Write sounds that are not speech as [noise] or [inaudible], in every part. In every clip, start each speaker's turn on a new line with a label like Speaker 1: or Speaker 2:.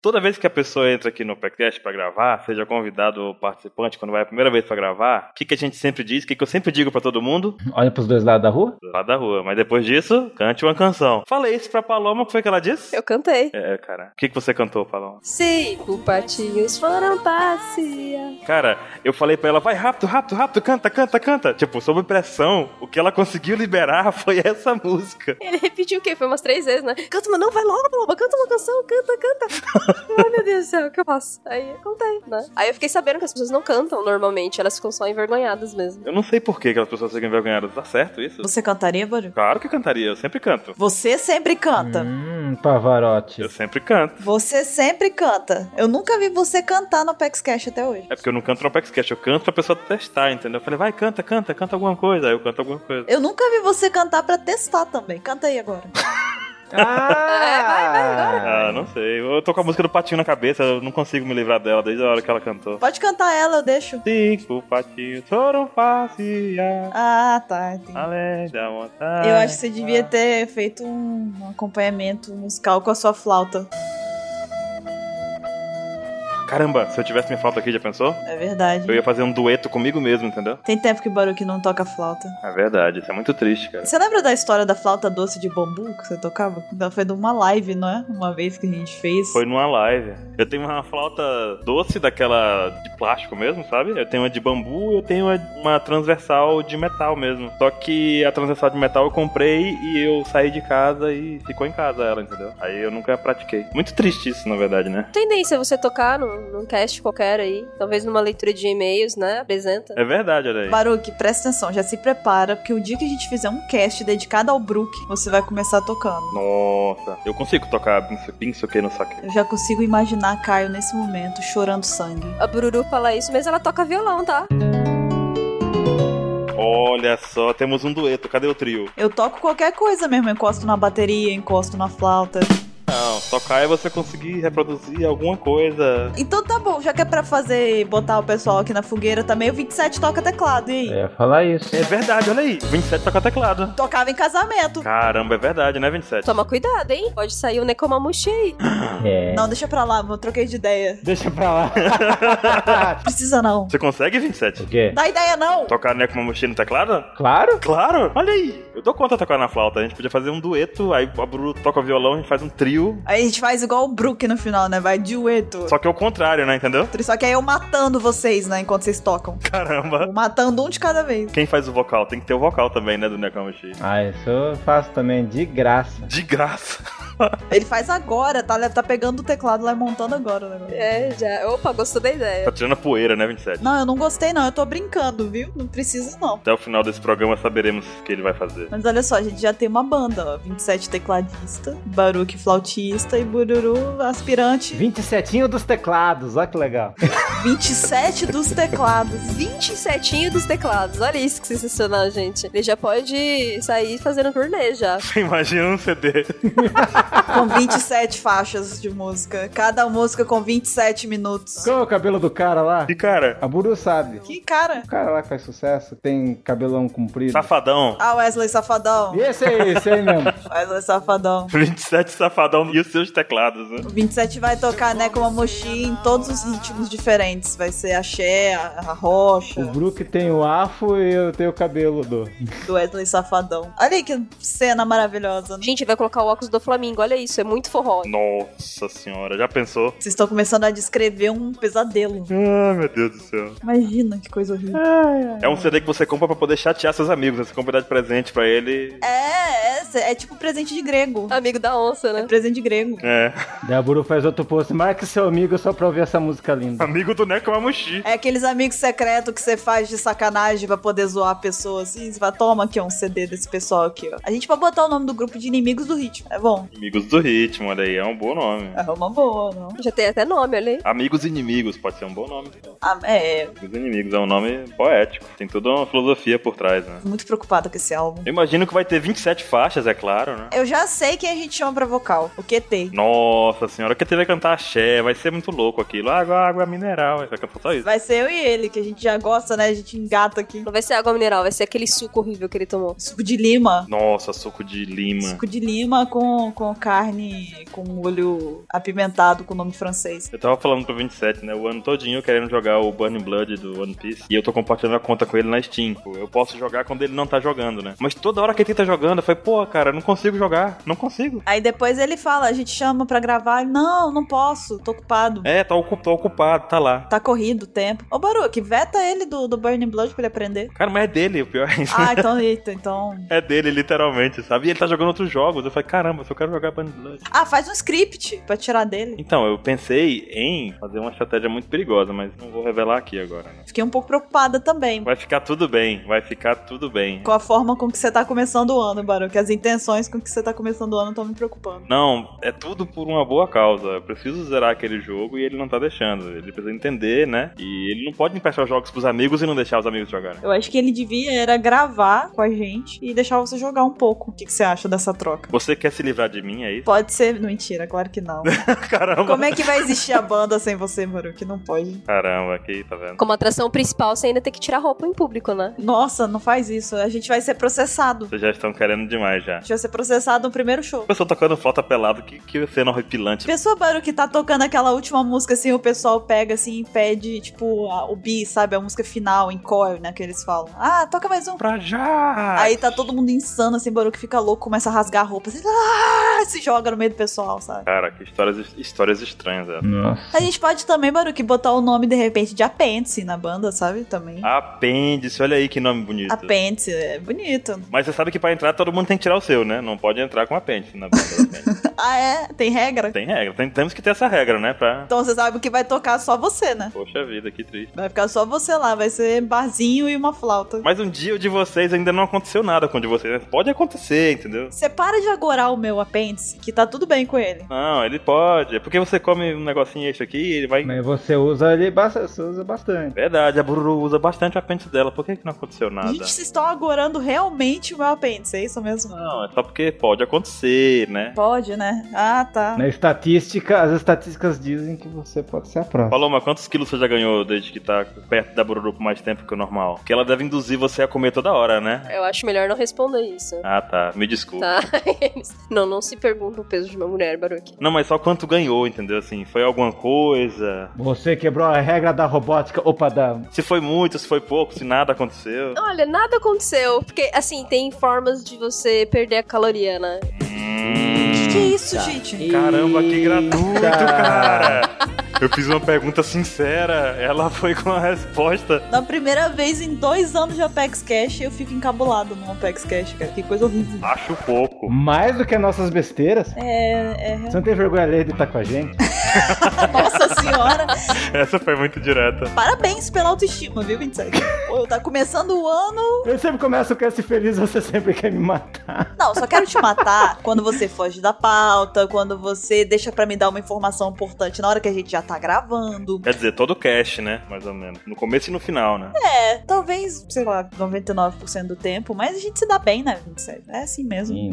Speaker 1: Toda vez que a pessoa entra aqui no podcast para gravar, seja convidado ou participante, quando vai a primeira vez para gravar, o que, que a gente sempre diz, o que, que eu sempre digo para todo mundo?
Speaker 2: Olha pros dois lados da rua?
Speaker 1: Do lado da rua. Mas depois disso, cante uma canção. Falei isso pra Paloma, o que foi que ela disse?
Speaker 3: Eu cantei.
Speaker 1: É, cara. O que, que você cantou, Paloma?
Speaker 3: Cinco patinhos foram passear.
Speaker 1: Cara, eu falei pra ela, vai rápido, rápido, rápido, canta, canta, canta. Tipo, sob pressão, o que ela conseguiu liberar [laughs] foi essa música.
Speaker 3: Ele repetiu o quê? Foi umas três vezes, né? Canta, mas não, vai logo, Paloma, canta uma canção, canta, [laughs] canta. Ai, meu Deus do céu, o que eu faço? Aí eu contei, né? Aí eu fiquei sabendo que as pessoas não cantam normalmente, elas ficam só envergonhadas mesmo.
Speaker 1: Eu não sei por que que as pessoas ficam envergonhadas. Tá certo isso?
Speaker 4: Você cantaria, Boru?
Speaker 1: Claro que eu cantaria, eu sempre canto.
Speaker 4: Você sempre canta.
Speaker 2: Hum, Pavarotti.
Speaker 1: Eu sempre canto.
Speaker 4: Você sempre canta. Eu nunca vi você cantar no Apex Cash até hoje.
Speaker 1: É porque eu não canto no Apex Cash, eu canto pra pessoa testar, entendeu? Eu falei, vai, canta, canta, canta alguma coisa. Aí eu canto alguma coisa.
Speaker 4: Eu nunca vi você cantar pra testar também. Canta aí agora.
Speaker 2: É,
Speaker 1: Ah, não sei. Eu tô com a música do Patinho na cabeça, eu não consigo me livrar dela desde a hora que ela cantou.
Speaker 4: Pode cantar ela, eu deixo.
Speaker 1: Cinco patinhos foram passear
Speaker 4: Ah, tá. entendi.
Speaker 1: além da montanha.
Speaker 4: Eu acho que você devia ter feito um acompanhamento musical com a sua flauta.
Speaker 1: Caramba, se eu tivesse minha flauta aqui, já pensou?
Speaker 4: É verdade.
Speaker 1: Eu ia fazer um dueto comigo mesmo, entendeu?
Speaker 4: Tem tempo que Baruque não toca flauta.
Speaker 1: É verdade, isso é muito triste, cara.
Speaker 4: Você lembra da história da flauta doce de bambu que você tocava? Não, Foi de uma live, não é? Uma vez que a gente fez.
Speaker 1: Foi numa live. Eu tenho uma flauta doce, daquela de plástico mesmo, sabe? Eu tenho uma de bambu eu tenho uma- uma transversal de metal mesmo. Só que a transversal de metal eu comprei e eu saí de casa e ficou em casa ela, entendeu? Aí eu nunca pratiquei. Muito triste isso, na verdade, né?
Speaker 3: Tendência é você tocar num, num cast qualquer aí, talvez numa leitura de e-mails, né? Apresenta.
Speaker 1: É verdade, olha aí.
Speaker 4: Baruque, presta atenção, já se prepara, porque o dia que a gente fizer um cast dedicado ao Brook, você vai começar tocando.
Speaker 1: Nossa, eu consigo tocar Binso- Binsoke no saque.
Speaker 4: Eu já consigo imaginar Caio nesse momento chorando sangue.
Speaker 3: A Bururu fala isso, mas ela toca violão, tá?
Speaker 1: Olha só, temos um dueto. Cadê o trio?
Speaker 4: Eu toco qualquer coisa mesmo, eu encosto na bateria, encosto na flauta.
Speaker 1: Não, tocar é você conseguir reproduzir alguma coisa.
Speaker 4: Então tá bom, já que é pra fazer botar o pessoal aqui na fogueira tá também, o 27 toca teclado, e aí?
Speaker 2: É, falar isso.
Speaker 1: É verdade, olha aí. 27 toca teclado.
Speaker 4: Tocava em casamento.
Speaker 1: Caramba, é verdade, né, 27?
Speaker 3: Toma cuidado, hein? Pode sair o Nekomamushi aí.
Speaker 2: É.
Speaker 4: Não, deixa pra lá, eu troquei de ideia.
Speaker 2: Deixa pra lá.
Speaker 4: Precisa não.
Speaker 1: Você consegue, 27?
Speaker 2: o quê?
Speaker 4: Dá ideia não!
Speaker 1: Tocar né, Nekomamushi no teclado?
Speaker 2: Claro.
Speaker 1: Claro! Olha aí! Eu dou conta de tocar na flauta. A gente podia fazer um dueto, aí a Bru toca violão, a gente faz um trio.
Speaker 4: Aí a gente faz igual o Brook no final, né? Vai dueto.
Speaker 1: Só que é o contrário, né? Entendeu? [laughs]
Speaker 4: Só que aí eu matando vocês, né? Enquanto vocês tocam.
Speaker 1: Caramba!
Speaker 4: Vou matando um de cada vez.
Speaker 1: Quem faz o vocal? Tem que ter o vocal também, né, do Nekomamushi.
Speaker 2: Ah, isso eu faço também, de graça.
Speaker 1: De graça! [laughs]
Speaker 4: Ele faz agora, tá? Ele tá pegando o teclado lá e montando agora o negócio.
Speaker 3: É, já. Opa, gostou da ideia.
Speaker 1: Tá tirando a poeira, né, 27?
Speaker 4: Não, eu não gostei não, eu tô brincando, viu? Não precisa não.
Speaker 1: Até o final desse programa saberemos o que ele vai fazer. [laughs]
Speaker 4: Mas olha só, a gente já tem uma banda, ó. 27 tecladista, Baruque flautista e Bururu aspirante.
Speaker 2: 27 dos teclados, olha que [laughs] legal.
Speaker 4: 27 dos teclados.
Speaker 3: 27 dos teclados. Olha isso que sensacional, gente. Ele já pode sair fazendo turnê já.
Speaker 1: Você imagina um CD.
Speaker 4: Com 27 faixas de música. Cada música com 27 minutos.
Speaker 2: Qual é o cabelo do cara lá?
Speaker 1: E cara,
Speaker 2: A Buru sabe.
Speaker 4: Que cara?
Speaker 2: O cara lá que faz sucesso, tem cabelão comprido.
Speaker 1: safadão.
Speaker 4: Ah, Wesley Safadão.
Speaker 2: E esse aí, esse aí mesmo.
Speaker 4: Wesley Safadão.
Speaker 1: 27 safadão e os seus teclados, né?
Speaker 4: O 27 vai tocar, né, com uma mochila em todos os ritmos diferentes. Vai ser axé, a, a
Speaker 2: O
Speaker 4: rocha,
Speaker 2: Brook tem o afo e eu tenho o cabelo do.
Speaker 4: do Wesley Safadão. Olha aí que cena maravilhosa, né?
Speaker 3: Gente, vai colocar o óculos do Flamingo. Olha isso, é muito forró.
Speaker 1: Nossa senhora, já pensou?
Speaker 4: Vocês estão começando a descrever um pesadelo.
Speaker 1: Ah, meu Deus do céu.
Speaker 4: Imagina que coisa horrível.
Speaker 1: É um CD que você compra pra poder chatear seus amigos. né? Você compra dar de presente pra ele.
Speaker 4: É, é, é tipo presente de grego.
Speaker 3: Amigo da onça,
Speaker 4: É
Speaker 3: né?
Speaker 4: presente de grego.
Speaker 1: É.
Speaker 2: Daí a Buru faz outro post. Marque seu amigo só pra ouvir essa música
Speaker 1: [laughs]
Speaker 2: linda.
Speaker 1: Amigo do Nekomamushi.
Speaker 4: É aqueles amigos secretos que você faz de sacanagem pra poder zoar a pessoa assim. Você vai, toma aqui ó, um CD desse pessoal aqui, ó. A gente pode botar o nome do grupo de inimigos do ritmo. É bom.
Speaker 1: Amigos do ritmo, olha aí, é um bom nome.
Speaker 4: É uma boa, não?
Speaker 3: Já tem até nome, olha aí.
Speaker 1: Amigos inimigos, pode ser um bom nome.
Speaker 4: Ah, é.
Speaker 1: Amigos inimigos é um nome poético. Tem toda uma filosofia por trás, né?
Speaker 4: Muito preocupada com esse álbum.
Speaker 1: Eu imagino que vai ter 27 faixas, faixas, é claro, né?
Speaker 4: Eu já sei quem a gente chama pra vocal. O QT.
Speaker 1: Nossa senhora, que teve vai cantar axé, vai ser muito louco aquilo. Água, água mineral, vai cantar só isso.
Speaker 4: Vai ser eu e ele, que a gente já gosta, né? A gente engata aqui.
Speaker 3: Não vai ser água mineral, vai ser aquele suco horrível que ele tomou.
Speaker 4: Suco de lima.
Speaker 1: Nossa, suco de lima.
Speaker 4: Suco de lima com, com carne, com molho apimentado, com nome francês.
Speaker 1: Eu tava falando pro 27, né? O ano todinho querendo jogar o Burning Blood do One Piece. E eu tô compartilhando a conta com ele na Steam. Pô, Eu posso jogar quando ele não tá jogando, né? Mas toda hora que ele tá jogando, eu falei, pô, cara, não consigo jogar. Não consigo.
Speaker 4: Aí depois ele fala, a gente chama pra gravar. Ele, Não, não posso, tô ocupado.
Speaker 1: É, tá ocu- tô ocupado, tá lá.
Speaker 4: Tá corrido o tempo. Ô, Baruque, veta ele do, do Burning Blood pra ele aprender.
Speaker 1: Cara, mas é dele, o pior é [laughs] isso.
Speaker 4: Ah, então, eita, então.
Speaker 1: É dele, literalmente, sabe? E ele tá jogando outros jogos. Eu falei, caramba, eu só quero jogar Burning Blood.
Speaker 4: Ah, faz um script pra tirar dele.
Speaker 1: Então, eu pensei em fazer uma estratégia muito perigosa, mas não vou revelar aqui agora, né?
Speaker 4: Fiquei um pouco preocupada também.
Speaker 1: Vai ficar tudo bem, vai ficar tudo bem.
Speaker 4: Com a forma com que você tá começando o ano, Baruque. As intenções com que você tá começando o ano estão me preocupando.
Speaker 1: Não, é tudo por uma boa causa. Eu preciso zerar aquele jogo e ele não tá deixando. Ele precisa entender, né? E ele não pode emprestar os jogos pros amigos e não deixar os amigos jogarem.
Speaker 4: Eu acho que ele devia era gravar com a gente e deixar você jogar um pouco. O que, que você acha dessa troca?
Speaker 1: Você quer se livrar de mim, é
Speaker 4: [laughs]
Speaker 1: isso?
Speaker 4: Pode ser. Mentira, claro que não.
Speaker 1: Caramba.
Speaker 4: Como é que vai existir a banda sem você, Baruque? Não pode.
Speaker 1: Caramba, aqui, tá vendo?
Speaker 3: Como atração principal, você ainda tem que tirar roupa em público, né?
Speaker 4: Nossa, não faz isso. A gente vai ser processado.
Speaker 1: Vocês já estão querendo demais já.
Speaker 4: A gente vai ser processado no primeiro
Speaker 1: A
Speaker 4: show.
Speaker 1: pessoa tocando flauta pelado, que, que cena horripilante.
Speaker 4: Pessoa, Baruque, tá tocando aquela última música, assim, o pessoal pega, assim, e pede, tipo, a- o bi, sabe? A música final, em core, né? Que eles falam. Ah, toca mais um.
Speaker 1: Pra já!
Speaker 4: Aí tá todo mundo insano, assim, Baruque fica louco, começa a rasgar a roupa, assim, ah, se joga no meio do pessoal, sabe?
Speaker 1: Cara, que histórias, histórias estranhas, é.
Speaker 2: Nossa.
Speaker 4: A gente pode também, Baruque, botar o nome de repente de apêndice na banda, sabe? Também.
Speaker 1: Ah, Apêndice, olha aí que nome bonito.
Speaker 4: Apêndice, é bonito. [laughs]
Speaker 1: Mas você sabe que pra entrar todo mundo tem que tirar o seu, né? Não pode entrar com apêndice na banda. do [laughs] apêndice.
Speaker 4: Ah, é? Tem regra?
Speaker 1: Tem regra, tem- temos que ter essa regra, né? Pra.
Speaker 4: Então você sabe que vai tocar só você, né?
Speaker 1: Poxa vida, que triste.
Speaker 4: Vai ficar só você lá, vai ser barzinho e uma flauta.
Speaker 1: Mas um dia o de vocês ainda não aconteceu nada com o de vocês. né? Pode acontecer, entendeu?
Speaker 4: Você para de agorar o meu apêndice, que tá tudo bem com ele.
Speaker 1: Não, ele pode. É porque você come um negocinho esse aqui e ele vai.
Speaker 2: Mas Né, você usa ele basta- você usa bastante.
Speaker 1: Verdade, a Bururu usa bastante o apêndice dela. Por que, que não aconteceu nada?
Speaker 4: Gente, vocês estão agorando realmente o meu apêndice, é isso mesmo?
Speaker 1: Não, é só porque pode acontecer, né?
Speaker 4: Pode, né? Ah, tá.
Speaker 2: Na estatística, as estatísticas dizem que você pode ser a próxima.
Speaker 1: Paloma, quantos quilos você já ganhou desde que tá perto da Bururu por mais tempo que o normal? Porque ela deve induzir você a comer toda hora, né?
Speaker 3: Eu acho melhor não responder isso.
Speaker 1: Ah, tá. Me desculpa.
Speaker 3: Tá? [laughs] não, não se pergunta o peso de uma mulher, Baruque.
Speaker 1: Não, mas só quanto ganhou, entendeu? Assim, foi alguma coisa?
Speaker 2: Você quebrou a regra da robótica. Opa, da...
Speaker 1: Se foi muito, se foi pouco, se nada aconteceu.
Speaker 3: Olha, nada aconteceu. Porque, assim, tem formas de você perder a caloria, né?
Speaker 4: Que
Speaker 1: Hum,
Speaker 4: que é isso, gente?
Speaker 1: Caramba, que gratuito,
Speaker 2: Eita.
Speaker 1: cara! Eu fiz uma pergunta sincera, ela foi com a resposta.
Speaker 4: Na primeira vez em dois anos de Apex Cash, eu fico encabulado no Apex Cash, cara. Que
Speaker 1: [laughs]
Speaker 4: coisa horrível.
Speaker 1: Acho pouco.
Speaker 2: Mais do que nossas besteiras.
Speaker 4: É, é.
Speaker 2: Você não tem vergonha alheia de estar com a
Speaker 4: [laughs]
Speaker 2: gente?
Speaker 4: Nossa senhora.
Speaker 1: Essa foi muito direta.
Speaker 4: Parabéns pela autoestima, viu, 27? Pô, tá começando o ano.
Speaker 2: Eu sempre começo com esse feliz, você sempre quer me matar.
Speaker 4: Não, só quero te matar quando você foge da pauta, quando você deixa pra me dar uma informação importante na hora que a gente já tá gravando.
Speaker 1: Quer dizer, todo cash, né? Mais ou menos. No começo e no final, né?
Speaker 4: É, talvez, sei lá, 99% do tempo, mas a gente se dá bem, né, 27? É assim mesmo.
Speaker 2: Sim,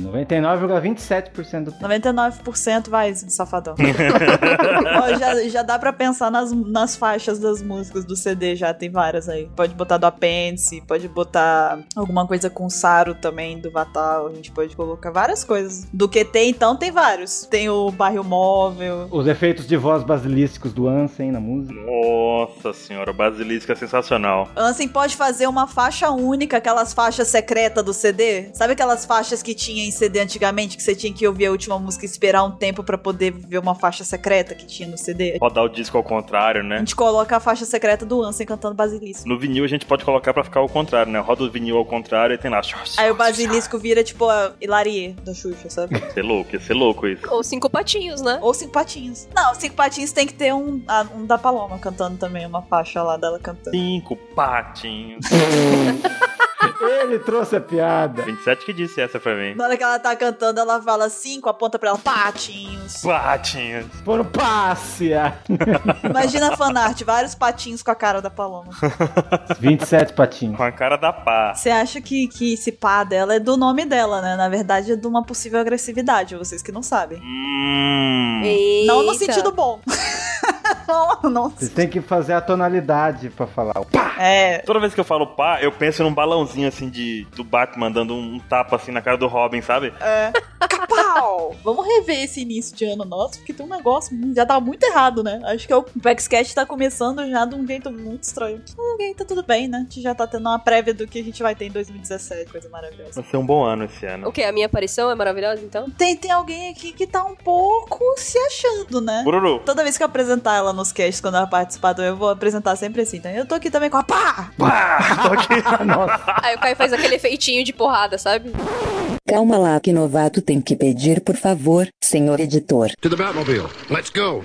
Speaker 2: 99,27% do tempo.
Speaker 4: 99% vai, safadão. Ó, já, já dá pra pensar nas, nas faixas das músicas do CD, já tem várias aí. Pode botar do Apêndice, pode botar alguma coisa com Saro também, do Vatal. A gente pode colocar várias coisas. Do QT, então, tem vários. Tem o Bairro Móvel.
Speaker 2: Os efeitos de voz basilísticos do Ansem na música.
Speaker 1: Nossa senhora, basilisca é sensacional.
Speaker 4: Ansem pode fazer uma faixa única, aquelas faixas secretas do CD. Sabe aquelas faixas que tinha em CD antigamente, que você tinha que ouvir a última música e esperar um tempo pra poder ver uma faixa secreta que tinha no CD?
Speaker 1: Rodar o disco ao contrário,
Speaker 4: A
Speaker 1: né?
Speaker 4: gente coloca a faixa secreta do Ansem cantando Basilisco.
Speaker 1: No vinil a gente pode colocar pra ficar ao contrário, né? Roda o vinil ao contrário e tem lá.
Speaker 4: Aí o basilisco vira tipo a Hilarie da Xuxa, sabe?
Speaker 1: [laughs] Ia ser louco, ia ser louco isso.
Speaker 3: Ou cinco patinhos, né?
Speaker 4: Ou cinco patinhos. Não, cinco patinhos tem que ter um, a- um da [laughs] Paloma cantando também, uma faixa lá dela cantando.
Speaker 1: Cinco patinhos.
Speaker 2: Ele trouxe a piada.
Speaker 1: 27 que disse essa pra mim.
Speaker 4: Na hora que ela tá cantando, ela fala cinco, aponta pra ela, patinhos.
Speaker 1: Patinhos.
Speaker 2: Foram [laughs] passear.
Speaker 4: Imagina a fanart, vários patinhos com a cara da Paloma.
Speaker 2: 27 patinhos.
Speaker 1: Com a cara da pá.
Speaker 4: Você acha que, que esse pá dela é do nome dela, né? Na verdade, é de uma possível agressividade, vocês que não sabem.
Speaker 1: Hum.
Speaker 4: Não no
Speaker 3: Eita.
Speaker 4: sentido bom. [laughs] não, não.
Speaker 2: Vocês têm que fazer a tonalidade pra falar.
Speaker 4: É.
Speaker 1: Toda vez que eu falo pá, eu penso num balãozinho assim de do Batman dando um tapa assim na cara do Robin, sabe?
Speaker 4: É. Capau! Vamos rever esse início de ano nosso, porque tem um negócio hum, já tá muito errado, né? Acho que o Backscatch tá começando já de um jeito muito estranho. Ninguém tá tudo bem, né? A gente já tá tendo uma prévia do que a gente vai ter em 2017, coisa
Speaker 1: [laughs]
Speaker 4: maravilhosa.
Speaker 1: Vai ser um bom ano esse ano.
Speaker 3: O que? A minha aparição é maravilhosa, então?
Speaker 4: Tem, tem alguém aqui que tá um pouco se achando, né?
Speaker 1: Bururu.
Speaker 4: Toda vez que eu apresentar ela nos casts, quando ela participar, do- eu vou apresentar sempre assim. Então, eu tô aqui também com a pá!
Speaker 1: Pá! Tô aqui.
Speaker 2: [laughs] Nossa,
Speaker 3: Aí o Caio faz aquele efeitinho de porrada, sabe?
Speaker 5: Calma lá que novato tem que pedir por favor, senhor editor.
Speaker 6: To the Batmobile. Let's go.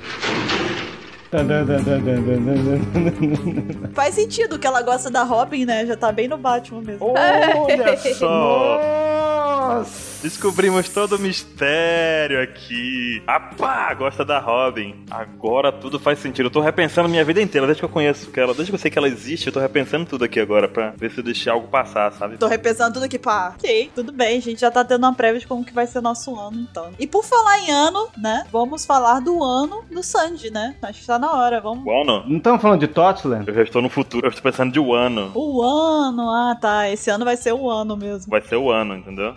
Speaker 4: Faz sentido que ela gosta da Robin, né? Já tá bem no Batman mesmo.
Speaker 1: Olha só!
Speaker 2: Nossa!
Speaker 1: Descobrimos todo o mistério aqui. Ah, pá! Gosta da Robin. Agora tudo faz sentido. Eu tô repensando minha vida inteira, desde que eu conheço que ela, desde que eu sei que ela existe, eu tô repensando tudo aqui agora pra ver se eu deixei algo passar, sabe?
Speaker 4: Tô repensando tudo aqui, pá. Ok, tudo bem, a gente já tá tendo uma prévia de como que vai ser nosso ano, então. E por falar em ano, né? Vamos falar do ano do Sanji, né? Acho que tá na hora, vamos.
Speaker 1: Bom, não?
Speaker 2: Não estamos Então, falando de Totland?
Speaker 1: Eu já estou no futuro, eu estou pensando de um ano.
Speaker 4: O ano, ah tá, esse ano vai ser o ano mesmo.
Speaker 1: Vai ser o ano,
Speaker 3: [laughs]
Speaker 1: entendeu?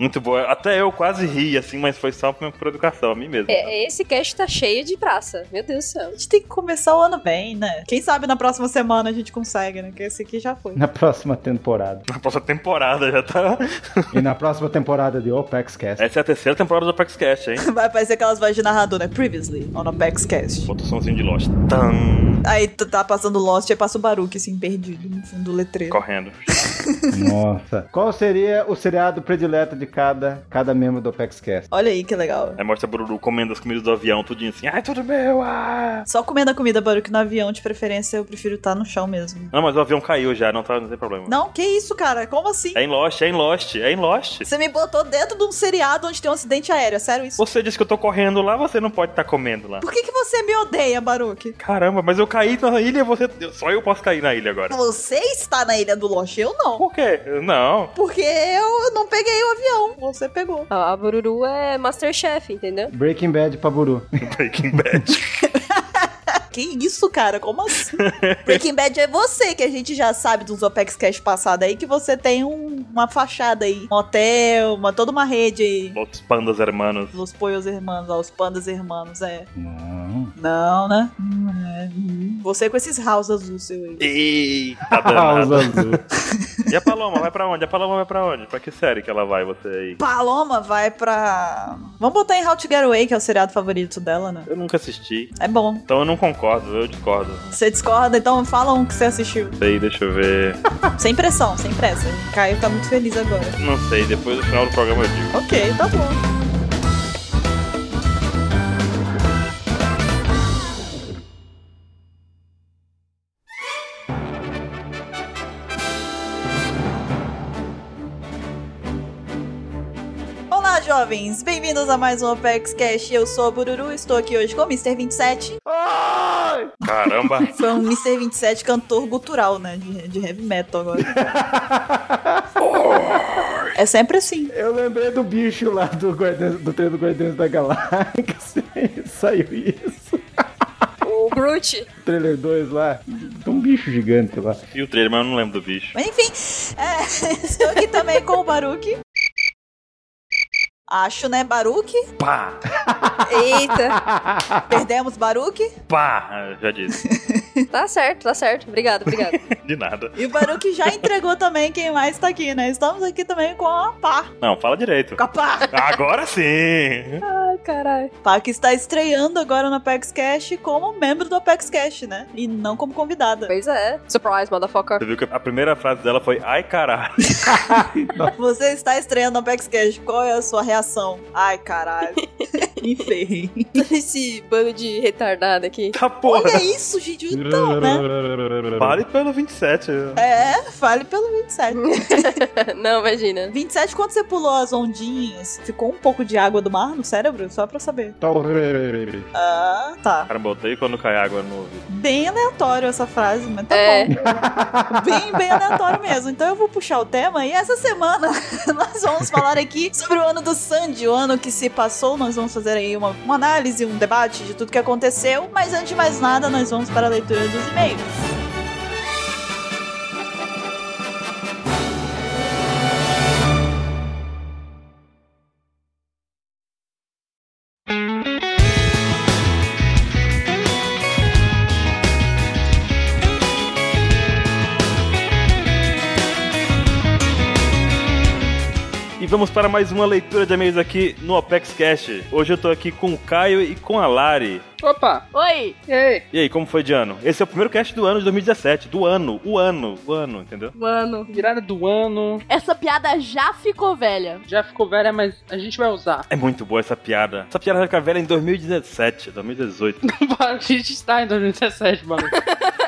Speaker 1: Muito boa. Até eu quase ri, assim, mas foi só por por educação, a mim mesmo.
Speaker 3: É, esse cast tá cheio de praça. Meu Deus do céu.
Speaker 4: A gente tem que começar o ano bem, né? Quem sabe na próxima semana a gente consegue, né? Que esse aqui já foi. [laughs]
Speaker 2: Na próxima temporada.
Speaker 1: Na próxima temporada já tá.
Speaker 2: E na próxima temporada de Opex Cast.
Speaker 1: Essa é a terceira temporada do Apex Cast, hein?
Speaker 4: Vai aparecer aquelas vozes de narrador, né? Previously, on Apex Cast.
Speaker 1: Bota o somzinho de Lost. Tam.
Speaker 4: Aí tu tá passando Lost, aí passa o Baruque, assim, perdido no fundo do letreiro.
Speaker 1: Correndo.
Speaker 2: Nossa. Qual seria o seriado predileto de cada, cada membro do Opex Cast?
Speaker 4: Olha aí que legal.
Speaker 1: Aí mostra Bururu comendo as comidas do avião, tudinho assim. Ai, tudo meu, ah!
Speaker 4: Só comendo a comida Baruque no avião, de preferência, eu prefiro estar no chão mesmo.
Speaker 1: Não, mas o avião caiu já, não, tá, não tem problema.
Speaker 4: Não, que isso, cara? Como assim?
Speaker 1: É em Lost, é em Lost, é em Lost.
Speaker 4: Você me botou dentro de um seriado onde tem um acidente aéreo, sério isso?
Speaker 1: Você disse que eu tô correndo lá, você não pode estar comendo lá.
Speaker 4: Por que, que você me odeia, Baruque?
Speaker 1: Caramba, mas eu caí na ilha, você. Só eu posso cair na ilha agora.
Speaker 4: Você está na Ilha do Lost, eu não.
Speaker 1: Por quê? Não.
Speaker 4: Porque eu não peguei o avião, você pegou.
Speaker 3: A a Bururu é Masterchef, entendeu?
Speaker 2: Breaking Bad pra Buru.
Speaker 1: Breaking Bad.
Speaker 4: Que isso, cara?
Speaker 1: [laughs]
Speaker 4: Como assim? Breaking Bad é você, que a gente já sabe dos Opex Cash passado aí, que você tem um- uma fachada aí. Um hotel, uma, toda uma rede aí.
Speaker 1: Outros pandas hermanos.
Speaker 4: Los Poios Hermanos, ó, os Pandas Hermanos, é.
Speaker 2: Não.
Speaker 4: Não, né? Hum, é, hum. Você com esses house azul seu aí.
Speaker 1: Eita,
Speaker 2: [laughs] [laughs] House
Speaker 1: Tá danado.
Speaker 2: Azul.
Speaker 1: E a Paloma vai pra onde? A Paloma vai pra onde? Pra que série que ela vai, você aí?
Speaker 4: Paloma vai pra. Vamos botar em How to Get Away, que é o seriado favorito dela, né?
Speaker 1: Eu nunca assisti.
Speaker 4: É bom.
Speaker 1: Então eu não concordo, eu discordo.
Speaker 4: Você discorda, então fala um que você assistiu.
Speaker 1: Não sei, deixa eu ver.
Speaker 4: sem pressão, sem pressa. O Caio tá muito feliz agora.
Speaker 1: Não sei, depois do final do programa eu digo.
Speaker 4: Ok, tá bom. Olá, Jovens, bem-vindos a mais um Opex Cash. Eu sou a Bururu, estou aqui hoje com o Mr. 27.
Speaker 2: Ai!
Speaker 1: Caramba.
Speaker 4: Foi um Mr. 27 cantor gutural, né? De, de heavy metal agora. é sempre assim.
Speaker 2: Eu lembrei do bicho lá do, Guardiões, do treino do Guardiões da Galáxia. [laughs] Saiu isso.
Speaker 3: O Groot.
Speaker 2: Trailer 2 lá. Tem um bicho gigante lá.
Speaker 1: Vi o trailer, mas eu não lembro do bicho.
Speaker 4: Mas enfim, é, [laughs] estou aqui também com o Baruque. Acho, né, Baruque?
Speaker 1: Pá!
Speaker 3: Eita.
Speaker 4: Perdemos Baruque.
Speaker 1: Pá! Ah, Já disse.
Speaker 3: Tá certo, tá certo. Obrigado, obrigado.
Speaker 1: De nada.
Speaker 4: E o Baruque já entregou também quem mais tá aqui, né? Estamos aqui também com a Pá.
Speaker 1: Não, fala direito.
Speaker 4: Com a Pá.
Speaker 1: Agora sim!
Speaker 3: Ai, caralho.
Speaker 4: Pá que está estreando agora no Apex Cash como membro do Apex Cash, né? E não como convidada.
Speaker 3: Pois é. Surprise,
Speaker 1: [laughs]
Speaker 3: motherfucker.
Speaker 1: Você viu que a primeira frase dela foi ai caralho.
Speaker 4: Você está estreando no Apex Cash. Qual é a sua reação? Ai, caralho. Me ferrei.
Speaker 7: Esse bando de retardado
Speaker 3: [laughs]
Speaker 7: aqui.
Speaker 1: Tá porra.
Speaker 4: Olha isso, gente. Então, né?
Speaker 1: Pare pelo 27.
Speaker 4: É, fale pelo 27.
Speaker 7: Não, imagina.
Speaker 4: 27, quando você pulou as ondinhas, ficou um pouco de água do mar no cérebro? Só pra eu saber. Ah, tá.
Speaker 1: Cara, botei quando cai água no ouvido.
Speaker 4: Bem aleatório essa frase, mas tá
Speaker 7: É.
Speaker 4: bom. Bem, bem aleatório mesmo. Então eu vou puxar o tema e essa semana [laughs] nós vamos falar aqui sobre o ano do Sandy, o ano que se passou. Nós vamos fazer aí uma, uma análise, um debate de tudo que aconteceu. Mas antes de mais nada, nós vamos para a leitura dos e-mails.
Speaker 1: E vamos para mais uma leitura de e-mails aqui no Apex Cash. Hoje eu tô aqui com o Caio e com a Lari.
Speaker 8: Opa!
Speaker 7: Oi!
Speaker 8: E aí?
Speaker 1: E aí, como foi de ano? Esse é o primeiro cast do ano de 2017. Do ano, o ano, o ano, entendeu?
Speaker 8: Mano, virada do ano.
Speaker 3: Essa piada já ficou velha.
Speaker 8: Já ficou velha, mas a gente vai usar.
Speaker 1: É muito boa essa piada. Essa piada vai ficar velha em 2017, 2018.
Speaker 8: [laughs] a gente está em 2017, mano.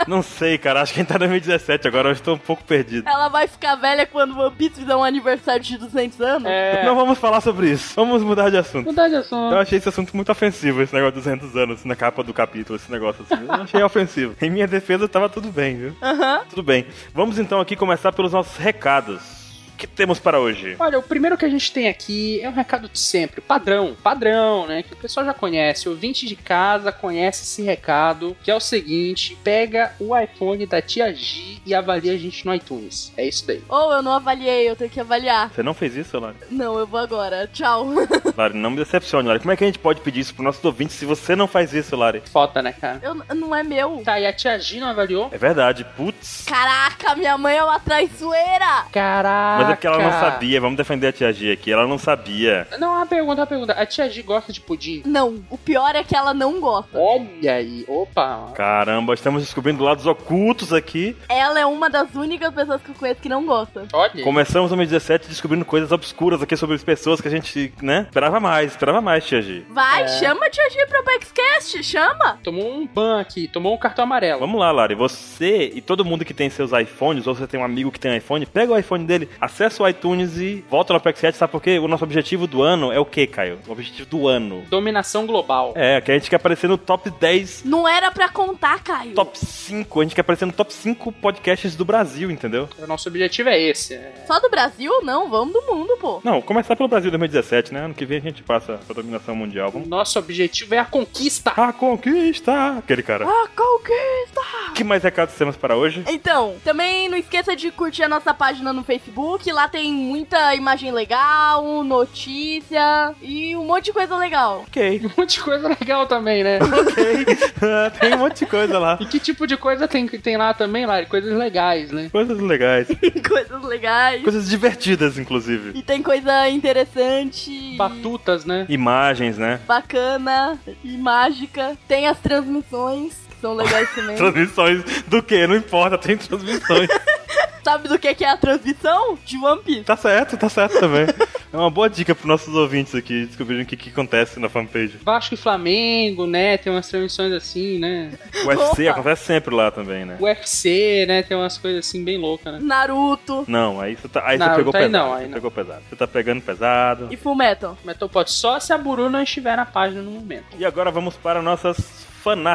Speaker 1: Não sei, cara. Acho que a gente tá em 2017 agora. Eu estou um pouco perdido.
Speaker 3: Ela vai ficar velha quando o One Piece fizer um aniversário de 200 anos.
Speaker 8: [laughs] É.
Speaker 1: Não vamos falar sobre isso. Vamos mudar de assunto.
Speaker 8: Mudar de
Speaker 1: Eu
Speaker 8: assunto.
Speaker 1: achei esse assunto muito ofensivo, esse negócio de 200 anos na capa do capítulo, esse negócio assim. Eu achei ofensivo. Em minha defesa, tava tudo bem, viu?
Speaker 3: Aham.
Speaker 1: Tudo bem. Vamos então aqui começar pelos nossos recados. O que temos para hoje?
Speaker 8: Olha, o primeiro que a gente tem aqui é um recado de sempre, padrão, padrão, né? Que o pessoal já conhece, o ouvinte de casa conhece esse recado, que é o seguinte: pega o iPhone da tia G e avalia a gente no iTunes. É isso daí.
Speaker 3: Ou eu não avaliei, eu tenho que avaliar.
Speaker 1: Você não fez isso, Lari?
Speaker 3: Não, eu vou agora. Tchau. [laughs]
Speaker 1: Lari, não me decepcione, Lari. Como é que a gente pode pedir isso pro nosso ouvinte se você não faz isso, Lari?
Speaker 8: Falta, né, cara?
Speaker 3: Eu, não é meu.
Speaker 8: Tá, e a tia G não avaliou?
Speaker 1: É verdade, putz.
Speaker 3: Caraca, minha mãe é uma traiçoeira.
Speaker 8: Caraca!
Speaker 1: Mas é porque ela não sabia. Vamos defender a tia G aqui. Ela não sabia.
Speaker 8: Não, uma pergunta, uma pergunta. A tia G gosta de pudim?
Speaker 3: Não, o pior é que ela não gosta.
Speaker 8: Olha aí, opa.
Speaker 1: Caramba, estamos descobrindo lados ocultos aqui.
Speaker 3: Ela é uma das únicas pessoas que eu conheço que não gosta.
Speaker 8: Olha. aí.
Speaker 1: Começamos 2017 descobrindo coisas obscuras aqui sobre as pessoas que a gente, né? Esperava mais, esperava mais, tia G.
Speaker 3: Vai,
Speaker 8: É.
Speaker 3: chama a tia G pro Paxcast, chama.
Speaker 8: Tomou um ban aqui, tomou um cartão amarelo.
Speaker 1: Vamos lá, Lari. Você e todo mundo que tem seus iPhones, ou você tem um amigo que tem um iPhone, pega o iPhone dele, acessa o iTunes e volta no Apex 7, sabe por quê? O nosso objetivo do ano é o quê, Caio? O objetivo do ano.
Speaker 8: Dominação global.
Speaker 1: É, que a gente quer aparecer no top 10,
Speaker 3: Não era pra contar, Caio.
Speaker 1: top 5. A gente quer aparecer no top 5 podcasts do Brasil, entendeu?
Speaker 8: O nosso objetivo é esse. é.
Speaker 3: Só do Brasil? Não, vamos do mundo, pô.
Speaker 1: Não, começar pelo Brasil 2017, né? Ano que vem a gente passa essa dominação mundial.
Speaker 8: O
Speaker 1: Vamos.
Speaker 8: nosso objetivo é a conquista.
Speaker 1: A conquista! Aquele cara.
Speaker 3: Ah, conquista!
Speaker 8: Ah.
Speaker 1: Que mais recados temos para
Speaker 8: [laughs]
Speaker 1: hoje?
Speaker 3: Então, também não esqueça de curtir a nossa página no Facebook. Lá tem muita imagem legal, notícia e um monte de coisa legal.
Speaker 1: Ok.
Speaker 8: Um monte de coisa legal também, né?
Speaker 1: Ok. [laughs] tem um monte de coisa lá.
Speaker 8: E que tipo de coisa tem, tem lá também, Lari? Coisas legais, né?
Speaker 1: Coisas legais.
Speaker 3: [laughs] Coisas legais.
Speaker 1: Coisas divertidas, inclusive.
Speaker 3: E tem coisa interessante.
Speaker 8: Batutas, né?
Speaker 1: Imagens, né?
Speaker 3: Bacana e mágica. Tem as transmissões, que são legais também.
Speaker 1: Transmissões do que? Não importa, tem transmissões.
Speaker 8: [laughs]
Speaker 3: Sabe do que que é a transmissão? De One Piece.
Speaker 1: tá certo, tá certo também. É uma boa dica pros nossos ouvintes aqui descobrirem o que, que acontece na fanpage.
Speaker 8: Vasco e Flamengo, né? Tem umas transmissões assim, né?
Speaker 1: O UFC
Speaker 3: Opa.
Speaker 1: acontece sempre lá também, né?
Speaker 8: UFC, né? Tem umas coisas assim bem loucas, né?
Speaker 3: Naruto
Speaker 1: Não, aí você, tá, aí
Speaker 8: Não,
Speaker 1: você pegou
Speaker 8: tá aí
Speaker 1: pesado.
Speaker 8: não, aí
Speaker 1: você
Speaker 8: não.
Speaker 1: pegou pesado. Você tá pegando pesado.
Speaker 3: e Fullmetal.
Speaker 8: Metal Pod só se a Buru não estiver na página no momento.
Speaker 1: E agora vamos para nossas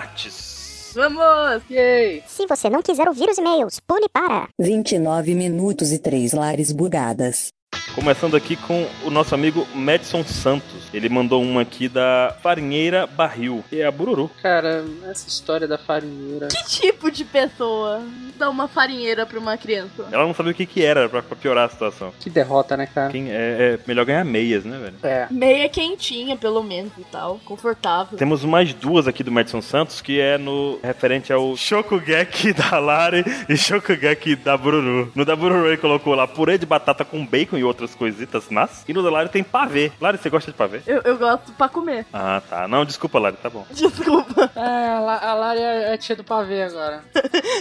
Speaker 1: fanarts.
Speaker 3: Vamos!
Speaker 8: Yay!
Speaker 9: Se você não quiser ouvir os e-mails, pule para.
Speaker 5: 29 minutos e 3 lares bugadas.
Speaker 1: Começando aqui com o nosso amigo Madison Santos. Ele mandou uma aqui da Farinheira Barril. E é a Bururu.
Speaker 8: Cara, essa história da farinheira.
Speaker 3: Que tipo de pessoa dá uma farinheira pra uma criança?
Speaker 1: Ela não sabia o que, que era pra, pra piorar a situação.
Speaker 8: Que derrota, né, cara?
Speaker 1: Quem é, é melhor ganhar meias, né, velho?
Speaker 8: É.
Speaker 3: Meia quentinha, pelo menos, e tal. Confortável.
Speaker 1: Temos mais duas aqui do Madison Santos, que é no referente ao Shokugeki da Lari e Shokugeki da Bururu. No da Bururu ele colocou lá purê de batata com bacon e outras outras coisitas nas. E no da Lari tem pavê. Lari, você gosta de pavê?
Speaker 10: Eu, eu gosto pra comer.
Speaker 1: Ah, tá. Não, desculpa, Lari, tá bom.
Speaker 10: Desculpa,
Speaker 8: É, a La- a Lari é é tia do pavê agora.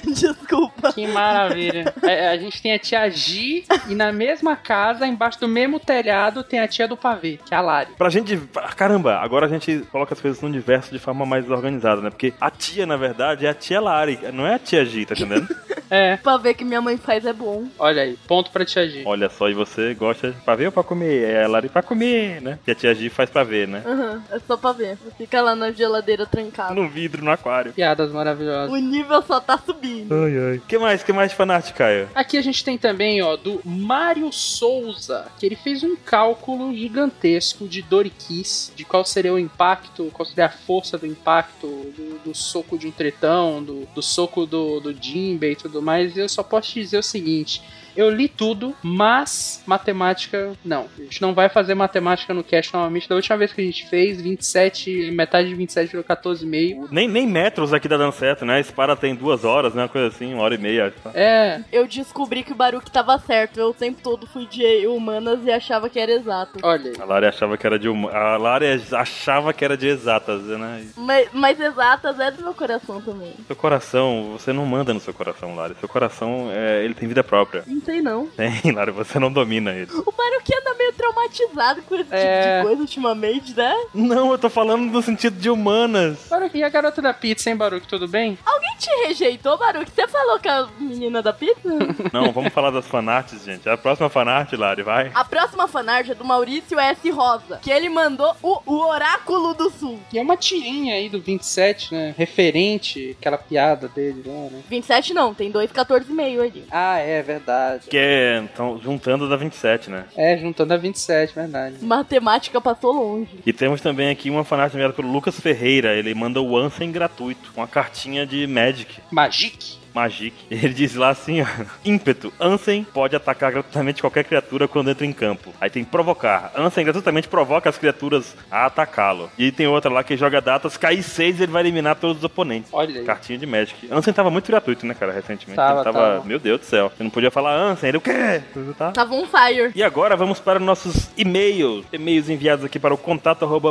Speaker 10: desculpa.
Speaker 8: Que maravilha. É, a gente tem a tia Gi e na mesma casa, embaixo do mesmo telhado, tem a tia do pavê, que é a Lari.
Speaker 1: Pra gente. ah, Caramba, agora a gente coloca as coisas no universo de forma mais organizada, né? Porque a tia, na verdade, é a tia Lari, não é a tia G, tá entendendo?
Speaker 8: É,
Speaker 10: Pra ver que minha mãe faz é bom.
Speaker 8: olha aí, ponto pra tia Gi.
Speaker 1: Olha só, e você gosta de pavê ou pra comer? É a Lari pra comer, né? Que a tia G faz pavê, né? Tá
Speaker 10: Aham, é só pra ver. Fica lá na geladeira trancada.
Speaker 1: No vidro, no aquário.
Speaker 8: Piadas maravilhosas.
Speaker 10: O nível só tá subindo.
Speaker 1: Ai, ai. Que mais? Que mais de fanático, Caio?
Speaker 8: Aqui a gente tem também, ó, do Mário Souza, que ele fez um cálculo gigantesco de Doriquis, de qual seria o impacto, qual seria a força do impacto do, do soco de um tretão, do, do soco do, do Jimbei e tudo mais. E eu só posso te dizer o seguinte. Eu li tudo, mas matemática não. A gente não vai fazer matemática no cast novamente. Da última vez que a gente fez, 27, metade de 27 virou 14,5.
Speaker 1: Nem, nem metros aqui tá dando certo, né? Esse para tem duas horas, né? Uma coisa assim, uma hora e meia. acho.
Speaker 8: É,
Speaker 10: Eu descobri que o Baruque tava certo. Eu o tempo todo fui de humanas e achava que era exato.
Speaker 8: olha aí.
Speaker 1: A Lari achava que era de uma. A Lari achava que era de exatas, né?
Speaker 10: Mas, mas exatas é do meu coração também.
Speaker 1: Seu coração, você não manda no seu coração, Lari. Seu coração, é, ele tem vida própria.
Speaker 10: Não sei não.
Speaker 1: Tem, Lari, você não domina ele.
Speaker 10: O Baruque anda meio traumatizado com esse tipo
Speaker 8: É.
Speaker 10: de coisa ultimamente, né?
Speaker 1: Não, eu tô falando no sentido de humanas.
Speaker 8: Baruque, e a garota da pizza, hein, Baruque? Tudo bem?
Speaker 10: Alguém te rejeitou, Baruque? Você falou com a menina da pizza?
Speaker 1: Não, vamos falar das fanarts, gente. A próxima fanart, Lari, vai.
Speaker 10: a próxima fanart é do Maurício S. Rosa, que ele mandou o, o Oráculo do Sul.
Speaker 8: E é uma tirinha aí do 27, né? Referente àquela piada dele lá, né?
Speaker 10: 27 não, tem dois 14,5 ali.
Speaker 8: Ah, é verdade.
Speaker 1: Que é, então, juntando da 27, né?
Speaker 8: É, juntando a 27, verdade.
Speaker 10: Matemática passou longe.
Speaker 1: E temos também aqui uma fanart enviada pelo Lucas Ferreira. Ele manda o Ansem gratuito, uma cartinha de Magic.
Speaker 8: Magic?
Speaker 1: Magic. Ele diz lá assim, ó, ímpeto. Ansem pode atacar gratuitamente qualquer criatura quando entra em campo. Aí tem provocar. Ansem gratuitamente provoca as criaturas a atacá-lo. E tem outra lá que joga datas, cai 6 ele vai eliminar todos os oponentes.
Speaker 8: Olha aí.
Speaker 1: Cartinha de Magic. Ansem tava muito gratuito, né, cara, recentemente.
Speaker 8: Tava,
Speaker 1: ele tava,
Speaker 8: tava.
Speaker 1: meu Deus do céu. Você não podia falar Ansem, ele o quê? Tudo tá?
Speaker 10: Tava um fire.
Speaker 1: E agora vamos para nossos e-mails. E-mails enviados aqui para o contato arroba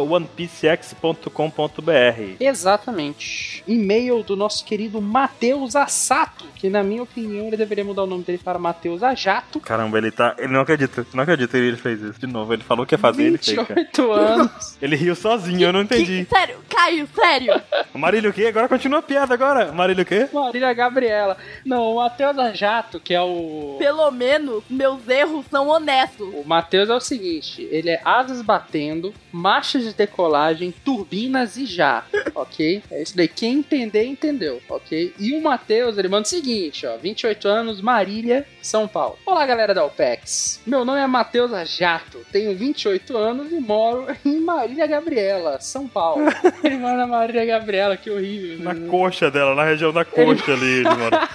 Speaker 1: onepcx.com.br.
Speaker 8: Exatamente. E-mail do nosso querido Matheus Assato, que na minha opinião ele deveria mudar o nome dele para Matheus Ajato.
Speaker 1: Caramba, ele tá. Ele não acredita. Não acredita que ele fez isso de novo. Ele falou que ia fazer, ele fez, cara.
Speaker 8: 28 anos.
Speaker 1: Ele riu sozinho, eu não entendi.
Speaker 10: Que- sério, Caio, sério.
Speaker 1: Marília o quê? Agora continua a piada agora. Marília o quê?
Speaker 8: Marília Gabriela. Não, o Matheus Ajato, que é o.
Speaker 10: Pelo menos meus erros são honestos.
Speaker 8: O Matheus é o seguinte, ele é asas batendo, marchas de decolagem, turbinas e já, [laughs] ok? É isso daí, quem entender, entendeu, ok? E o Matheus, ele manda o seguinte, ó, 28 anos, Marília, São Paulo. Olá, galera da OPEX. Meu nome é Matheus Jato, tenho 28 anos e moro [laughs] em Marília Gabriela, São Paulo. ele manda Marília Gabriela, que horrível.
Speaker 1: Na
Speaker 8: né?
Speaker 1: coxa dela, na região da coxa ali, ele mora.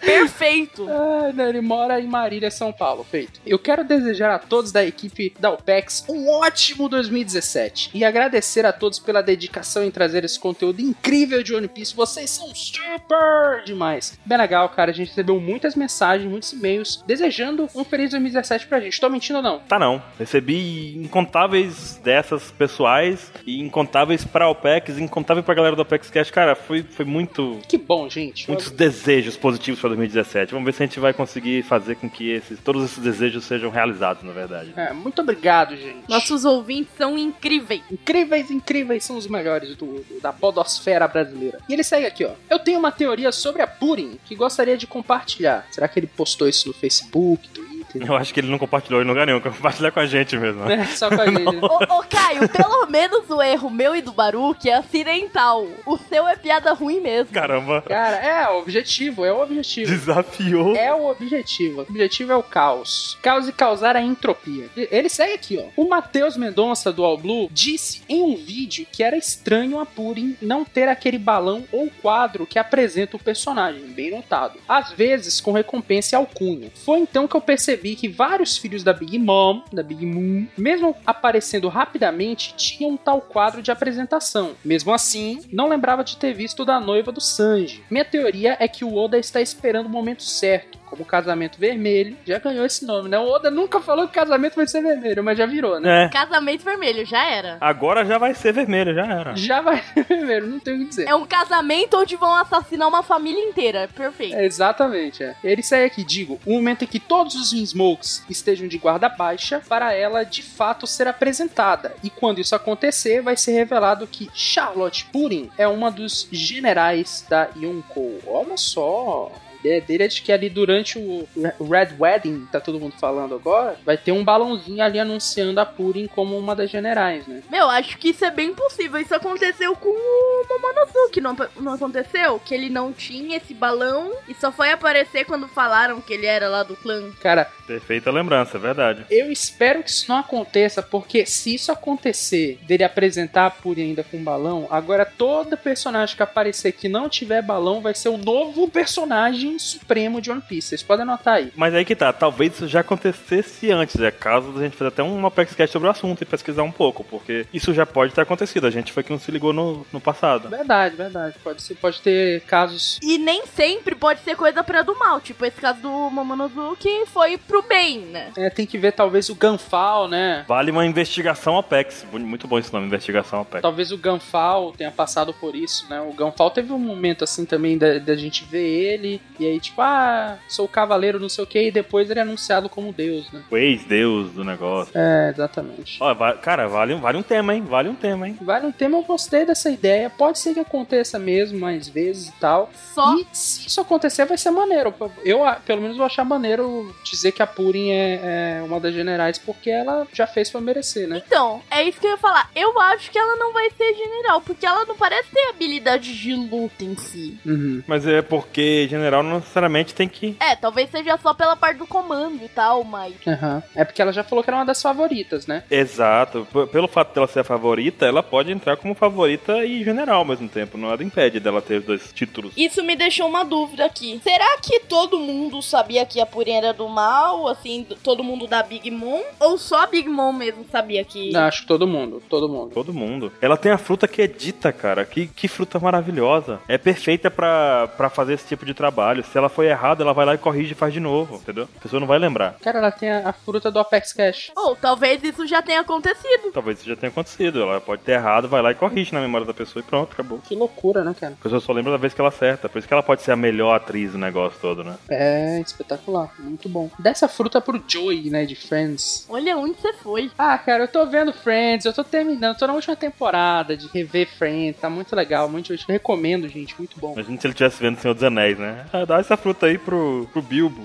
Speaker 10: Perfeito.
Speaker 8: Ah, não, ele mora em Marília, São Paulo. Feito. Eu quero desejar a todos da equipe da OPEX um ótimo 2017 e agradecer a todos pela dedicação em trazer esse conteúdo incrível de One Piece. Vocês são super demais. Bem legal, cara. A gente recebeu muitas mensagens, muitos e-mails desejando um feliz 2017 pra gente. Tô mentindo ou não?
Speaker 1: Tá não. Recebi incontáveis dessas pessoais e incontáveis pra OPEX, incontável pra galera do OPEX Cash. Cara, foi, foi muito.
Speaker 8: Que bom, gente.
Speaker 1: Muitos desejos positivos pra 2017. Vamos ver se a gente vai conseguir fazer com que esses, todos esses desejos sejam realizados, na verdade.
Speaker 8: É, muito obrigado, gente.
Speaker 10: Nossos ouvintes são incríveis.
Speaker 8: Incríveis, incríveis são os melhores do, do- da podosfera brasileira. E ele segue aqui, ó. Eu tenho uma teoria sobre a Purim que gostaria de compartilhar. Será que ele postou isso no Facebook,
Speaker 1: [laughs]
Speaker 8: Twitter?
Speaker 1: Eu acho que ele não compartilhou em lugar nenhum, compartilha com a gente mesmo.
Speaker 8: É, só com a gente. né?
Speaker 10: Ô, ô, Caio, pelo menos o erro meu e do Baruque é acidental. O seu é piada ruim mesmo.
Speaker 1: Caramba,
Speaker 8: Cara, é o objetivo, é o objetivo.
Speaker 1: desafiou.
Speaker 8: É o objetivo. O objetivo é o caos. Caos e causar a entropia. E- Ele segue aqui, ó. O Matheus Mendonça do All Blue disse em um vídeo que era estranho a Purim não ter aquele balão ou quadro que apresenta o personagem, bem notado. Às vezes com recompensa e alcunha. Foi então que eu percebi que vários filhos da Big Mom, da Big Moon, mesmo aparecendo rapidamente, tinham um tal quadro de apresentação. Mesmo assim, não lembrava de ter visto o da noiva do Sanji. Minha teoria é que o Oda está esperando o momento certo como Casamento Vermelho, já ganhou esse nome, né? O Oda nunca falou que casamento vai ser vermelho, mas já virou, né?
Speaker 1: É.
Speaker 10: Casamento vermelho, já era.
Speaker 1: Agora já vai ser vermelho, já era.
Speaker 8: Já vai [laughs] ser vermelho, não tem o que dizer.
Speaker 10: É um casamento onde vão assassinar uma família inteira. Perfeito.
Speaker 8: É, Exatamente, é. Ele sai aqui, digo, o momento em que todos os Smokes estejam de guarda baixa para ela de fato ser apresentada. E quando isso acontecer, vai ser revelado que Charlotte Purin é uma dos generais da Yonkou. Olha só. A ideia dele é de que ali durante o o Red Wedding, tá todo mundo falando agora, vai ter um balãozinho ali anunciando a Purin como uma das generais, né?
Speaker 10: Meu, acho que isso é bem possível. Isso aconteceu com o Momonosuke, não, não aconteceu? Que ele não tinha esse balão e só foi aparecer quando falaram que ele era lá do clã.
Speaker 8: Cara,
Speaker 1: Perfeita lembrança, é verdade.
Speaker 8: Eu espero que isso não aconteça, porque se isso acontecer, dele apresentar a Puri ainda com balão, agora todo personagem que aparecer que não tiver balão vai ser o novo personagem supremo de One Piece. Vocês podem anotar aí.
Speaker 1: Mas aí que tá, talvez isso já acontecesse antes, é caso da gente fazer até um Apexcast sobre o assunto e pesquisar um pouco, porque isso já pode ter acontecido, a gente foi que não se ligou no, no passado.
Speaker 8: Verdade, verdade. Pode, ser, pode ter casos.
Speaker 10: E nem sempre pode ser coisa pra do mal. Tipo, esse caso do Momonosuke foi pro bem, né?
Speaker 8: É, tem que ver talvez o Ganfal, né?
Speaker 1: Vale uma investigação Apex, Bu- muito bom esse nome, investigação Apex.
Speaker 8: Talvez o Ganfal tenha passado por isso, né? O Ganfal teve um momento assim também da, da gente ver ele, e aí, tipo, ah, sou o cavaleiro, não sei o que, e depois ele é anunciado como deus, né?
Speaker 1: O ex-deus do negócio.
Speaker 8: É, exatamente.
Speaker 1: Ó, va- cara, vale, vale um tema, hein? Vale um tema, hein?
Speaker 8: Vai no tema, eu gostei dessa ideia. Pode ser que aconteça mesmo mais vezes e tal.
Speaker 10: Só
Speaker 8: E se isso acontecer, vai ser maneiro. Eu, ah, pelo menos, vou achar maneiro dizer que a Purin é, é uma das generais, porque ela já fez pra merecer, né?
Speaker 10: Então, é isso que eu ia falar. Eu acho que ela não vai ser general, porque ela não parece ter habilidade de luta em si.
Speaker 8: Uhum.
Speaker 1: Mas é porque general não necessariamente tem que.
Speaker 10: É, talvez seja só pela parte do comando e tal, mas.
Speaker 8: Aham. É porque ela já falou que era uma das favoritas, né?
Speaker 1: Exato. P- pelo fato dela ser a favorita, ela pode entrar como favorita e general ao mesmo tempo. Nada impede dela ter os dois títulos.
Speaker 10: Isso me deixou uma dúvida aqui. Será que todo mundo sabia que a Purim era do mal? Assim, d- todo mundo da Big Mom? Ou só a Big Mom mesmo sabia que.
Speaker 8: Não, acho que todo mundo, todo mundo.
Speaker 1: Todo mundo. Ela tem a fruta que é dita, cara. Que, que fruta maravilhosa. É perfeita pra, pra fazer esse tipo de trabalho. Se ela foi errada, ela vai lá e corrige e faz de novo, entendeu? A pessoa não vai lembrar.
Speaker 8: Cara, ela tem a, a fruta do Apex Cash.
Speaker 10: Ou talvez isso já tenha acontecido.
Speaker 1: Talvez isso já tenha acontecido. Ela pode ter errado, vai lá e corrige na memória da pessoa e pronto, acabou.
Speaker 8: Que loucura, né, cara?
Speaker 1: A pessoa só lembra da vez que ela acerta. Por isso que ela pode ser a melhor atriz do negócio todo, né?
Speaker 8: É espetacular, muito bom. Dessa fruta pro Joey, né, de Friends.
Speaker 10: Olha onde você foi.
Speaker 8: Ah, cara, eu tô vendo Friends, eu tô terminando, tô na última temporada de rever Friends, tá muito legal, muito eu recomendo, gente, muito bom.
Speaker 1: Imagina se ele estivesse vendo o Senhor dos Anéis, né? Ah, dá essa fruta aí pro, pro Bilbo.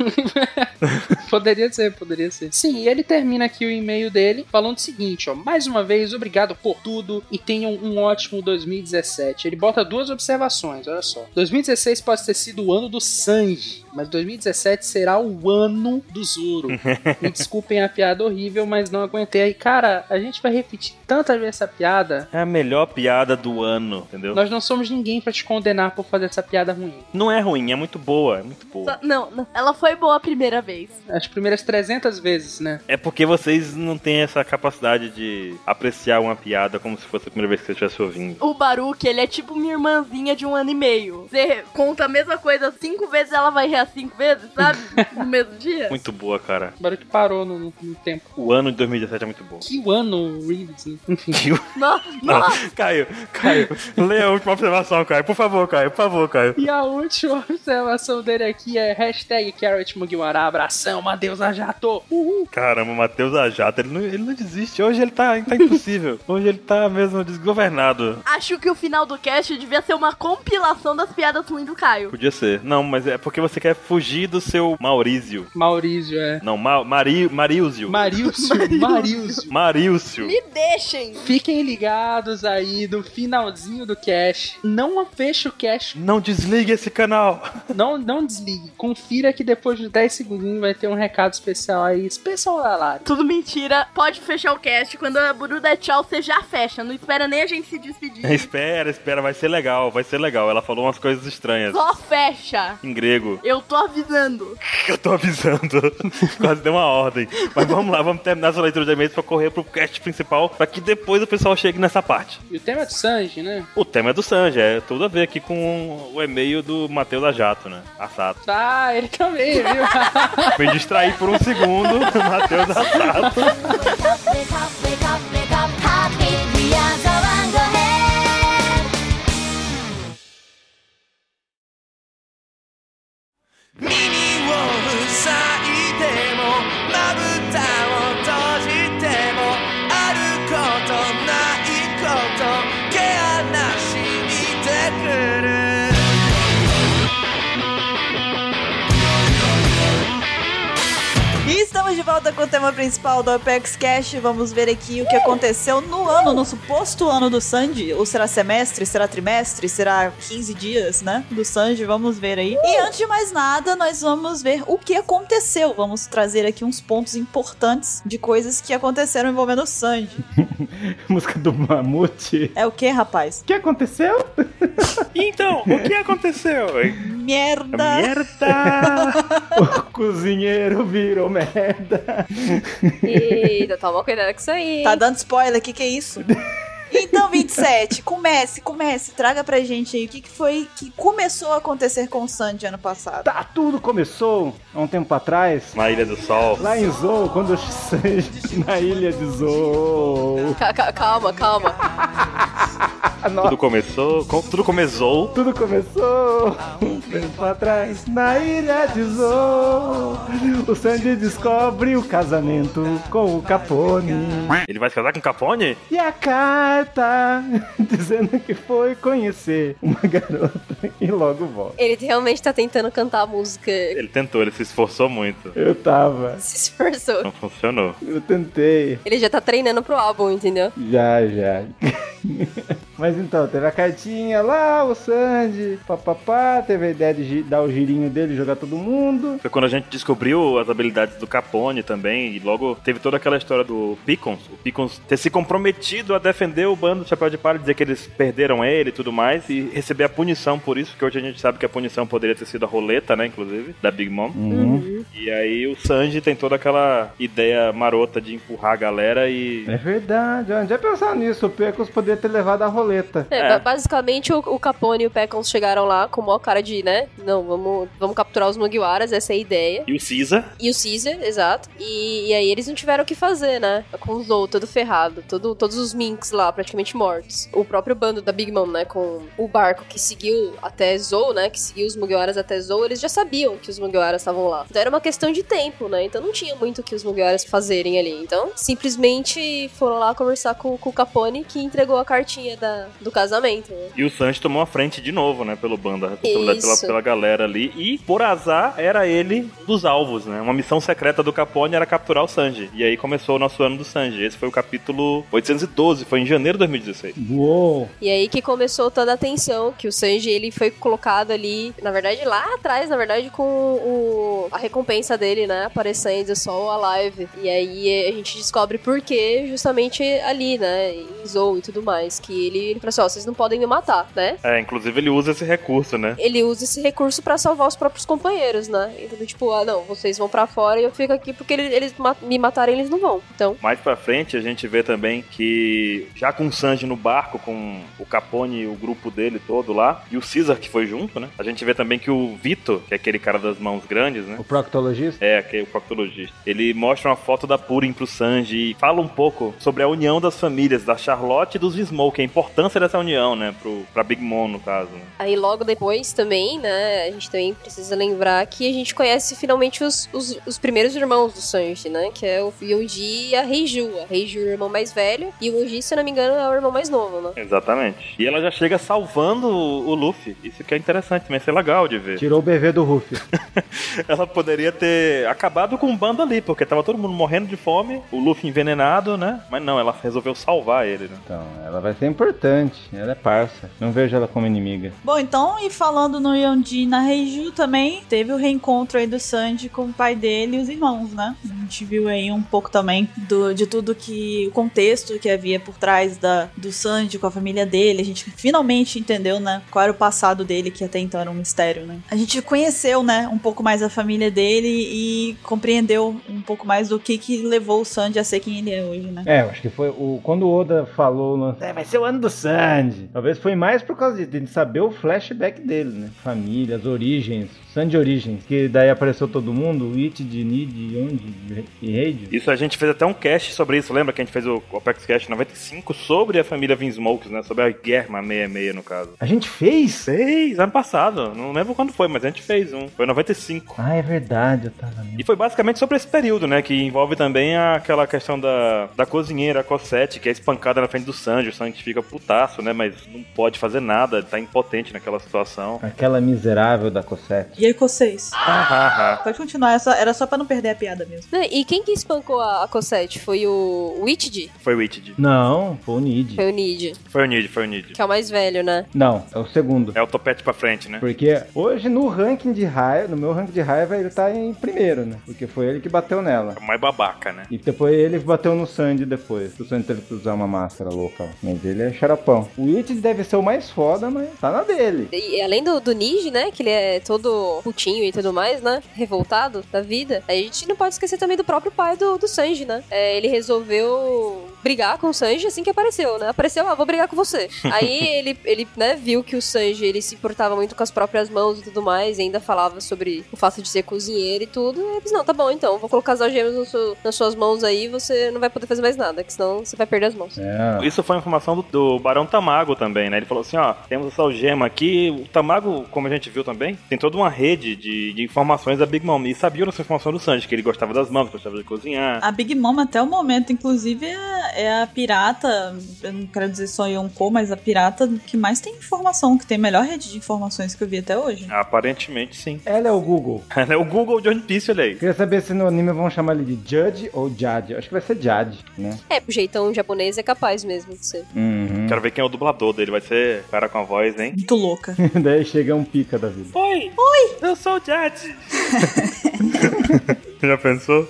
Speaker 8: Poderia ser, poderia ser. Sim, e ele termina aqui o e-mail dele falando o seguinte, ó, mais uma vez, obrigado por tudo e tenham um ótimo 2017. Ele bota duas observações, olha só. 2016 pode ter sido o ano do Sanji, mas 2017 será o ano do Zoro. Me desculpem a piada horrível, mas não aguentei. Aí, cara, a gente vai repetir tantas vezes essa piada
Speaker 1: É a melhor piada do ano, entendeu?
Speaker 8: Nós não somos ninguém pra te condenar por fazer essa piada ruim.
Speaker 1: Não é ruim, é muito boa, é muito boa.
Speaker 10: Só- Não, não, ela foi boa a primeira vez.
Speaker 8: As primeiras 300 vezes, né?
Speaker 1: É porque vocês não têm essa capacidade de apreciar uma piada como se fosse a primeira vez que você estivesse ouvindo.
Speaker 10: O Baruque, ele é tipo minha irmãzinha de um ano e meio. Você conta a mesma coisa cinco vezes, ela vai rear cinco vezes, sabe? No mesmo
Speaker 1: [laughs]
Speaker 10: dia.
Speaker 1: Muito boa, cara.
Speaker 8: O barulho parou no, no- no tempo.
Speaker 1: O ano de 2017 é muito bom.
Speaker 8: Que ano, Reeves, né? Enfim.
Speaker 10: No-
Speaker 1: Não,
Speaker 10: Nossa,
Speaker 1: [laughs] Caio, Caio, leia a última observação, Caio. Por favor, Caio, por favor, Caio.
Speaker 8: E a última [laughs] observação dele aqui é hashtag Carrot Mugiwara, abração, Uh, uma deusa jato. Uhul.
Speaker 1: Caramba, o Matheus Ajata, ele não, ele não desiste. Hoje ele tá, tá impossível. Hoje ele tá mesmo desgovernado.
Speaker 10: acho que o final do cast devia ser uma compilação das piadas ruins do Caio.
Speaker 1: Podia ser. Não, mas é porque você quer fugir do seu Maurício.
Speaker 8: Maurício, é.
Speaker 1: Não, Ma Mari Maríuzio.
Speaker 8: Marilcio, Marilcio.
Speaker 1: Maríuzio.
Speaker 10: Me deixem!
Speaker 8: Fiquem ligados aí no finalzinho do cash. Não feche o cash,
Speaker 1: Não desligue esse canal.
Speaker 8: não, não desligue. Confira que depois de 10 segundinhos vai ter um recado especial aí, especial da Lari.
Speaker 10: Tudo mentira. Pode fechar o cast. Quando a Buru der tchau, você já fecha. Não espera nem a gente se
Speaker 1: É
Speaker 10: despedir.
Speaker 1: [laughs] Espera, espera, vai ser legal, vai ser legal. Ela falou umas coisas estranhas.
Speaker 10: Só fecha.
Speaker 1: Em grego.
Speaker 10: Eu tô avisando.
Speaker 1: Eu tô [laughs] avisando. Quase deu uma ordem. Mas vamos lá, vamos terminar essa leitura de e-mails pra correr pro cast principal, pra que depois o pessoal chegue nessa parte.
Speaker 8: E o tema é do Sanji, né?
Speaker 1: O tema é do Sanji, é tudo a ver aqui com o e-mail do Matheus Ajato, né? Assato.
Speaker 8: Ah, ele [laughs] também, viu?
Speaker 1: Me distraí por um segundo, [laughs] Matheus Assato.
Speaker 4: E estamos de volta com o tema principal do Apex Cash. Vamos ver aqui o que aconteceu no ano, no suposto ano do Sanji. Ou será semestre, será trimestre, será 15 dias, né? Do Sanji, vamos ver aí. E antes de mais nada, nós vamos ver o que aconteceu. Vamos trazer aqui uns pontos importantes de coisas que aconteceram envolvendo o Sanji.
Speaker 2: [laughs] Música do Mamute.
Speaker 4: É o que, rapaz?
Speaker 2: O que
Speaker 4: [laughs]
Speaker 2: aconteceu?
Speaker 1: Então, o que aconteceu? hein? É
Speaker 2: Tá.
Speaker 4: Merda!
Speaker 1: Merda!
Speaker 2: O cozinheiro virou merda.
Speaker 3: Eita, toma cuidado com isso aí.
Speaker 4: Tá dando spoiler, o que, que é isso? Então, 27, comece, comece, traga pra gente aí o que, que foi que começou a acontecer com o Sanji ano passado.
Speaker 2: Tá, tudo começou há um tempo atrás.
Speaker 1: Na Ilha do Sol.
Speaker 2: Lá em Zou, quando o Sanji [laughs] na ilha de Zou.
Speaker 3: Ca- ca- Calma, calma.
Speaker 2: Ah, nossa,
Speaker 1: Tudo começou, co- tudo começou.
Speaker 2: tudo começou há um tempo atrás na ilha de Zou. O Sanji descobre o casamento com o Capone.
Speaker 1: Ele vai se casar com o Capone?
Speaker 2: E a carta [laughs] dizendo que foi conhecer uma garota [laughs] e logo volta.
Speaker 3: Ele realmente tá tentando cantar a música.
Speaker 1: Ele tentou, ele se esforçou muito.
Speaker 2: Eu tava,
Speaker 3: Se esforçou.
Speaker 1: Não funcionou.
Speaker 2: eu tentei.
Speaker 3: Ele já tá treinando pro álbum, entendeu?
Speaker 2: Já, já. [laughs] Mas então, teve a cartinha lá, o Sandy, papapá, teve a ideia de gi- dar o girinho dele, jogar todo mundo.
Speaker 1: Foi quando a gente descobriu as habilidades do Capone também, e logo teve toda aquela história do Picons. O Picons ter se comprometido a defender o bando do Chapéu de Palha, dizer que eles perderam ele e tudo mais, e receber a punição por isso, que hoje a gente sabe que a punição poderia ter sido a roleta, né, inclusive, da Big Mom.
Speaker 2: Uhum.
Speaker 1: E aí o Sanji tem toda aquela ideia marota de empurrar a galera e...
Speaker 2: É verdade, onde é pensar nisso? O Pecos poderia ter levado a roleta.
Speaker 3: É,
Speaker 1: É.
Speaker 3: ba- Basicamente, o, o Capone e o Pecons chegaram lá com o maior cara de, né? Não, vamos, vamos capturar os Mugiwaras, essa é a ideia.
Speaker 1: E o Caesar,
Speaker 3: E o Caesar, exato. E, e aí eles não tiveram o que fazer, né? Com o Zou todo ferrado, todo, todos os Minks lá praticamente mortos. O próprio bando da Big Mom, né? Com o barco que seguiu até Zou, né? Que seguiu os Mugiwaras até Zou, eles já sabiam que os Mugiwaras estavam lá. Então era uma questão de tempo, né? Então não tinha muito o que os Mugiwaras fazerem ali. Então simplesmente foram lá conversar com, com o Capone, que entregou a cartinha da, do casamento, né?
Speaker 1: e o Sanji tomou a frente de novo, né, pelo bando, a responsabilidade pela,
Speaker 3: Isso.
Speaker 1: pela galera ali, e por azar era ele um dos alvos, né, uma missão secreta do Capone era capturar o Sanji, e aí começou o nosso ano do Sanji, esse foi o capítulo 812, foi em janeiro de 2016.
Speaker 2: Uou!
Speaker 3: E aí que começou toda a tensão, que o Sanji ele foi colocado ali, na verdade lá atrás, na verdade com o a recompensa dele, né, aparecendo só a live. E aí a gente descobre por que justamente ali, né, em Zou e tudo mais, que ele, ele fala assim, ó, vocês não podem me matar, né?
Speaker 1: É, inclusive ele usa esse recurso, né.
Speaker 3: Ele usa esse recurso pra salvar os próprios companheiros, né? Então, tipo, ah, não, vocês vão pra fora e eu fico aqui porque ele- eles ma- me matarem, eles não vão. Então,
Speaker 1: Mais pra frente a gente vê também que já com o Sanji no barco, com o Capone e o grupo dele todo lá, e o Caesar que foi junto, né? A gente vê também que o Vitor, que é aquele cara das mãos grandes, né?
Speaker 2: O proctologista?
Speaker 1: É, que é o proctologista. Ele mostra uma foto da Purim pro Sanji e fala um pouco sobre a união das famílias, da Charlotte e dos Smoke, a importância dessa união, né? Pro, pra Big Mom, no caso. né?
Speaker 3: Aí logo depois também, né, a gente também precisa lembrar que a gente conhece finalmente os, os, os primeiros irmãos do Sanji, né, que é o Yonji e a Reiju. A Reiju é o irmão mais velho e o Yonji, se eu não me engano, é o irmão mais novo, né.
Speaker 1: Exatamente. E ela já chega salvando o, o Luffy. Isso que é interessante, mas isso é legal de ver.
Speaker 2: Tirou o bebê do Ruffy.
Speaker 1: Ela poderia ter acabado com o bando ali, porque tava todo mundo morrendo de fome, o Luffy envenenado, né? Mas não, ela resolveu salvar ele, né?
Speaker 2: Então, ela vai ser importante. Ela é parça. Não vejo ela como inimiga.
Speaker 4: Bom, então, e falando no Yonji e na Reiju também, teve o reencontro aí do Sanji com o pai dele e os irmãos, né? A gente viu aí um pouco também do, de tudo que. o contexto que havia por trás da, do Sanji com a família dele. A gente finalmente entendeu, né? Qual era o passado dele, que até então era um mistério, né? A gente conheceu, né? Um pouco mais a família dele e compreendeu um pouco mais do que, que levou o Sanji a ser quem ele é hoje, né?
Speaker 2: É, eu acho que foi o quando o Oda falou, no- é, vai ser o ano do Sandy. Talvez foi mais por causa disso, de saber o flashback dele, né? Família, as origens, Sandy Origens, que daí apareceu todo mundo, o It, de Nid, onde e Raid.
Speaker 1: Isso a gente fez até um cast sobre isso, lembra que a gente fez o Apex Cast 95 sobre a família Vinsmokes, né? Sobre a Guerra 66, no caso.
Speaker 2: A gente fez?
Speaker 1: Fez, ano passado. Não lembro quando foi, mas a gente fez um. Foi 95.
Speaker 2: Ah, é verdade, eu tava ali.
Speaker 1: E foi basicamente sobre esse período, né? Que envolve também a- aquela questão da, da cozinheira, a Cosette, que é espancada na frente do Sanji. O Sanji fica putaço, né? Mas não pode fazer nada, tá impotente naquela situação.
Speaker 2: Aquela miserável da Cosette.
Speaker 4: E aí, vocês?
Speaker 1: Ah, ah, ah.
Speaker 4: Pode continuar, essa- era só pra não perder a piada mesmo.
Speaker 3: Não, Né, e quem que espancou a, a Cosette? Foi o Witch?
Speaker 1: Foi o Itid.
Speaker 2: Não, foi o Nid.
Speaker 3: Foi o Nid,
Speaker 1: Foi o Nid, foi o Nid.
Speaker 3: que é o mais velho, né?
Speaker 2: Não, é o segundo.
Speaker 1: É o topete pra frente, né?
Speaker 2: Porque hoje no ranking de raiva, no meu ranking de raiva, ele tá em primeiro, né? Porque foi ele que bateu nela.
Speaker 1: É o mais babaca, né?
Speaker 2: E depois ele bateu no Sandy depois. O Sandy teve que usar uma máscara louca. Mas ele é xaropão. O It deve ser o mais foda, mas tá na dele.
Speaker 3: E além do, do Nid, né? Que ele é todo putinho e tudo mais, né? Revoltado da vida. A gente não pode esquecer também do próprio pai do, do Sanji, né? É, ele resolveu brigar com o Sanji assim que apareceu, né? Apareceu, ah, vou brigar com você. Aí ele, ele né, viu que o Sanji ele se portava muito com as próprias mãos e tudo mais, e ainda falava sobre o fato de ser cozinheiro e tudo. E eles, não, tá bom então, vou colocar as algemas no seu- nas suas mãos aí, você não vai poder fazer mais nada, que senão você vai perder as mãos.
Speaker 2: É.
Speaker 1: Isso foi informação do, do Barão Tamago também, né? Ele falou assim, ó, temos essa algema aqui. O Tamago, como a gente viu também, tem toda uma rede de, de informações da Big Mom. E sabiam dessa informação do Sanji, que ele gostava das mãos, gostava de cozinhar.
Speaker 4: A Big Mom, até o momento, inclusive, é, é a pirata, eu não quero dizer só Yonkou, mas a pirata que mais tem informação, que tem a melhor rede de informações que eu vi até hoje.
Speaker 1: Aparentemente, sim. [laughs]
Speaker 2: Ela é o Google.
Speaker 1: É o Google de One Piece, olha aí.
Speaker 2: Queria saber se no anime vão chamar ele de Judge ou Jade. Acho que vai ser Jade, né? [laughs]
Speaker 3: É, o jeitão japonês é capaz mesmo de ser.
Speaker 2: Uhum.
Speaker 1: Quero ver quem é o dublador dele. Vai ser o cara com a voz, hein?
Speaker 4: Muito louca.
Speaker 2: Daí chega um pica da vida.
Speaker 1: Oi! Oi! Eu sou o Jade! Já pensou?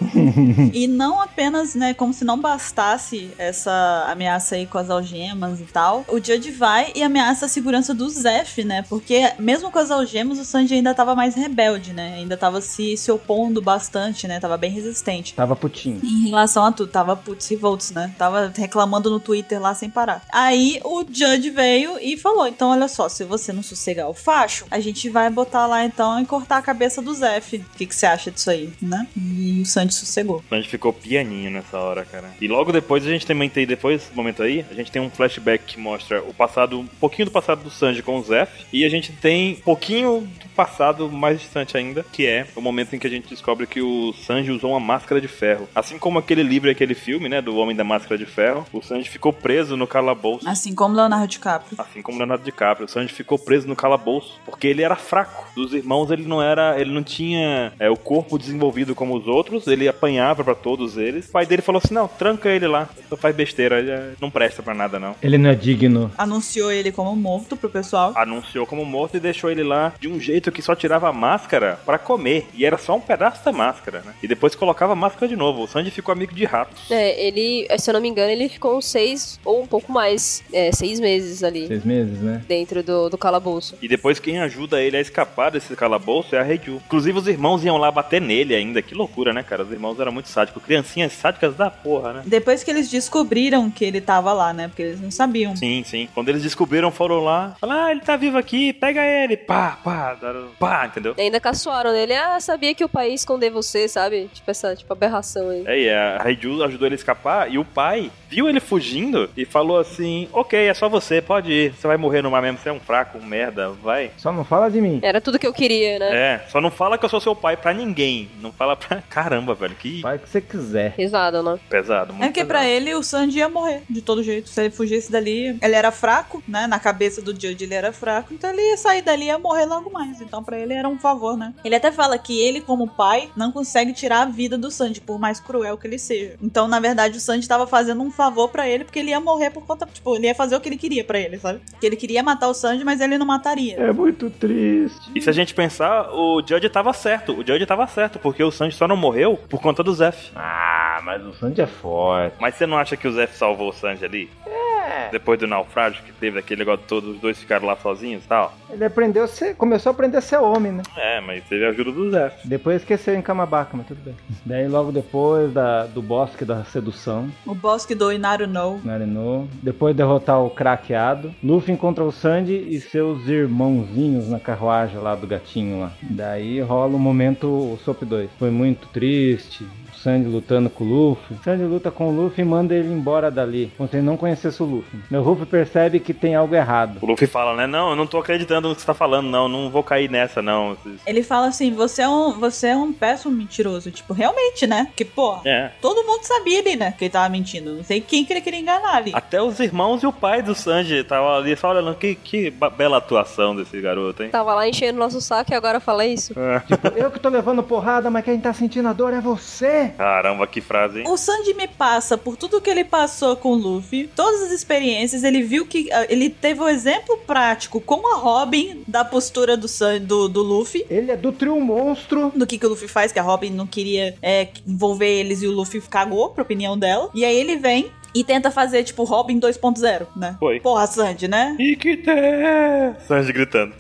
Speaker 4: E não apenas, né, como se não bastasse essa ameaça aí com as algemas e tal, o Judge vai e ameaça a segurança do Zef, né? Porque mesmo com as algemas, o Sanji ainda tava mais rebelde, né? Ainda tava se, se opondo bastante, né? Tava bem resistente.
Speaker 2: Tava putinho.
Speaker 4: Em relação a tudo, tava putz e volts, né? Tava reclamando no Twitter lá sem parar. Aí o Judge veio e falou: então, olha só, se você não sossegar o facho, a gente vai botar lá então e cortar a cabeça do Zef. O que, que você acha disso aí, né? E o Sanji sossegou.
Speaker 1: A gente ficou pianinho nessa hora, cara. E logo depois, a gente também tem, depois desse momento aí, a gente tem um flashback que mostra o passado, um pouquinho do passado do Sanji com o Zef. E a gente tem um pouquinho do passado mais distante ainda, que é o momento em que a gente descobre que o Sanji usou uma máscara de ferro. Assim como aquele livro e aquele filme, né, do Homem da Máscara de Ferro, o Sanji ficou preso no calabouço.
Speaker 4: Assim como Leonardo DiCaprio.
Speaker 1: Assim como Leonardo DiCaprio, o Sanji ficou preso no calabouço porque ele era fraco. Dos irmãos ele não era, ele não tinha é, o corpo desenvolvido como os outros, ele apanhava pra todos eles. O pai dele falou assim: "Não, tranca ele lá, ele só faz besteira, ele é, não presta pra nada não".
Speaker 2: Ele não é digno.
Speaker 4: Anunciou ele como morto pro pessoal.
Speaker 1: Anunciou como morto e deixou ele lá de um jeito que só tirava a máscara pra comer. E era só um pedaço da máscara, né? E depois colocava a máscara de novo. O Sanji ficou amigo de ratos.
Speaker 3: É, ele, se eu não me engano, ele ficou uns seis ou um pouco mais, é, seis meses ali
Speaker 2: Seis meses, né?
Speaker 3: dentro do, do calabouço.
Speaker 1: E depois quem ajuda ele a escapar desse calabouço é a Reiju. Inclusive os irmãos iam lá bater nele ainda. Que loucura, né, cara? Os irmãos eram muito sádicos. Criancinhas sádicas da porra, né?
Speaker 4: Depois que eles descobriram que ele tava lá, né? Porque eles não sabiam.
Speaker 1: Sim, sim. Quando eles descobriram, foram lá. Falaram, ah, ele tá vivo aqui, pega ele. Pá, pá, daram- pá, entendeu?
Speaker 3: E ainda caçoaram nele, ah, sabia que o país esconder você, sabe? Tipo essa tipo, aberração aí.
Speaker 1: É, e a Reiju ajudou ele a escapar e o pai viu ele fugindo e falou assim: Ok, é só você, pode ir. Você vai morrer no mar mesmo, você é um fraco, um merda, vai.
Speaker 2: Só não fala de mim.
Speaker 3: Era tudo que eu queria, né?
Speaker 1: É, só não fala que eu sou seu pai pra [laughs] ninguém. Não fala pra Caramba, velho, que
Speaker 2: Faz o que você quiser.
Speaker 3: Pesado, né?
Speaker 1: pesado. Muito
Speaker 4: É que pra ele o Sanji ia morrer de todo jeito. Se ele fugisse dali, ele era fraco, né? Na cabeça do Judge ele era fraco, então ele ia sair dali e ia morrer logo mais. Então pra ele era um favor, né? Ele até fala que ele, como pai, não consegue tirar a vida do Sanji, por mais cruel que ele seja. Então, na verdade, o Sanji tava fazendo um favor pra ele, porque ele ia morrer por conta. Tipo, ele ia fazer o que ele queria pra ele, sabe? Que ele queria matar o Sanji, mas ele não mataria.
Speaker 2: É muito triste.
Speaker 1: E se a gente pensar, o Judge tava certo. O Judge tava certo, porque o Sanji só não morreu por conta do Zef.
Speaker 2: Ah, mas o Sandy é forte.
Speaker 1: Mas você não acha que o Zef salvou o Sanji ali? É. Depois do naufrágio que teve aquele negócio todo, os dois ficaram lá sozinhos e tal.
Speaker 2: Ele aprendeu a ser, começou a aprender a ser homem, né?
Speaker 1: É, mas teve a ajuda do Zef.
Speaker 2: Depois esqueceu em Camabaca, mas tudo bem. [laughs] Daí logo depois da, do bosque da sedução,
Speaker 4: O bosque do Inaru No.
Speaker 2: Narino. Depois derrotar o craqueado, Luffy encontra o Sandy e seus irmãozinhos na carruagem lá do gatinho lá. Daí rola o momento o Sop 2. Foi muito triste. o Sandy lutando com o Luffy. Sandy luta com o Luffy e manda ele embora dali, como se ele não conhecesse o Luffy. Meu Luffy percebe que tem algo errado.
Speaker 1: O Luffy fala, né? Não, eu não tô acreditando no que você tá falando, não. Não vou cair nessa, não.
Speaker 4: Ele fala assim: você é um, você é um péssimo mentiroso. Tipo, realmente, né? Que, pô,
Speaker 1: É.
Speaker 4: todo mundo sabia ali, né? Que ele tava mentindo. Não sei quem que ele queria enganar ali.
Speaker 1: Até os irmãos e o pai do Sanji estavam ali só olhando. Que, que ba- bela atuação desse garoto, hein?
Speaker 3: Tava lá enchendo nosso saco e agora fala isso.
Speaker 2: Tipo, eu que tô levando porrada, mas quem tá sentindo a dor é você.
Speaker 1: Caramba, que frase, hein?
Speaker 4: O Sanji me passa por tudo que ele passou com o Luffy, todas as experiências, ele viu que ah, ele teve o exemplo prático com a Robin da postura do, San, do, do Luffy.
Speaker 2: Ele é do trio monstro.
Speaker 4: Do que, que o Luffy faz, que a Robin não queria é, envolver eles e o Luffy cagou, pra opinião dela. E aí ele vem e tenta fazer, tipo, Robin 2.0, né?
Speaker 1: Foi.
Speaker 4: Porra, Sanji, né?
Speaker 1: Nikita! Sanji gritando.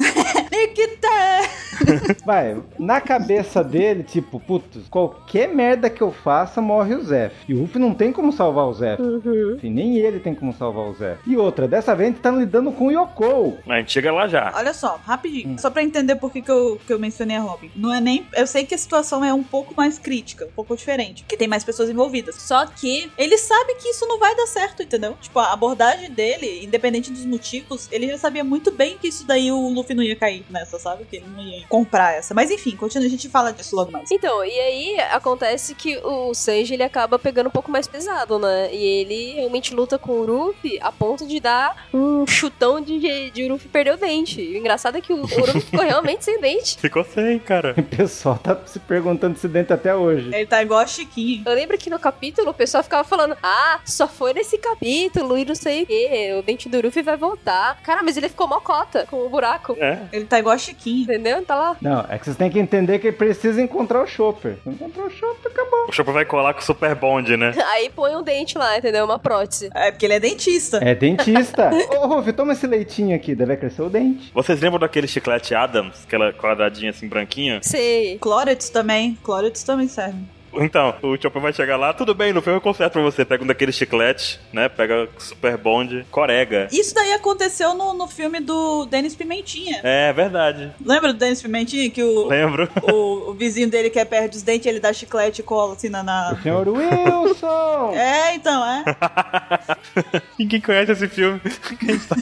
Speaker 4: Nikita!
Speaker 2: Vai, na cabeça dele, tipo, putz, qualquer merda que eu faça, morre o Zé. E o Luffy não tem como salvar o Zé.
Speaker 3: Uhum.
Speaker 2: Assim, nem ele tem como salvar o Zé. E outra, dessa vez a gente tá lidando com o Yoko. [laughs]
Speaker 1: A gente chega lá já.
Speaker 4: Olha só, rapidinho. Só pra entender por que, que, eu, que eu mencionei a Robin. Não é nem. Eu sei que a situação é um pouco mais crítica, um pouco diferente. Porque tem mais pessoas envolvidas. Só que ele sabe que isso não vai dar certo, entendeu? Tipo, a abordagem dele, independente dos motivos, ele já sabia muito bem que isso daí o Luffy não ia cair nessa, sabe? Que ele não ia comprar essa. Mas enfim, continua, a gente fala disso logo mais.
Speaker 3: Então, e aí acontece que o Sanji ele acaba pegando um pouco mais pesado, né? E ele realmente luta com o Uruf a ponto de dar um chutão de, de Uruf perder o dente. E o engraçado é que o Uruf ficou realmente sem dente.
Speaker 1: Ficou sem, cara.
Speaker 2: O pessoal tá se perguntando se dentro até hoje.
Speaker 4: Ele tá igual a Chiquinho.
Speaker 3: Eu lembro que no capítulo o pessoal ficava falando: Ah, só foi nesse capítulo e não sei o que, o dente do Uruf vai voltar. Cara, mas ele ficou mocota com o buraco.
Speaker 1: É.
Speaker 4: Ele tá igual a Chiquinho.
Speaker 3: Entendeu? Tá lá. [laughs]
Speaker 2: Não, é que vocês têm que entender que ele precisa encontrar o Chopper. Encontrar o Chopper, acabou.
Speaker 1: O Chopper vai colar com o Super Bond, né?
Speaker 3: Aí põe um dente lá, entendeu? Uma prótese.
Speaker 4: É porque ele é dentista.
Speaker 2: É
Speaker 3: [laughs]
Speaker 2: dentista. Ô, Ruff, toma esse leitinho aqui, deve crescer o dente.
Speaker 1: Vocês lembram daquele chiclete Adams? Aquela quadradinha assim, branquinha?
Speaker 3: Sei.
Speaker 4: Clorets também. Clorets também serve.
Speaker 1: Então, o Chopper vai chegar lá, tudo bem, no filme eu conserto pra você. Pega um daqueles chiclete, né? Pega Super Bond, corega.
Speaker 4: Isso daí aconteceu no, no filme do Denis Pimentinha.
Speaker 1: É, verdade.
Speaker 4: Lembra do Denis Pimentinha que o,
Speaker 1: Lembro. [laughs]
Speaker 4: o, o vizinho dele que é perde os dentes, ele dá chiclete e cola assim na. na-
Speaker 2: Senhor Wilson!
Speaker 4: É, então, é.
Speaker 1: Ninguém conhece esse filme.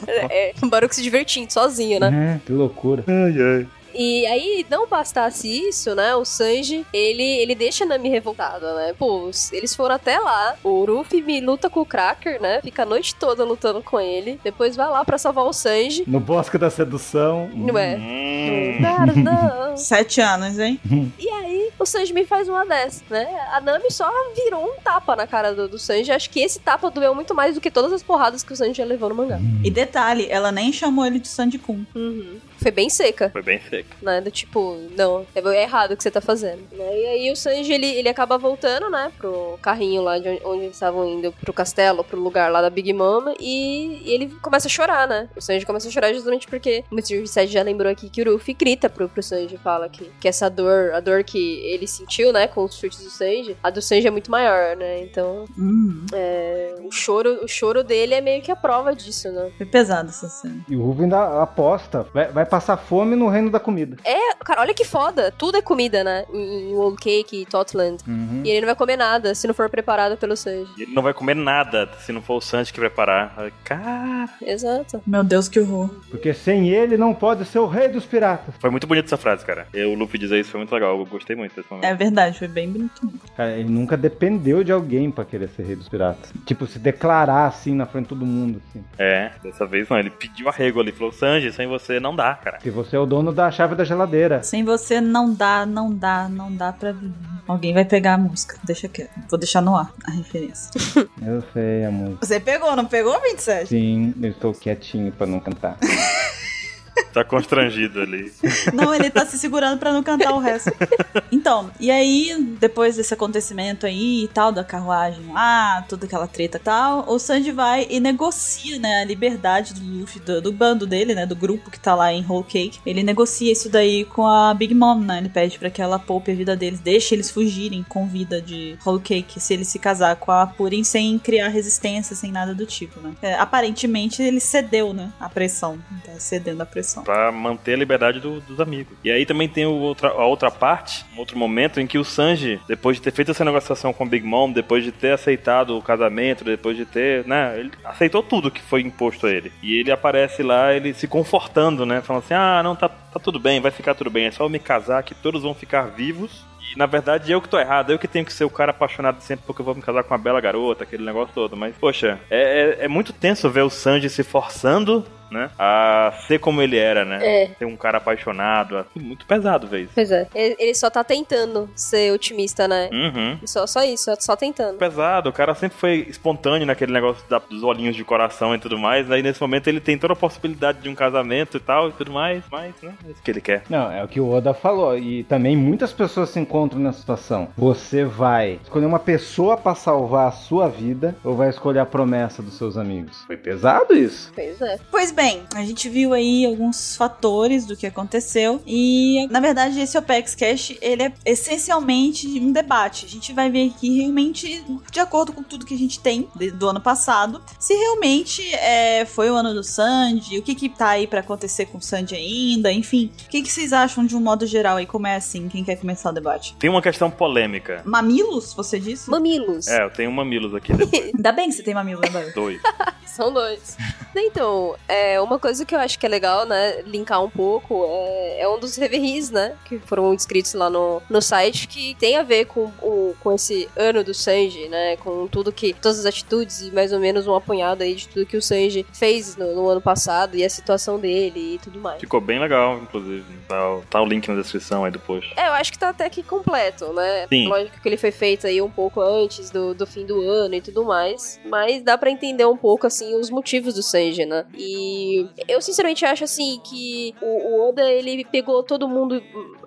Speaker 3: É, [laughs] é um barulho se divertindo sozinho, né?
Speaker 2: É, que loucura.
Speaker 1: Ai, ai.
Speaker 3: E aí, não bastasse isso, né? O Sanji, ele, ele deixa a Nami revoltada, né? Pô, os- eles foram até lá. O Ruffy me luta com o Cracker, né? Fica a noite toda lutando com ele. Depois vai lá pra salvar o Sanji.
Speaker 2: No Bosque da Sedução.
Speaker 3: Não é?
Speaker 1: Hum.
Speaker 3: Cara, não.
Speaker 4: Sete anos, hein?
Speaker 3: E aí, o Sanji me faz uma dessa, né? A Nami só virou um tapa na cara do, do Sanji. Acho que esse tapa doeu muito mais do que todas as porradas que o Sanji já levou no mangá.
Speaker 4: E detalhe, ela nem chamou ele de Sandy Kun.
Speaker 3: Uhum. Foi bem seca.
Speaker 1: Foi bem seco.
Speaker 3: né? Do tipo, não, é errado o que você tá fazendo. né? E aí o Sanji, ele, ele acaba voltando, né? Pro carrinho lá de onde, onde eles estavam indo, pro castelo, pro lugar lá da Big Mama. E, e ele começa a chorar, né? O Sanji começa a chorar justamente porque o Mr. 7 já lembrou aqui que o Ruffy grita pro, pro Sanji, fala que, que essa dor, a dor que ele sentiu, né? Com os chutes do Sanji, a do Sanji é muito maior, né? Então,
Speaker 4: Hum,
Speaker 3: é, o, choro, o choro dele é meio que a prova disso, né?
Speaker 4: foi pesado essa cena.
Speaker 2: E o Ruff ainda aposta. Vai, vai passar fome no reino da comida.
Speaker 3: Cara, olha que foda. Tudo é comida, né? Em, em Old Cake e Totland.
Speaker 1: Uhum.
Speaker 3: E ele não vai comer nada se não for preparado pelo Sanji.
Speaker 1: E Ele não vai comer nada se não for o Sanji que preparar. Ai, Cara,
Speaker 3: Exato.
Speaker 4: Meu Deus, que horror.
Speaker 2: Porque sem ele não pode ser o rei dos piratas.
Speaker 1: foi muito bonita essa frase, cara. E O Luffy dizer isso foi muito legal, eu gostei muito. bonito esse momento.
Speaker 4: É verdade, foi bem bonitinho.
Speaker 2: Cara, ele nunca dependeu de alguém pra querer ser rei dos piratas. Tipo, se declarar assim na frente de todo mundo. Assim.
Speaker 1: É, dessa vez não. Ele pediu arrego ali. Falou, Sanji, sem você não dá, cara.
Speaker 2: Se você é o dono da chave da geladeira.
Speaker 4: Sem você não dá, não dá, não dá pra viver. Alguém vai pegar a música. Deixa quieto. Vou deixar no ar a referência.
Speaker 2: Eu sei, amor.
Speaker 4: Você pegou, não pegou, 27?
Speaker 2: Sim, eu estou quietinho pra não cantar.
Speaker 1: Tá constrangido ali.
Speaker 4: Não, ele tá se segurando pra não cantar o resto. Então, e aí, depois desse acontecimento aí e tal, da carruagem lá, toda aquela treta e tal, o Sanji vai e negocia, né, a liberdade do Luffy, do, do bando dele, né, do grupo que tá lá em Whole Cake. Ele negocia isso daí com a Big Mom, né, ele pede pra que ela poupe a vida deles, deixe eles fugirem com vida de Whole Cake, se ele se casar com a Purim sem criar resistência, sem nada do tipo, né. É, aparentemente, ele cedeu, né, a pressão, tá cedendo a pressão.
Speaker 1: Pra manter a liberdade do- dos amigos. E aí também tem o outra, a outra parte, um outro momento em que o Sanji, depois de ter feito essa negociação com o Big Mom, depois de ter aceitado o casamento, depois de ter, né, ele aceitou tudo que foi imposto a ele. E ele aparece lá, ele se confortando, né, falando assim, ah, não, tá, tá tudo bem, vai ficar tudo bem, é só eu me casar que todos vão ficar vivos. E, na verdade, eu que tô errado, eu que tenho que ser o cara apaixonado sempre porque eu vou me casar com uma bela garota, aquele negócio todo. Mas, poxa, é, é- é muito tenso ver o Sanji se forçando, né? A ser como ele era, né?
Speaker 3: É.
Speaker 1: Ser um cara apaixonado. é Muito pesado, vez.
Speaker 3: Pois é. Ele, ele só tá tentando ser otimista, né?
Speaker 1: Uhum.
Speaker 3: Só, só isso, só- só tentando.
Speaker 1: Pesado, o cara sempre foi espontâneo naquele negócio da- dos olhinhos de coração e tudo mais. Aí nesse momento ele tem toda a possibilidade de um casamento e tal e tudo mais, mas, né? É isso que ele quer.
Speaker 2: Não, é o que o Oda falou. E também muitas pessoas se encontram nessa situação. Você vai escolher uma pessoa pra salvar a sua vida ou vai escolher a promessa dos seus amigos? Foi pesado isso.
Speaker 3: Pois é.
Speaker 4: Pois bem, a gente viu aí alguns fatores do que aconteceu e, na verdade, esse OPEX Cash, ele é essencialmente um debate. A gente vai ver aqui realmente, de acordo com tudo que a gente tem de- do ano passado, se realmente é, foi o ano do Sandy, o que que tá aí pra acontecer com o Sandy ainda, enfim. O que que vocês acham de um modo geral aí? Como é assim? Quem quer começar o debate?
Speaker 1: Tem uma questão polêmica.
Speaker 4: Mamilos, você disse?
Speaker 3: Mamilos.
Speaker 1: É, eu tenho um mamilos aqui [laughs] depois.
Speaker 4: Ainda bem que você tem mamilos, né, Baio?
Speaker 1: Dois.
Speaker 3: [laughs] São dois. Então, é, uma coisa que eu acho que é legal, né? Linkar um pouco é, é um dos reveries, né? Que foram inscritos lá no, no site, que tem a ver com, o, com esse ano do Sanji, né? Com tudo que. Todas as atitudes e mais ou menos um apanhado aí de tudo que o Sanji fez no, no ano passado e a situação dele e tudo mais.
Speaker 1: Ficou bem legal, inclusive. Tá, o- tá o link na descrição aí do post.
Speaker 3: É, eu acho que tá até que completo, né?
Speaker 1: Sim.
Speaker 3: Lógico que ele foi feito aí um pouco antes do, do fim do ano e tudo mais. Mas dá pra entender um pouco, assim, os motivos do Sanji, né? E eu sinceramente acho, assim, que o, o Oda, ele pegou todo mundo.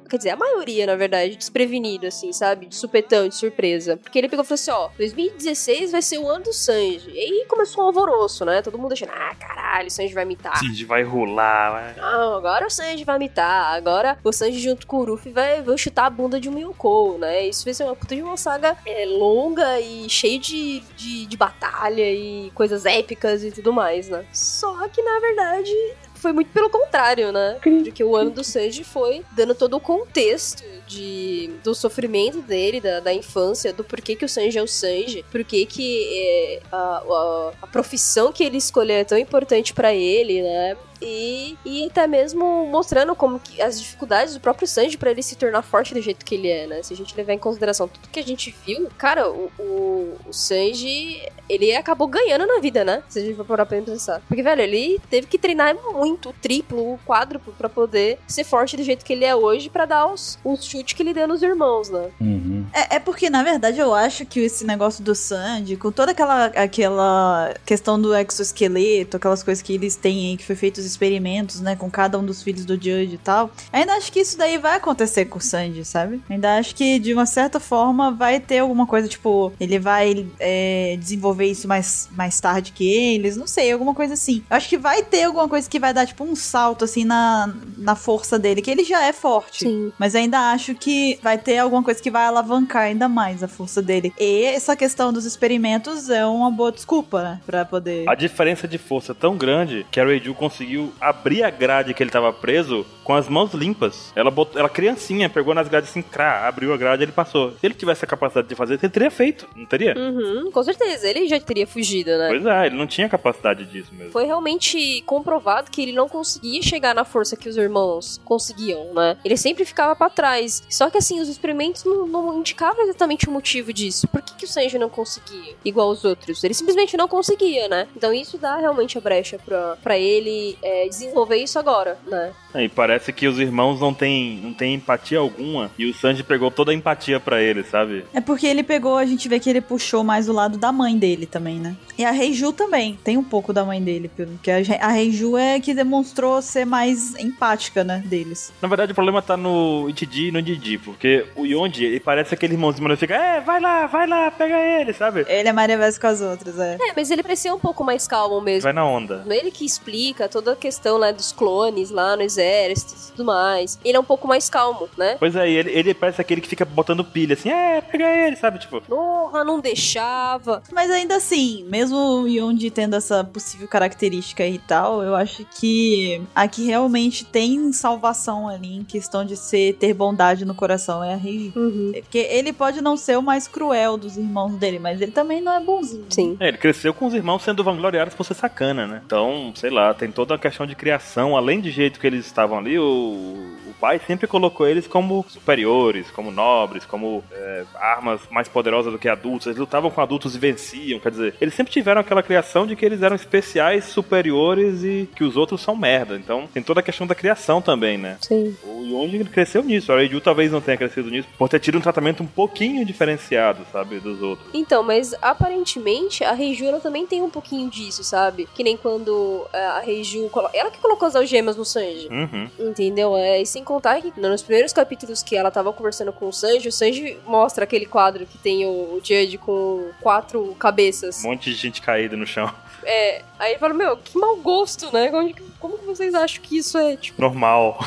Speaker 3: Quer dizer, a maioria, na verdade, desprevenido, assim, sabe? De supetão, de surpresa. Porque ele pegou e falou assim: ó, 2016 vai ser o ano do Sanji. E aí começou um alvoroço, né? Todo mundo achando, ah, caralho, o Sanji vai imitar.
Speaker 1: Sim, vai rolar, né?
Speaker 3: Não, agora o Sanji vai mitar. Agora o Sanji junto com o Ruffy vai, vai chutar a bunda de um Yonkou, né? Isso vai ser uma puta de uma saga é, longa e cheia de, de, de batalha e coisas épicas e tudo mais, né? Só que, na verdade, foi muito pelo contrário, né? De que o ano do Sanji foi dando todo o contexto de, do sofrimento dele, da, da infância, do porquê que o Sanji é o Sanji, porquê que é, a, a, a profissão que ele escolheu é tão importante pra ele, né? E, e até mesmo mostrando como que as dificuldades do próprio Sanji pra ele se tornar forte do jeito que ele é, né? Se a gente levar em consideração tudo que a gente viu, cara, o, o, o Sanji ele acabou ganhando na vida, né? Se a gente for parar pra pensar. Porque, velho, ele teve que treinar muito, o triplo, o quádruplo, pra poder ser forte do jeito que ele é hoje, pra dar os, os chutes que ele deu nos irmãos, né?
Speaker 2: Uhum.
Speaker 4: É, é porque, na verdade, eu acho que esse negócio do Sandy, com toda aquela, aquela questão do exoesqueleto, aquelas coisas que eles têm aí, que foi feito os experimentos, né, com cada um dos filhos do Judge e tal, ainda acho que isso daí vai acontecer com o Sandy, sabe? Ainda acho que, de uma certa forma, vai ter alguma coisa, tipo, ele vai é, desenvolver isso mais, mais tarde que eles, não sei, alguma coisa assim. Eu acho que vai ter alguma coisa que vai dar, tipo, um salto, assim, na, na força dele, que ele já é forte.
Speaker 3: Sim.
Speaker 4: Mas ainda acho que vai ter alguma coisa que vai alavancar ainda mais a força dele. E essa questão dos experimentos é uma boa desculpa, né? Pra poder.
Speaker 1: A diferença de força é tão grande que a Reiju conseguiu conseguiu abrir a grade que ele tava preso com as mãos limpas. Ela botou, ela criancinha, pegou nas grades assim, crá, abriu a grade, ele passou. Se ele tivesse a capacidade de fazer, ele teria feito, não teria?
Speaker 3: Uhum, com certeza, ele já teria fugido, né?
Speaker 1: Pois é, ele não tinha capacidade disso mesmo.
Speaker 3: Foi realmente comprovado que ele não conseguia chegar na força que os irmãos conseguiam, né? Ele sempre ficava pra trás. Só que assim, os experimentos não, não indicavam exatamente o motivo disso. Por que, que o Sanji não conseguia igual os outros? Ele simplesmente não conseguia, né? Então isso dá realmente a brecha pra, pra ele é, desenvolver isso agora, né?
Speaker 1: É, E parece que os irmãos não têm não tem empatia alguma e o Sanji pegou toda a empatia pra ele, sabe?
Speaker 4: É porque ele pegou, a gente vê que ele puxou mais o lado da mãe dele também, né? E a Reiju também, tem um pouco da mãe dele, porque a Re- a Reiju é que demonstrou ser mais empática, né, deles.
Speaker 1: Na verdade, o problema tá no Itidi e no Didi, porque o Yondi, ele parece aquele irmãozinho, mas ele fica, é, vai lá, vai lá, pega ele, sabe?
Speaker 4: Ele é Maria Vaz com as outras, é.
Speaker 3: É, mas ele parecia um pouco mais calmo mesmo.
Speaker 1: Vai na onda.
Speaker 3: Ele que explica toda a questão né, dos clones lá no exército e tudo mais. Ele é um pouco mais calmo, né?
Speaker 1: Pois é, e ele, ele parece aquele que fica botando pilha assim, é, pega ele, sabe? Tipo,
Speaker 3: Porra, não deixava.
Speaker 4: Mas ainda assim, mesmo o Yondi tendo essa possível característica e tal, eu acho que aqui realmente tem salvação ali em questão de ser ter bondade no coração é a Reiji. É Porque ele pode não ser o mais cruel dos irmãos dele, mas ele também não é bonzinho.
Speaker 3: Sim.
Speaker 1: É, ele cresceu com os irmãos sendo vangloriados por ser sacana, né? Então, sei lá, tem toda uma questão de criação. Além do jeito que eles estavam ali, o, o pai sempre colocou eles como superiores, como nobres, como é, armas mais poderosas do que adultos. Eles lutavam com adultos e venciam. Quer dizer, eles sempre tiveram aquela criação de que eles eram especiais, superiores e que os outros são merda. Então, tem toda a questão da criação também, né?
Speaker 3: Sim.
Speaker 1: O Yonji cresceu nisso. A Eiju talvez não tenha crescido nisso por ter tido um tratamento um pouquinho diferenciado, sabe, dos outros.
Speaker 3: Então, mas aparentemente a Reiju ela também tem um pouquinho disso, sabe? Que nem quando é, a Reiju. colo- Ela que colocou as algemas no Sanji.
Speaker 1: Uhum.
Speaker 3: Entendeu? É, e sem contar que nos primeiros capítulos que ela tava conversando com o Sanji, o Sanji mostra aquele quadro que tem o, o Judge com quatro cabeças.
Speaker 1: Um monte de gente caída no chão. [laughs]
Speaker 3: É, aí ele fala, meu, que mau gosto, né? Onde que- Como que vocês acham que isso é, tipo,
Speaker 1: Normal.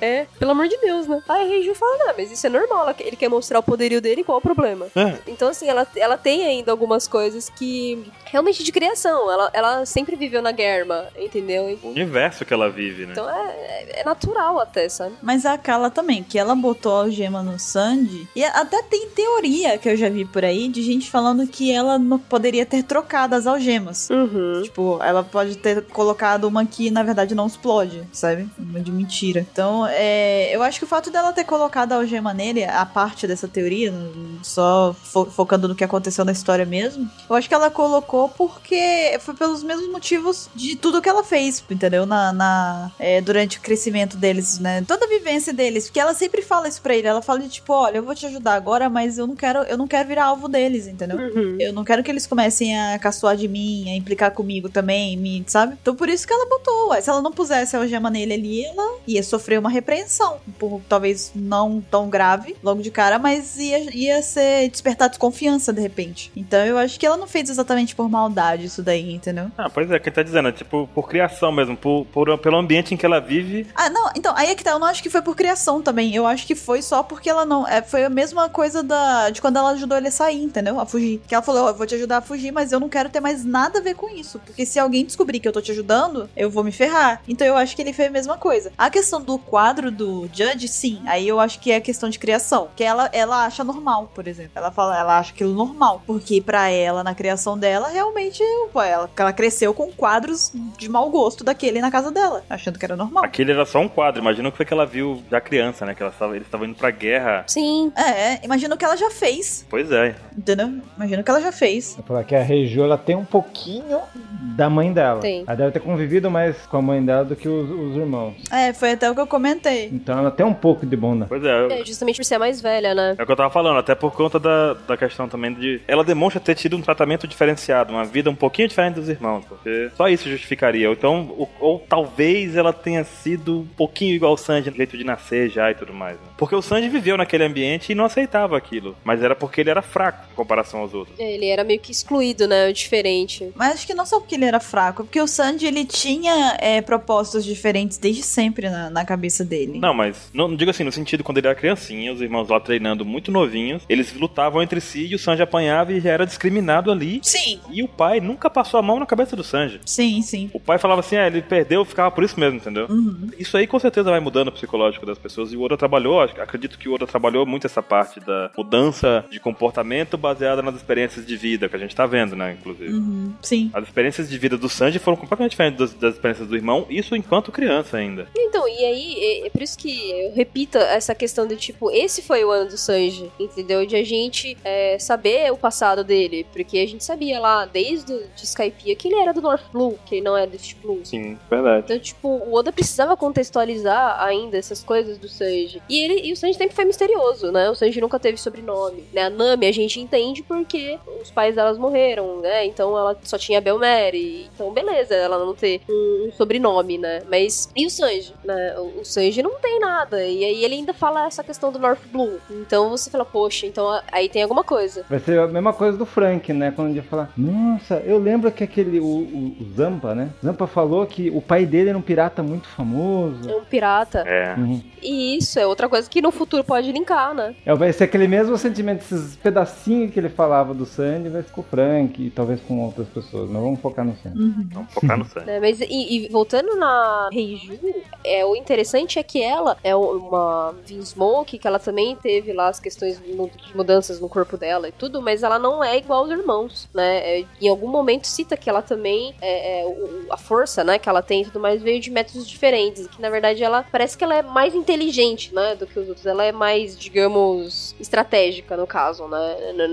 Speaker 3: é, pelo amor de Deus, né? Aí a Reiju fala, não, mas isso é normal, ela- ele quer mostrar o poderio dele, qual é o problema?
Speaker 1: É.
Speaker 3: Então, assim, ela, ela tem ainda algumas coisas que, realmente, de criação, ela, ela sempre viveu na guerra, entendeu?
Speaker 1: o universo que ela vive, né?
Speaker 3: Então é, é- é natural até, sabe?
Speaker 4: Mas a Kala também, que ela botou a algema no Sandy. E até tem teoria que eu já vi por aí de gente falando que ela não poderia ter trocado as algemas.
Speaker 3: Uhum.
Speaker 4: Tipo, ela pode ter colocado uma que na verdade não explode, sabe? Uma de mentira. Então, é, eu acho que o fato dela ter colocado a algema nele, a parte dessa teoria, não- só fo- focando no que aconteceu na história mesmo, eu acho que ela colocou porque foi pelos mesmos motivos de tudo que ela fez, entendeu? Na, na- é, durante o crescimento deles, né? Toda a vivência deles, porque ela sempre fala isso pra ele. Ela fala de tipo, olha, eu vou te ajudar agora, mas eu não quero, eu não quero virar alvo deles, entendeu? Eu não quero que eles comecem a caçoar de mim, a implicar comigo também, me, sabe? Então por isso que ela botou. ué. Se ela não pusesse a algema nele ali, ela ia sofrer uma repreensão. Por, talvez não tão grave logo de cara, mas ia, ia ser despertar desconfiança de repente. Então eu acho que ela não fez exatamente por maldade isso daí, entendeu?
Speaker 1: Ah, pois é, quem tá dizendo, é tipo, por criação mesmo, por, por- pelo ambiente em que ela vive.
Speaker 4: Ah, não, então, aí é que tá, eu não acho que foi por criação também. Eu acho que foi só porque ela não. é, foi a mesma coisa da, de quando ela ajudou ele a sair, entendeu? A fugir. Que ela falou: "Ó, eu vou te ajudar a fugir, mas eu não quero ter mais nada a ver com isso. Porque se alguém descobrir que eu tô te ajudando, eu vou me ferrar. Então eu acho que ele fez a mesma coisa. A questão do quadro do Judge, sim, aí eu acho que é questão de criação. Que ela, ela acha normal, por exemplo. Ela fala, ela acha aquilo normal. Porque pra ela, na criação dela, realmente, pô, ela, ela cresceu com quadros de mau gosto daquele na casa dela, achando que era normal.
Speaker 1: Aquele era só um quadro, imagina o que foi que ela viu da criança, né? Que ela tava, eles estavam indo pra guerra.
Speaker 3: Sim.
Speaker 4: É, imagino que ela já fez,
Speaker 1: Pois é.
Speaker 4: entendeu? Imagino que ela já fez.
Speaker 2: Eu falar que É a Reju, ela tem um pouquinho da mãe dela.
Speaker 3: Tem.
Speaker 2: Ela deve ter convivido mais com a mãe dela do que os, os irmãos.
Speaker 4: É, foi até o que eu comentei.
Speaker 2: Então ela tem um pouco de bondade.
Speaker 1: Pois é. eu-
Speaker 3: É, justamente por ser a mais velha, né?
Speaker 1: É o que eu tava falando, até por conta da, da questão também de. Ela demonstra ter tido um tratamento diferenciado, uma vida um pouquinho diferente dos irmãos, porque só isso justificaria. Ou Então, ou, ou talvez ela tenha sido um pouquinho igual o Sanji no jeito de nascer já e tudo mais. Né? Porque o Sanji viveu naquele ambiente e não aceitava aquilo. Mas era porque ele era fraco em comparação aos outros.
Speaker 3: Ele era meio que excluído, né? O diferente.
Speaker 4: Mas acho que não só porque ele era fraco, é porque o Sandy ele tinha é, propósitos diferentes desde sempre na, na cabeça dele.
Speaker 1: Não, mas não, não digo assim, no sentido quando ele era criancinha, os irmãos lá treinando muito novinhos, Eles lutavam entre si e o Sanji apanhava e já era discriminado ali.
Speaker 4: Sim.
Speaker 1: E o pai nunca passou a mão na cabeça do Sanji.
Speaker 4: Sim, sim.
Speaker 1: O pai falava assim, ah, ele perdeu, ficava por isso mesmo, entendeu?
Speaker 4: Uhum.
Speaker 1: Isso aí com certeza vai mudando o psicológico das pessoas. E o Oda trabalhou, acho- acredito que o Oda trabalhou muito essa parte da mudança de comportamento baseada nas experiências de vida, que a gente tá vendo, né, inclusive.
Speaker 4: Uhum. Sim.
Speaker 1: As experiências de vida do Sanji foram completamente diferentes das, das experiências do irmão, isso enquanto criança ainda.
Speaker 3: Então, e aí, é, é por isso que eu repito essa questão de tipo, esse foi o ano do Sanji, entendeu? De a gente é, saber o passado dele, porque a gente sabia lá, desde o- de Skypiea, que ele era do North Blue, que ele não era do East Blue.
Speaker 1: Sim, verdade.
Speaker 3: Então, tipo, o Oda precisava contextualizar ainda essas coisas do Sanji. E ele e o Sanji sempre foi misterioso, né? O Sanji nunca teve sobrenome. Né? A Nami a gente entende porque os pais delas morreram, né? Então ela só tinha Belmere. Então, beleza, ela não ter um sobrenome, né? Mas. E o Sanji, né? O, o Sanji não tem nada. E aí ele ainda fala essa questão do North Blue. Então você fala, poxa, então a- aí tem alguma coisa.
Speaker 2: Vai ser a mesma coisa do Frank, né? Quando ele falar, nossa, eu lembro que aquele, o, o- o Zampa, né? Zampa falou que o pai dele era um pirata muito famoso.
Speaker 3: É um pirata.
Speaker 1: É.
Speaker 2: Uhum.
Speaker 3: E isso é outra coisa que no futuro pode linkar, né?
Speaker 2: É, vai ser aquele mesmo sentimento, esses pedacinhos que ele falava do Sandy, vai ficar com o Frank e talvez com outras pessoas, mas vamos focar no Sandy.
Speaker 4: Uhum.
Speaker 1: Vamos focar no Sanji.
Speaker 3: Né, Mas e, e voltando na Reiju, é, o interessante é que ela é uma Vinsmoke, que ela também teve lá as questões mu- de mudanças no corpo dela e tudo, mas ela não é igual aos irmãos, né? É, em algum momento cita que ela também é, é, o- o- a força, né, que ela tem e tudo mais veio de métodos diferentes, que na verdade ela parece que ela é mais inteligente, né, do que os outros. Ela é mais, digamos, estratégica no caso, né?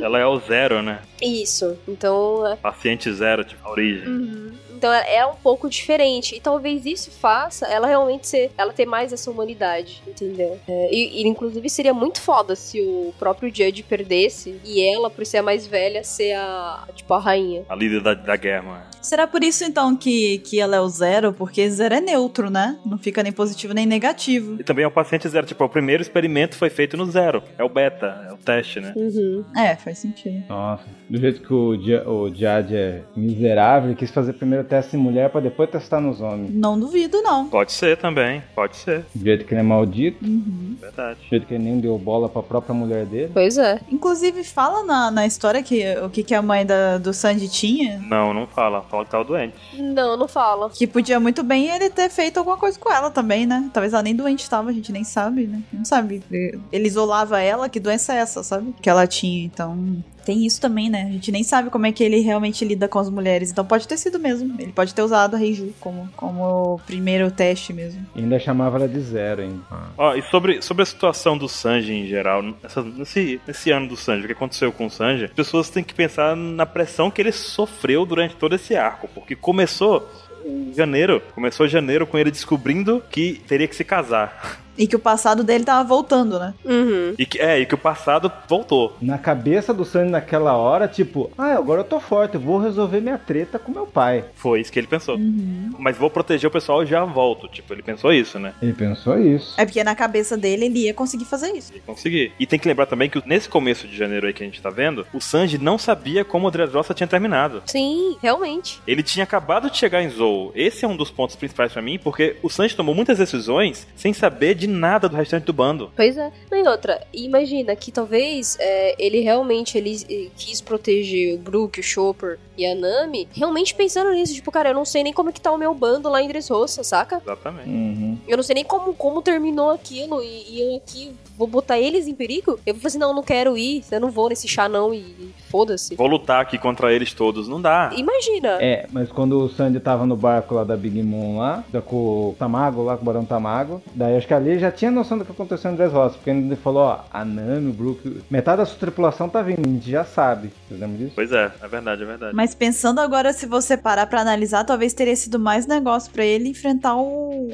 Speaker 1: Ela é o zero, né?
Speaker 3: Isso. Então,
Speaker 1: Paciente zero, tipo, a origem.
Speaker 10: Uhum.
Speaker 3: então ela é um pouco diferente. E talvez isso faça ela realmente ser. Ela ter mais essa humanidade, entendeu? É, e, e, inclusive seria muito foda se o próprio Judge perdesse e ela, por ser a mais velha, ser a. Tipo, a rainha.
Speaker 1: A líder da, da guerra, mano.
Speaker 4: Será por isso então que, que ela é o zero? Porque zero é neutro, né? Não fica nem positivo nem negativo.
Speaker 1: E também é o paciente zero, tipo, o primeiro experimento foi feito no zero. É o beta, é o teste, né?
Speaker 3: Uhum.
Speaker 4: É, faz sentido.
Speaker 2: Nossa, do jeito que o, Dia- o Jad é miserável, ele quis fazer primeiro teste em mulher pra depois testar nos homens.
Speaker 4: Não duvido, não.
Speaker 1: Pode ser também, pode ser.
Speaker 2: Do jeito que ele é maldito,
Speaker 4: Uhum.
Speaker 1: Verdade.
Speaker 2: do jeito que ele nem deu bola pra própria mulher dele.
Speaker 3: Pois é.
Speaker 4: Inclusive, fala na, na história que o que, que a mãe da, do Sandy tinha.
Speaker 1: Não, não fala. Fala que tava doente.
Speaker 3: Não, não fala.
Speaker 4: Que podia muito bem ele ter feito alguma coisa com ela também, né? Talvez ela nem doente tava, a gente nem sabe, né? Não sabe. Ele isolava ela, que doença é essa, sabe? Que ela tinha, então. Tem isso também, né? A gente nem sabe como é que ele realmente lida com as mulheres. Então pode ter sido mesmo. Ele pode ter usado a Reiju como, como primeiro teste mesmo.
Speaker 2: E ainda chamava ela de zero ainda.
Speaker 1: Ó, e sobre, sobre a situação do Sanji em geral, nessa- nesse, nesse ano do Sanji, o que aconteceu com o Sanji, as pessoas têm que pensar na pressão que ele sofreu durante todo esse arco, porque começou em janeiro, começou janeiro com ele descobrindo que teria que se casar.
Speaker 4: E que o passado dele tava voltando, né?
Speaker 3: Uhum.
Speaker 1: E que, é, e que o passado voltou.
Speaker 2: Na cabeça do Sandy naquela hora, tipo, ah, agora eu tô forte, eu vou resolver minha treta com meu pai.
Speaker 1: Foi isso que ele pensou.
Speaker 4: Uhum.
Speaker 1: Mas vou proteger o pessoal e já volto. Tipo, ele pensou isso, né?
Speaker 2: Ele pensou isso.
Speaker 4: É porque na cabeça dele ele ia conseguir fazer isso.
Speaker 1: E conseguir. E tem que lembrar também que nesse começo de janeiro aí que a gente tá vendo, o Sanji não sabia como o Dressrosa tinha terminado.
Speaker 3: Sim, realmente.
Speaker 1: Ele tinha acabado de chegar em Zou. Esse é um dos pontos principais pra mim, porque o Sanji tomou muitas decisões sem saber de nada do restante do bando.
Speaker 3: Pois é. Não, e outra, imagina que talvez é, ele realmente ele, eh, quis proteger o Brook, o Chopper e a Nami, realmente pensando nisso, tipo, cara, eu não sei nem como é que tá o meu bando lá em Dressrosa, saca?
Speaker 1: Exatamente.
Speaker 2: Uhum.
Speaker 3: Eu não sei nem como, como terminou aquilo e, e eu aqui vou botar eles em perigo? Eu vou falar assim, não, eu não quero ir, eu não vou nesse chá não e foda-se.
Speaker 1: Vou lutar aqui contra eles todos, não dá.
Speaker 3: Imagina.
Speaker 2: É, mas quando o Sandy tava no barco lá da Big Moon lá, da- com o Tamago lá, com o Barão Tamago, daí acho que ali já tinha noção do que aconteceu no Dress Rosa, porque ele falou, ó, a Nami, o Brook, metade da sua tripulação tá vindo, a gente já sabe. Vocês lembram disso?
Speaker 1: Pois é, é verdade, é verdade.
Speaker 4: Mas pensando agora, se você parar pra analisar, talvez teria sido mais negócio pra ele enfrentar o,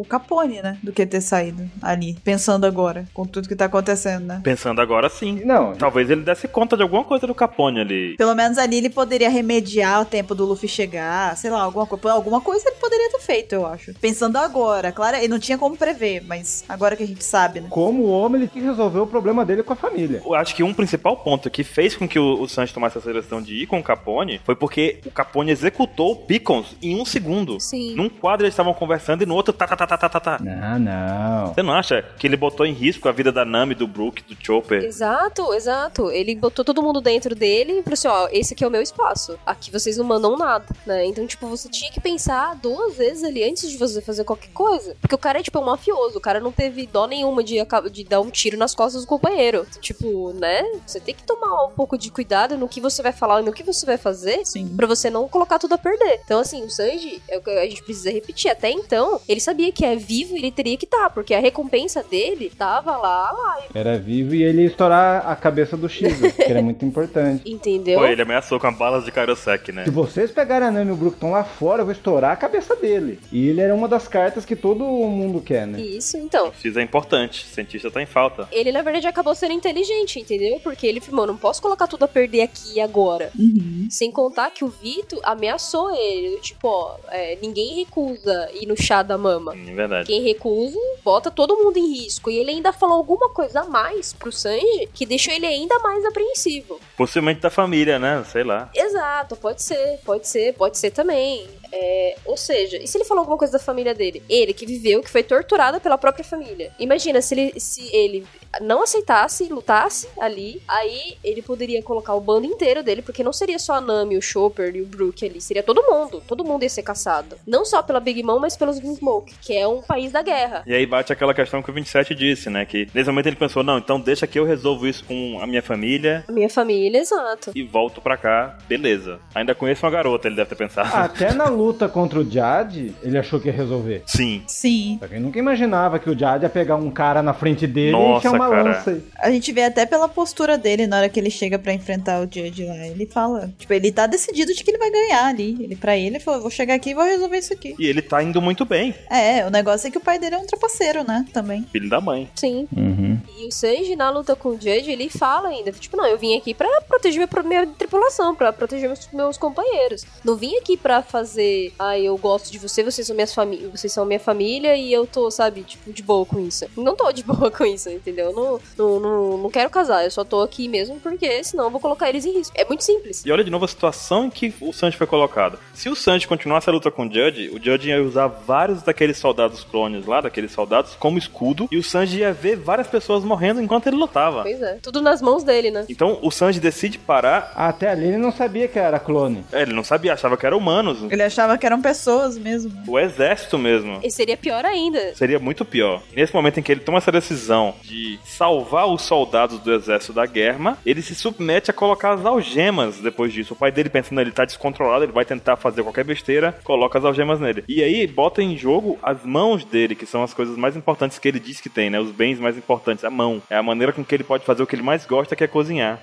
Speaker 4: o Capone, né? Do que ter saído ali. Pensando agora, com tudo que tá acontecendo, né?
Speaker 1: Pensando agora sim.
Speaker 2: Não,
Speaker 1: Talvez ele desse conta de alguma coisa do Capone ali.
Speaker 4: Pelo menos ali ele poderia remediar o tempo do Luffy chegar, sei lá, alguma coisa. Alguma coisa ele poderia ter feito, eu acho. Pensando agora, claro, ele não tinha como prever, mas agora que a gente sabe, né?
Speaker 2: como homem, ele que resolveu o problema dele com a família.
Speaker 1: Eu acho que um principal ponto que fez com que o, o Sanji tomasse essa decisão de ir com o Capone foi porque o Capone executou o Pickles em um segundo.
Speaker 3: Sim.
Speaker 1: Num quadro eles estavam conversando e no outro tá, tá, tá, tá, tá, tá, tá.
Speaker 2: Não, Ah, não.
Speaker 1: Você não acha que ele botou em risco a vida da Nami, do Brook, do Chopper?
Speaker 3: Exato, exato. Ele botou todo mundo dentro dele e falou assim: ó, esse aqui é o meu espaço. Aqui vocês não mandam nada, né? Então, tipo, você tinha que pensar duas vezes ali antes de você fazer qualquer coisa. Porque o cara é, tipo, um mafioso. O cara não teve dó nenhuma de, aca- de dar um tiro nas costas do companheiro. Tipo, né? Você tem que tomar um pouco de cuidado no que você vai falar e no que você vai fazer
Speaker 4: Sim.
Speaker 3: Pra você não colocar tudo a perder. Então, assim, o Sanji, é o que a gente precisa repetir, até então, ele sabia que é vivo ele teria que estar, porque a recompensa dele tava lá, lá,
Speaker 2: Era vivo e ele ia estourar a cabeça do Shiva, que era muito
Speaker 3: [laughs]
Speaker 2: importante.
Speaker 3: entendeu?
Speaker 1: Pô, ele ameaçou com a balas de Karosek, né?
Speaker 2: Se vocês pegarem a Nami e o Brook estão lá fora, eu vou estourar a cabeça dele. E ele era uma das cartas que todo mundo quer, né?
Speaker 3: Isso, então.
Speaker 1: X é importante, cientista tá em falta.
Speaker 3: Ele, na verdade, acabou sendo inteligente, entendeu? Porque ele falou, não posso colocar tudo a perder aqui e agora.
Speaker 4: Uhum.
Speaker 3: Sem contar que o Vito ameaçou ele. Tipo, ó, é, ninguém recusa ir no chá da mama.
Speaker 1: Hum, É verdade.
Speaker 3: Quem recusa, bota todo mundo em risco. E ele ainda falou alguma coisa a mais pro Sanji que deixou ele ainda mais apreensivo.
Speaker 1: Possivelmente da família, né? Sei lá.
Speaker 3: Exato, pode ser, pode ser, pode ser também. É, ou seja, e se ele falou alguma coisa da família dele? Ele que viveu, que foi torturado pela própria família. Imagina se ele, se ele não aceitasse, lutasse ali, aí ele poderia colocar o bando inteiro dele, porque não seria só a Nami, o Chopper e o Brook ali, seria todo mundo. Todo mundo ia ser caçado. Não só pela Big Mom, mas pelos Smoke, que é um país da guerra.
Speaker 1: E aí bate aquela questão que o 27 disse, né? Que nesse momento ele pensou, não, então deixa que eu resolvo isso com a minha família
Speaker 3: A minha família, exato.
Speaker 1: e volto pra cá. Beleza. Ainda conheço uma garota, ele deve ter pensado.
Speaker 2: Até na luta contra o Jade, ele achou que ia resolver.
Speaker 1: Sim.
Speaker 4: Sim.
Speaker 2: Só que ele nunca imaginava que o Jade ia pegar um cara na frente dele e
Speaker 1: Nossa,
Speaker 2: encher uma
Speaker 1: cara.
Speaker 2: lança. aí.
Speaker 4: A gente vê até pela postura dele na hora que ele chega pra enfrentar o Jade lá. Ele fala, tipo, ele tá decidido de que ele vai ganhar ali. Ele para ele falou, vou chegar aqui e vou resolver isso aqui.
Speaker 1: E ele tá indo muito bem.
Speaker 4: É, o negócio é que o pai dele é um trapaceiro, né? Também.
Speaker 1: Filho da mãe.
Speaker 3: Sim.
Speaker 2: Uhum.
Speaker 3: E o Sanji, na luta com o Judge, ele fala ainda, tipo, não, eu vim aqui pra proteger minha, pro- minha tripulação, pra proteger meus, meus companheiros. Não vim aqui pra fazer, ah, eu gosto de você, vocês são, minhas fami vocês são minha família e eu tô, sabe, tipo, de boa com isso. Não tô de [laughs] boa com isso, entendeu? Não, não, não, não quero casar, eu só tô aqui mesmo porque senão eu vou colocar eles em risco. É muito simples.
Speaker 1: E olha de novo a situação em que o Sanji foi colocado. Se o Sanji continuasse a luta com o Judge, o Judge ia usar vários daqueles soldados clones lá, daqueles soldados, como escudo, e o Sanji ia ver várias pessoas morrendo enquanto ele lutava.
Speaker 3: Pois é. Tudo nas mãos dele, né?
Speaker 1: Então o Sanji decide parar.
Speaker 2: Até ali ele não sabia que era clone.
Speaker 1: É, ele não sabia, achava que eram humanos,
Speaker 4: Ele achava que eram pessoas mesmo.
Speaker 1: o exército mesmo.
Speaker 3: E seria pior ainda.
Speaker 1: Seria muito pior. E nesse momento em que ele toma essa decisão de salvar os soldados do exército da guerra, ele se submete a colocar as algemas depois disso. O pai dele pensando, ele tá descontrolado, ele vai tentar fazer qualquer besteira, coloca as algemas nele. E aí bota em jogo as mãos dele, que são as coisas mais importantes que ele diz que tem, né? Os bens mais importantes, a mão. É a maneira com que ele pode fazer o que ele mais gosta, que é cozinhar.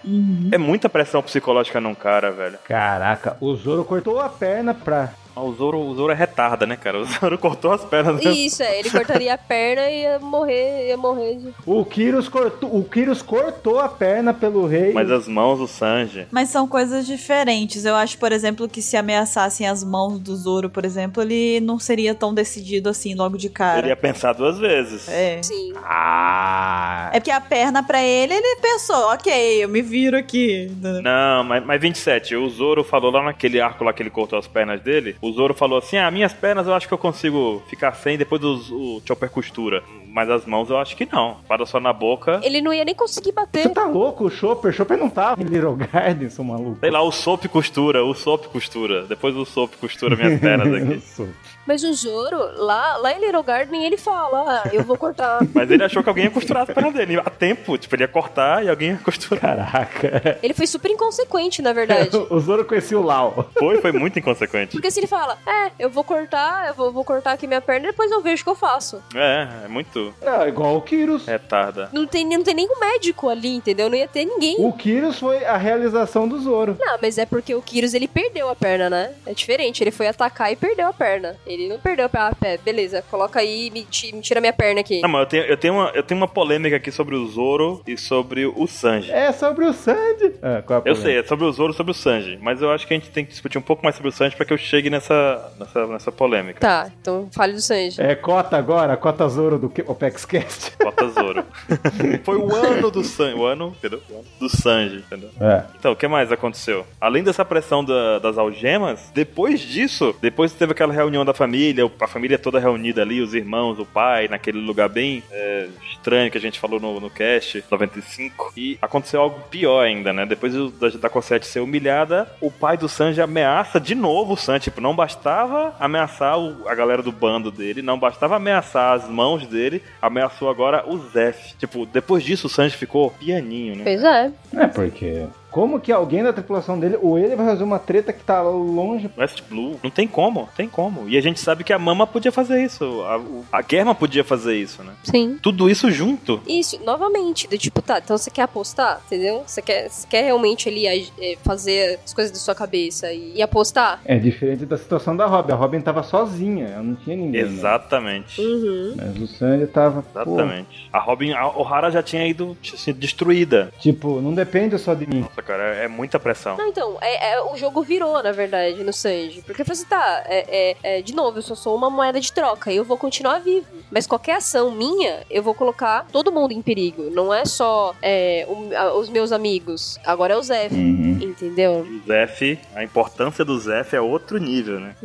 Speaker 1: É muita pressão psicológica num cara, velho.
Speaker 2: Caraca, o Zoro cortou a perna pra.
Speaker 1: Ah, O Zoro, o Zoro é retarda, né, cara? O Zoro [laughs] cortou as pernas. dele.
Speaker 3: Isso, é, ele cortaria a perna e ia morrer, ia morrer de
Speaker 2: O Kyrus cortou, o Kyrus cortou a perna pelo rei.
Speaker 1: Mas as mãos do Sanji.
Speaker 4: Mas são coisas diferentes. Eu acho, por exemplo, que se ameaçassem as mãos do Zoro, por exemplo, ele não seria tão decidido assim logo de
Speaker 1: Ele ia
Speaker 4: cara.
Speaker 1: pensar duas vezes.
Speaker 4: É.
Speaker 3: sim.
Speaker 2: Ah!
Speaker 4: É porque a perna pra ele, ele pensou, ok, eu me viro aqui. né?
Speaker 1: Não, mas, mas 27, o Zoro falou lá naquele arco lá que ele cortou as pernas dele. O Zoro falou assim: Ah, minhas pernas eu acho que eu consigo ficar sem, depois os- o Chopper costura. Mas as mãos eu acho que não. Para só na boca.
Speaker 3: Ele não ia nem conseguir
Speaker 2: Você
Speaker 3: bater.
Speaker 2: tá louco? O Chopper? O Chopper não tava em Little Garden, seu maluco.
Speaker 1: Sei lá, o Soap costura, o Soap costura. Depois o Soap costura minhas pernas aqui.
Speaker 2: [laughs] Isso.
Speaker 3: Mas o Joro, lá, lá em Little Garden, ele fala, ah, eu vou cortar.
Speaker 1: Mas ele achou que alguém ia costurar as pernas dele. A tempo, tipo, ele ia cortar e alguém ia costurar.
Speaker 2: Caraca.
Speaker 3: ele foi super inconsequente,
Speaker 2: [laughs]
Speaker 3: na verdade.
Speaker 2: O Zoro conhecia o Lau.
Speaker 1: Foi, foi muito inconsequente.
Speaker 3: Porque se ele fala, é, eu vou cortar, eu vou, vou cortar aqui minha perna e depois eu vejo o que eu faço.
Speaker 1: É, é muito
Speaker 2: Não, igual o Kyrus.
Speaker 1: retarda.
Speaker 3: Não tem, não tem nenhum médico ali, entendeu? Não ia ter ninguém.
Speaker 2: O Kyrus foi a realização do Zoro.
Speaker 3: Não, mas é porque o Kyrus, ele perdeu a perna, né? É diferente, ele foi atacar e perdeu a perna. Ele não perdeu a perna. Ah, pé, beleza, coloca aí e me, ti- me tira minha perna aqui.
Speaker 1: Não, mas eu tenho, eu, tenho uma, eu tenho uma polêmica aqui sobre o Zoro e sobre o Sanji.
Speaker 2: É sobre o Sandy. Ah, qual é a
Speaker 1: Eu
Speaker 2: polêmica?
Speaker 1: sei, é sobre o Zoro, sobre o Sanji, mas eu acho que a gente tem que discutir um pouco mais sobre o Sanji pra que eu chegue nessa, nessa, nessa polêmica.
Speaker 3: Tá, então fale do Sanji.
Speaker 2: É cota agora, cota Zoro do Opex Cast.
Speaker 1: Bota Zoro. ano. [laughs] Foi o ano do Sanji. O ano, entendeu? O ano do Sanji, entendeu?
Speaker 2: É.
Speaker 1: Então, o que mais aconteceu? Além dessa pressão da- das algemas, depois disso, depois teve aquela reunião da família, a família toda reunida ali, os irmãos, o pai, naquele lugar bem é, estranho que a gente falou no, no cast 95. E aconteceu algo pior ainda, né? Depois do- da, da Cosette ser humilhada, o pai do Sanji ameaça de novo o Sanji. Tipo, não bastava ameaçar o- a galera do bando dele, não bastava ameaçar as mãos dele, ameaçou agora o Zef. Tipo, depois disso o Sanji ficou pianinho, né?
Speaker 3: Pois é.
Speaker 2: É porque. Como que alguém da tripulação dele, ou ele vai fazer uma treta que tá longe.
Speaker 1: West Blue, não tem como, tem como. E a gente sabe que a Mama podia fazer isso, a, o- a Germa podia fazer isso, né?
Speaker 3: Sim.
Speaker 1: Tudo isso junto.
Speaker 3: Isso, novamente, do tipo, tá, então você quer apostar, entendeu? Você quer, você quer realmente ali ag- eh, fazer as coisas da sua cabeça e, e apostar?
Speaker 2: É diferente da situação da Robin. A Robin tava sozinha, ela não tinha ninguém. né?
Speaker 1: Exatamente.
Speaker 3: Uhum.
Speaker 2: Mas o Sanji tava. pô,
Speaker 1: Exatamente. A Robin a O'Hara já tinha ido sido destruída.
Speaker 2: tipo, não depende só de mim.
Speaker 1: Nossa, cara, é, é muita pressão.
Speaker 3: Não, então, é, é- o jogo virou, na verdade, no Sanji. Porque você tá, é, é- é, de novo, eu só sou uma moeda de troca e eu vou continuar vivo. Mas qualquer ação minha, eu vou colocar todo mundo em perigo. Não é só é, o- a- os meus amigos. Agora é o Zef,
Speaker 2: Uhum.
Speaker 3: entendeu?
Speaker 1: O Zef, a importância do Zef é outro nível, né?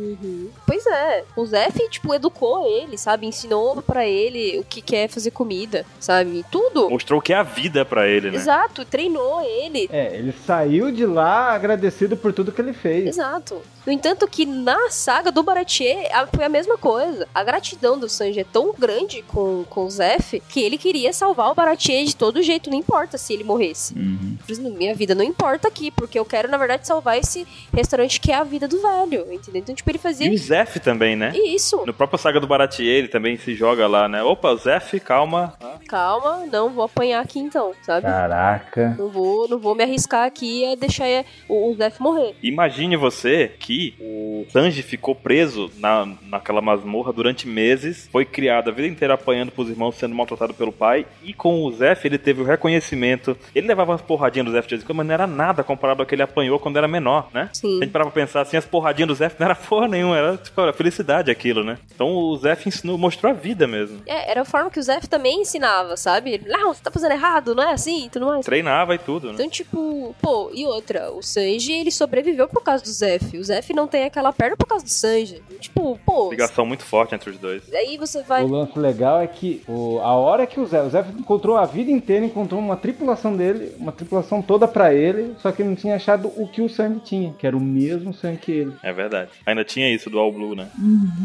Speaker 3: Pois é, o Zef, tipo, educou ele, sabe? Ensinou pra ele o que quer fazer comida, sabe? Tudo.
Speaker 1: Mostrou que é a vida pra ele, né?
Speaker 3: Exato, treinou ele.
Speaker 2: É, ele saiu de lá agradecido por tudo que ele fez.
Speaker 3: Exato. No entanto, que na saga do Baratier a- foi a mesma coisa. A gratidão do Sanji é tão grande com, com o Zef que ele queria salvar o Baratier de todo jeito, não importa se ele morresse.
Speaker 1: Uhum.
Speaker 3: Por isso, Minha vida não importa aqui, porque eu quero, na verdade, salvar esse restaurante que é a vida do velho, entendeu? Então, tipo, ele fazia
Speaker 1: E o Zef também, né?
Speaker 3: isso.
Speaker 1: No próprio Saga do Baratier, ele também se joga lá, né? Opa, Zef, calma.
Speaker 3: Calma, não vou apanhar aqui então, sabe?
Speaker 2: Caraca.
Speaker 3: Não vou, não vou me arriscar aqui a deixar eh, o, o Zef morrer.
Speaker 1: Imagine você que o Sanji ficou preso na, naquela masmorra durante meses, foi criado a vida inteira apanhando pros irmãos, sendo maltratado pelo pai, e com o Zef ele teve o reconhecimento. Ele levava umas porradinhas do Zef de vez em quando, mas não era nada comparado ao que ele apanhou quando era menor, né?
Speaker 3: Sim.
Speaker 1: A gente parava pra pensar assim, as porradinhas do Zef não era porra nenhuma, era tipo, era felicidade aquilo, né? Então o Zef ensinou, mostrou a vida mesmo.
Speaker 3: É, era a forma que o Zef também ensinava, sabe? Ele, Não, você tá fazendo errado, não é assim e tudo mais.
Speaker 1: Treinava e tudo, né?
Speaker 3: Então, tipo, pô, e outra, o Sanji, ele sobreviveu por causa do Zef. O Zef não tem aquela perna por causa do Sanji. Tipo, pô,
Speaker 1: Ligação muito forte entre os dois.
Speaker 3: aí você vai...
Speaker 2: O lance legal é que o- a hora que o Zé, o Zé encontrou a vida inteira, encontrou uma tripulação dele, uma tripulação toda pra ele, só que ele não tinha achado o que o Sandy tinha, que era o mesmo sangue que ele,
Speaker 1: É verdade. Ainda tinha isso do All Blue, né?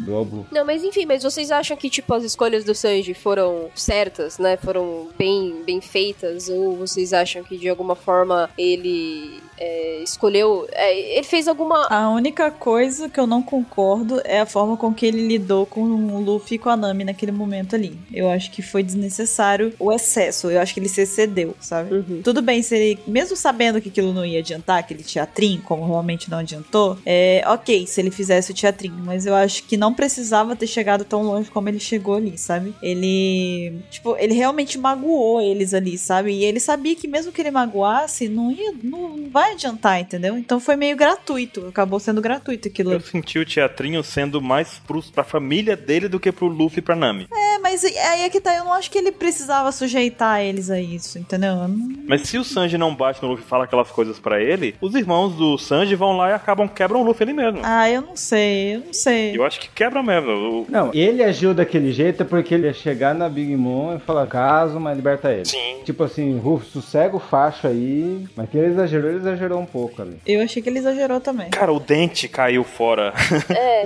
Speaker 2: do Albu.
Speaker 3: Não, mas enfim, mas vocês acham que, tipo, as escolhas do Sanji foram certas, né? Foram bem, bem feitas? Ou vocês acham que, de alguma forma, ele é, escolheu... é, ele fez alguma...
Speaker 4: A única coisa que eu não concordo é a forma com que ele lidou com o Luffy e com a Nami naquele momento ali. Eu acho que foi desnecessário o excesso. Eu acho que ele se excedeu, sabe? Tudo bem, se ele, mesmo sabendo que aquilo não ia adiantar, aquele teatrinho, como realmente não adiantou, é ok se ele fizesse o teatrinho, mas eu acho que não precisava ter chegado tão longe como ele chegou ali, sabe? Ele, tipo, ele realmente magoou eles ali, sabe? E ele sabia que mesmo que ele magoasse, não ia, não, não vai adiantar, entendeu? Então foi meio gratuito, acabou sendo gratuito aquilo.
Speaker 1: Eu senti o teatrinho sendo mais pro, pra família dele do que pro Luffy e pra Nami.
Speaker 4: É, mas aí é que tá, eu não acho que ele precisava sujeitar eles a isso, entendeu? Eu não-
Speaker 1: Mas se o Sanji não bate no Luffy e fala aquelas coisas pra ele, os irmãos do Sanji vão lá e acabam quebram o Luffy ele mesmo.
Speaker 4: Ah, é. eu não sei, eu não sei.
Speaker 1: Eu acho que quebra mesmo. O-
Speaker 2: Não, ele agiu daquele jeito é porque ele ia chegar na Big Mom e falar, caso, mas liberta ele.
Speaker 1: Sim.
Speaker 2: Tipo assim, Ruf, sossega o facho aí. Mas que ele exagerou, ele exagerou um pouco ali.
Speaker 4: Eu achei que ele exagerou também.
Speaker 1: Cara, o dente caiu fora.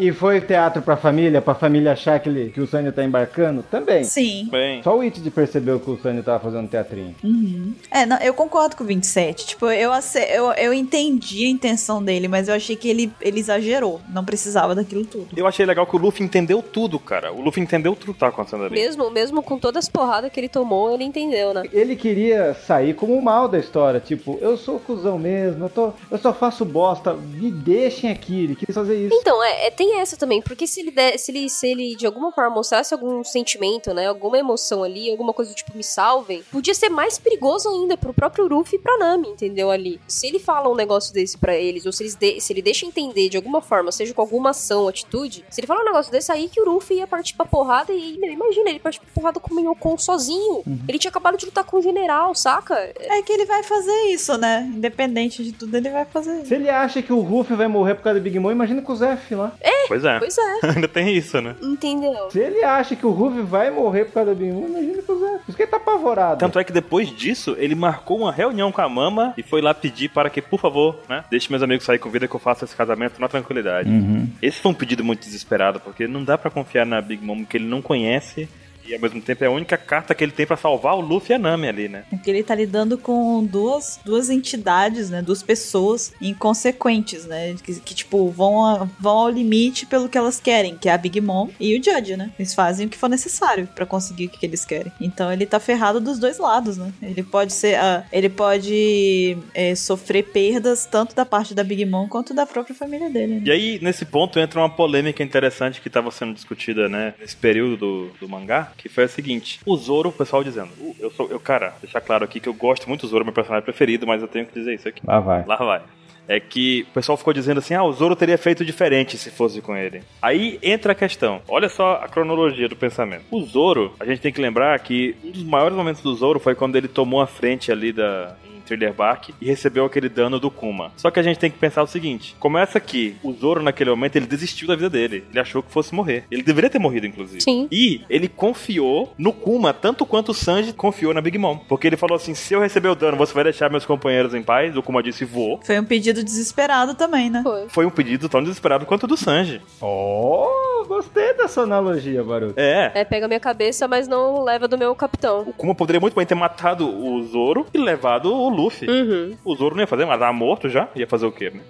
Speaker 2: E foi teatro pra família, pra família achar que, ele, que o Sandy tá embarcando? Também.
Speaker 4: Sim.
Speaker 1: Bem,
Speaker 2: Só o It de percebeu que o Sandy tava fazendo teatrinho.
Speaker 4: É, não, eu concordo com o 27. Tipo, eu, ace- eu, eu entendi a intenção dele, mas eu achei que ele, ele exagerou. Não precisava daquilo tudo.
Speaker 1: eu achei legal que o Luffy entendeu tudo, cara. O Luffy entendeu tudo que tá acontecendo ali.
Speaker 3: Mesmo, mesmo com todas as porradas que ele tomou, ele entendeu, né?
Speaker 2: Ele queria sair como o mal da história, tipo, eu sou o cuzão mesmo, eu, tô, eu só faço bosta, me deixem aqui, ele quis fazer isso.
Speaker 3: Então, é, é, tem essa também, porque se ele, der- se ele se ele de alguma forma mostrasse algum sentimento, né, alguma emoção ali, alguma coisa do tipo me salvem, podia ser mais perigoso ainda pro próprio Ruffy e pra Nami, entendeu ali. Se ele fala um negócio desse pra eles, ou se, eles de- se ele deixa entender de alguma forma, seja com alguma ação, atitude, se ele fala um negócio desse aí que o Ruffy ia partir pra porrada e, meu, imagina, ele partir pra porrada com o Minhocon sozinho. Ele tinha acabado de lutar com o general, saca?
Speaker 4: É que ele vai fazer isso, né? Independente de tudo, ele vai fazer isso.
Speaker 2: Se ele acha que o Ruffy vai morrer por causa do Big Mom, imagina com o Zef lá.
Speaker 1: Pois é.
Speaker 3: Pois é,
Speaker 1: [laughs] Ainda tem isso, né?
Speaker 3: entendeu?
Speaker 2: Se ele acha que o Ruffy vai morrer por causa do Big Mom, imagina com o Zef. Por isso que ele tá apavorado.
Speaker 1: Tanto é que depois disso, ele marcou uma reunião com a mama e foi lá pedir para que, por favor, né, deixe meus amigos sair com vida que eu faça esse casamento na tranquilidade.
Speaker 2: Uhum.
Speaker 1: Esse foi um pedido muito desesperado, porque não dá pra confiar na Big Mom que ele não conhece e ao mesmo tempo é a única carta que ele tem pra salvar o Luffy e a Nami ali, né?
Speaker 4: Porque ele tá lidando com duas, duas entidades, né? Duas pessoas inconsequentes, né? Que, que, tipo, vão, a- vão ao limite pelo que elas querem, que é a Big Mom e o Judge, né? Eles fazem o que for necessário pra conseguir o que eles querem. Então ele tá ferrado dos dois lados, né? Ele pode ser. ah, ele pode eh, sofrer perdas tanto da parte da Big Mom quanto da própria família dele. Né?
Speaker 1: E aí, nesse ponto, entra uma polêmica interessante que estava sendo discutida, né, nesse período do, do mangá, que foi a seguinte. O Zoro, o pessoal dizendo, "Uh, eu sou, eu, cara, deixar claro aqui que eu gosto muito do Zoro, meu personagem preferido, mas eu tenho que dizer isso aqui.
Speaker 2: Lá Ah, vai.
Speaker 1: Lá vai. É que o pessoal ficou dizendo assim: ah, o Zoro teria feito diferente se fosse com ele. Aí entra a questão. Olha só a cronologia do pensamento. O Zoro, a gente tem que lembrar que um dos maiores momentos do Zoro foi quando ele tomou a frente ali da. em Thriller Bark e recebeu aquele dano do Kuma. Só que a gente tem que pensar o seguinte: começa aqui, o Zoro naquele momento ele desistiu da vida dele. Ele achou que fosse morrer. Ele deveria ter morrido, inclusive.
Speaker 3: Sim.
Speaker 1: E ele confiou no Kuma tanto quanto o Sanji confiou na Big Mom. Porque ele falou assim: se eu receber o dano, você vai deixar meus companheiros em paz? O Kuma disse: vou.
Speaker 4: Foi um pedido desesperado também, né?
Speaker 3: Foi.
Speaker 1: Foi um pedido tão desesperado quanto o do Sanji.
Speaker 2: Oh, gostei dessa analogia, Baruto.
Speaker 1: É.
Speaker 3: É, pega minha cabeça, mas não leva do meu capitão.
Speaker 1: O Kuma poderia muito bem ter matado o Zoro e levado o Luffy.
Speaker 3: Uhum.
Speaker 1: O Zoro não ia fazer, mas tava morto já. Ia fazer o quê, né?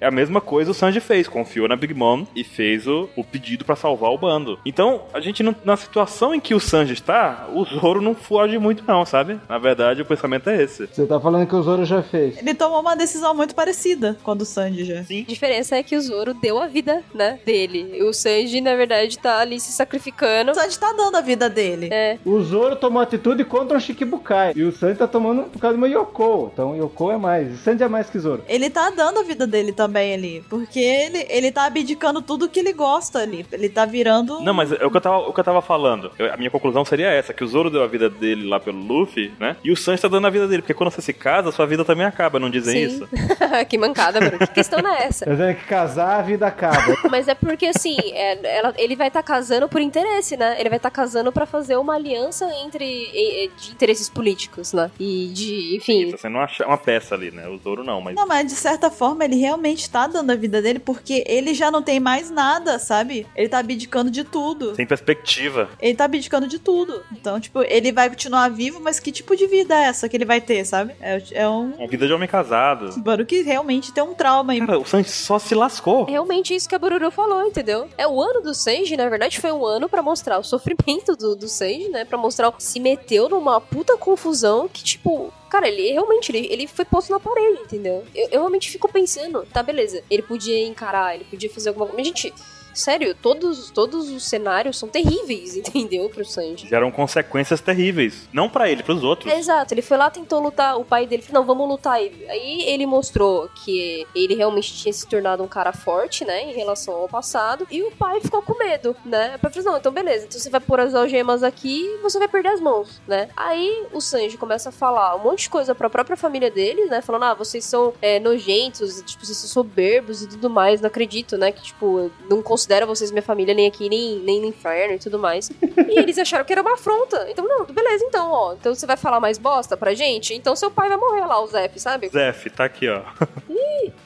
Speaker 1: É a mesma coisa o Sanji fez. Confiou na Big Mom e fez o, o pedido pra salvar o bando. Então, a gente, não- na situação em que o Sanji está, o Zoro não foge muito não, sabe? Na verdade, o pensamento é esse.
Speaker 2: Você tá falando que o Zoro já fez.
Speaker 4: Ele tomou uma decisão muito parecida com a do Sandy já.
Speaker 3: A diferença é que o Zoro deu a vida, né, dele. E O Sanji, na verdade, tá ali se sacrificando.
Speaker 4: O Sandy tá dando a vida dele.
Speaker 3: É,
Speaker 2: O Zoro tomou atitude contra o Shikibukai. E o Sanji tá tomando por causa de uma Yoko. Então Yoko é mais. O Sanji é mais que Zoro.
Speaker 4: Ele tá dando a vida dele também ali. Porque ele, ele tá abdicando tudo que ele gosta ali. Ele tá virando.
Speaker 1: Não, mas é o que eu tava, o que eu tava falando. Eu- a minha conclusão seria essa: que o Zoro deu a vida dele lá pelo Luffy, né? E o Sanji tá dando a vida dele, porque quando você se casa, sua vida também acaba, não dizem
Speaker 3: Sim.
Speaker 1: é isso?
Speaker 3: [laughs] que mancada, mano. Que questão não é essa?
Speaker 2: Tá dizendo que casar, a vida acaba.
Speaker 3: Mas é porque, assim, é, ela- ele vai estar casando por interesse, né? Ele vai estar casando pra fazer uma aliança entre e- e- de interesses políticos, né? E de, enfim.
Speaker 1: Isso, você não acha uma peça ali, né? O Zoro não, mas.
Speaker 4: Não, mas de certa forma ele realmente tá dando a vida dele porque ele já não tem mais nada, sabe? Ele tá abdicando de tudo.
Speaker 1: Sem perspectiva.
Speaker 4: Ele tá abdicando de tudo. Então, tipo, ele vai continuar vivo, mas que tipo de vida é essa que ele vai ter, sabe? É, é um.
Speaker 1: Uma vida de homem casado.
Speaker 4: Baru que realmente tem um trauma aí.
Speaker 1: Cara, o Sanji só se lascou.
Speaker 3: É realmente isso que a Bururu falou, entendeu? É o ano do Sanji, na verdade, foi um ano pra mostrar o sofrimento do, do Sanji, né? Pra mostrar o se meteu numa puta confusão que, tipo, cara, ele realmente ele, ele foi posto na parede, entendeu? Eu, eu realmente fico pensando, tá, beleza, ele podia encarar, ele podia fazer alguma coisa. Mas, gente, sério, todos, todos os cenários são terríveis, [laughs] entendeu? Pro Sanji.
Speaker 1: Geram consequências terríveis. Não pra ele, pros outros.
Speaker 3: Exato, ele foi lá, tentou lutar, o pai dele falou, não, vamos lutar ele. Aí ele mostrou que ele realmente tinha se tornado um cara forte, né, em relação ao passado, e o pai ficou com medo, né? O pai falou, não, então beleza, então você vai pôr as algemas aqui e você vai perder as mãos, né? Aí o Sanji começa a falar um monte de coisa pra própria família dele, né, falando, ah, vocês são é, nojentos, tipo, vocês são soberbos e tudo mais, não acredito, né, que, tipo, eu não considero vocês minha família nem aqui, nem, nem no inferno e tudo mais. E eles acharam que era uma afronta. Então, não, beleza, então, ó. Então você vai falar mais bosta pra gente? Então seu pai vai morrer lá, o Zef, sabe?
Speaker 1: Zef, tá aqui, ó.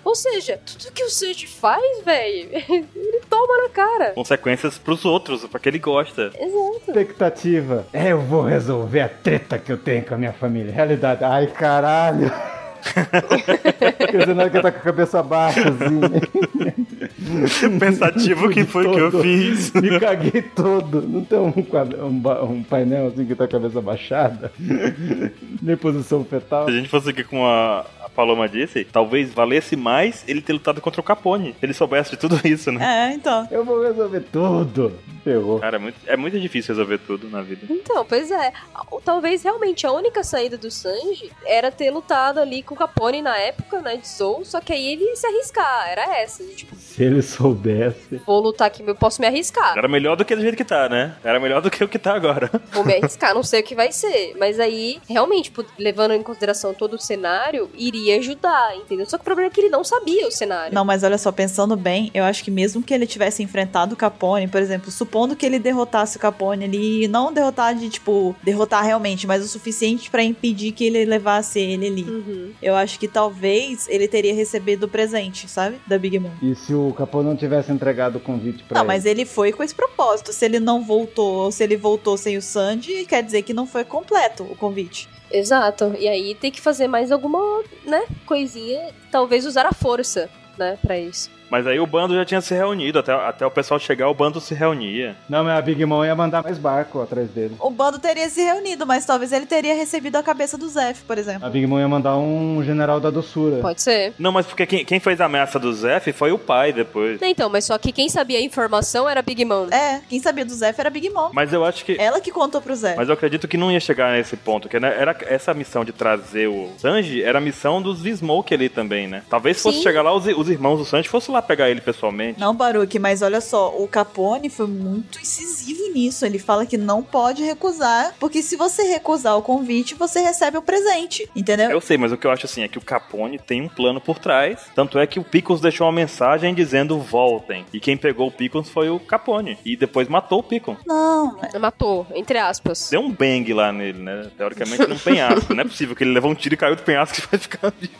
Speaker 3: Ou seja, tudo que o Sanji faz, velho, [laughs] ele toma na cara.
Speaker 1: Consequências pros outros, pra que ele gosta. [laughs]
Speaker 3: Exato.
Speaker 2: Expectativa. É, eu vou resolver a treta que eu tenho com a minha família. Realidade. Ai,
Speaker 4: [laughs]
Speaker 2: caralho. Quer dizer, na hora que eu tá com a cabeça baixa, assim.
Speaker 1: Pensativo que foi que eu
Speaker 2: Todo.
Speaker 1: fiz.
Speaker 2: Me caguei todo. Não tem um, quadra- um, ba- um painel assim que tá com a cabeça baixada? Nem posição fetal.
Speaker 1: Se a gente fosse aqui com a, a Paloma disse, talvez valesse mais ele ter lutado contra o Capone. Se ele soubesse de tudo isso, né?
Speaker 4: É, então.
Speaker 2: Eu vou resolver tudo. Ferrou.
Speaker 1: Cara, é muito, é muito difícil resolver tudo na vida.
Speaker 3: Então, pois é. Talvez realmente a única saída do Sanji era ter lutado ali com o Capone na época, né, de Zou, só que aí ele se arriscar. Era essa. de, Tipo,
Speaker 2: Se ele soubesse.
Speaker 3: vou lutar aqui, eu posso me arriscar.
Speaker 1: Era melhor do que do jeito que tá, né? Era melhor do que o que tá agora. [laughs]
Speaker 3: Vou me arriscar, não sei o que vai ser. Mas aí, realmente, tipo, levando em consideração todo o cenário, iria ajudar, entendeu? Só que o problema é que ele não sabia o cenário.
Speaker 4: Não, mas olha só, pensando bem, eu acho que mesmo que ele tivesse enfrentado o Capone, por exemplo, supondo que ele derrotasse o Capone ali, e não derrotar de, tipo, derrotar realmente, mas o suficiente pra impedir que ele levasse ele ali.
Speaker 3: Uhum.
Speaker 4: Eu acho que talvez ele teria recebido o presente, sabe? Da Big Mom.
Speaker 2: E se o Capone não tivesse entregado o convite pra
Speaker 4: Não,
Speaker 2: ele?
Speaker 4: mas ele foi com esse propósito. Se ele não voltou, ou se ele voltou sem o Sandy, quer dizer que não foi completo o convite.
Speaker 3: Exato. E aí tem que fazer mais alguma, né, coisinha. Talvez usar a força, né, pra isso.
Speaker 1: Mas aí o bando já tinha se reunido. Até, até o pessoal chegar, o bando se reunia.
Speaker 2: Não, mas a Big Mom ia mandar mais barco atrás dele.
Speaker 4: O bando teria se reunido, mas talvez ele teria recebido a cabeça do Zef, por exemplo.
Speaker 2: A Big Mom ia mandar um general da doçura.
Speaker 3: Pode ser.
Speaker 1: Não, mas porque quem, quem fez a ameaça do Zef foi o pai depois.
Speaker 3: Então, mas só que quem sabia a informação era a Big Mom. né?
Speaker 4: É, quem sabia do Zef era a Big Mom.
Speaker 1: Mas eu acho que.
Speaker 4: Ela que contou pro Zef.
Speaker 1: Mas eu acredito que não ia chegar nesse ponto, que né, era essa missão de trazer o Sanji era a missão dos Smoke ali também, né? Talvez fosse
Speaker 3: Sim.
Speaker 1: chegar lá os, os irmãos do Sanji fossem lá pegar ele pessoalmente.
Speaker 4: Não, Baruque, mas olha só, o Capone foi muito incisivo nisso. Ele fala que não pode recusar, porque se você recusar o convite, você recebe o presente, entendeu?
Speaker 1: Eu sei, mas o que eu acho assim é que o Capone tem um plano por trás. Tanto é que o Pickles deixou uma mensagem dizendo voltem. E quem pegou o Pickles foi o Capone. E depois matou o Pickles.
Speaker 4: Não,
Speaker 3: Matou, entre aspas.
Speaker 1: Deu um bang lá nele, né? Teoricamente num penhasco. Não é possível que ele levou um tiro e caiu do penhasco [laughs] e vai ficar vivo.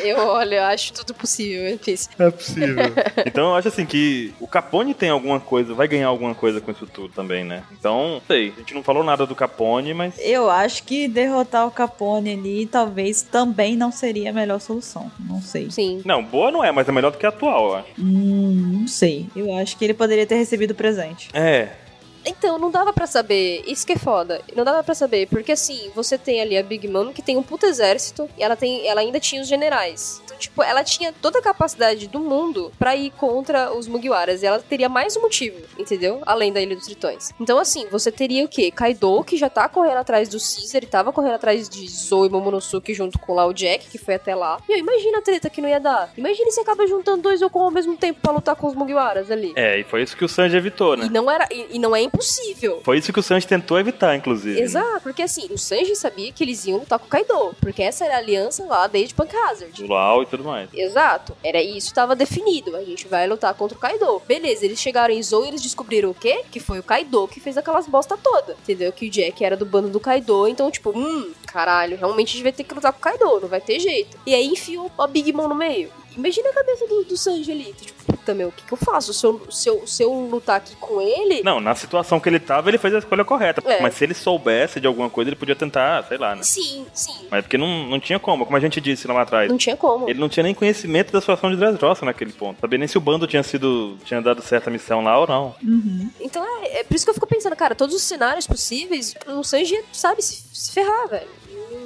Speaker 3: Eu olho, eu acho tudo possível, é difícil.
Speaker 1: É possível. então eu acho assim que o Capone tem alguma coisa, vai ganhar alguma coisa com isso tudo também, né? Então, não sei. A gente não falou nada do Capone, mas.
Speaker 4: eu acho que derrotar o Capone ali talvez também não seria a melhor solução. Não sei.
Speaker 3: Sim.
Speaker 1: Não, boa não é, mas é melhor do que a atual, eu acho.
Speaker 4: Hum, não sei. Eu acho que ele poderia ter recebido o presente.
Speaker 1: É.
Speaker 3: Então, não dava pra saber. Isso que é foda. Não dava pra saber, porque assim, você tem ali a Big Mom que tem um puto exército e ela tem, ela ainda tinha os generais. Então, tipo, ela tinha toda a capacidade do mundo pra ir contra os Mugiwaras e ela teria mais um motivo, entendeu? Além da Ilha dos Tritões. Então, assim, você teria o quê? Kaido que já tá correndo atrás do Caesar e tava correndo atrás de Zou e Momonosuke junto com lá o Jack, que foi até lá. Meu, imagina a treta que não ia dar. Imagina se acaba juntando dois ou com ao mesmo tempo pra lutar com os Mugiwaras ali.
Speaker 1: É, e foi isso que o Sanji evitou,
Speaker 3: E
Speaker 1: né?
Speaker 3: não era e, e não é impossível.
Speaker 1: Foi isso que o Sanji tentou evitar, inclusive. né?
Speaker 3: Exato, porque assim, o Sanji sabia que eles iam lutar com o Kaido, porque essa era a aliança lá desde Punk Hazard.
Speaker 1: Do Lau e tudo mais.
Speaker 3: Exato, era isso, tava definido. A gente vai lutar contra o Kaido. Beleza, eles chegaram em Zou e eles descobriram o quê? Que foi o Kaido que fez aquelas bosta toda. Entendeu? Que o Jack era do bando do Kaido, então, tipo, hum, caralho, realmente a gente vai ter que lutar com o Kaido, não vai ter jeito. E aí enfiou a Big Mom no meio. Imagina a cabeça do, do Sanji ali. Tipo, puta meu, o que, que eu faço? Se eu, se, eu, se eu lutar aqui com ele,
Speaker 1: Não, na situação que ele tava, ele fez a escolha correta.
Speaker 3: É.
Speaker 1: Mas se ele soubesse de alguma coisa, ele podia tentar, sei lá, né?
Speaker 3: sim, sim.
Speaker 1: Mas é porque não, não tinha como, como a gente disse lá atrás.
Speaker 3: Não tinha como.
Speaker 1: Ele não tinha nem conhecimento da situação de Dressrosa naquele ponto. Sabia nem se o bando tinha sido. tinha dado certa missão lá ou não.
Speaker 3: Então é, é por isso que eu fico pensando, cara, todos os cenários possíveis, o Sanji, sabe, se, se ferrar, velho.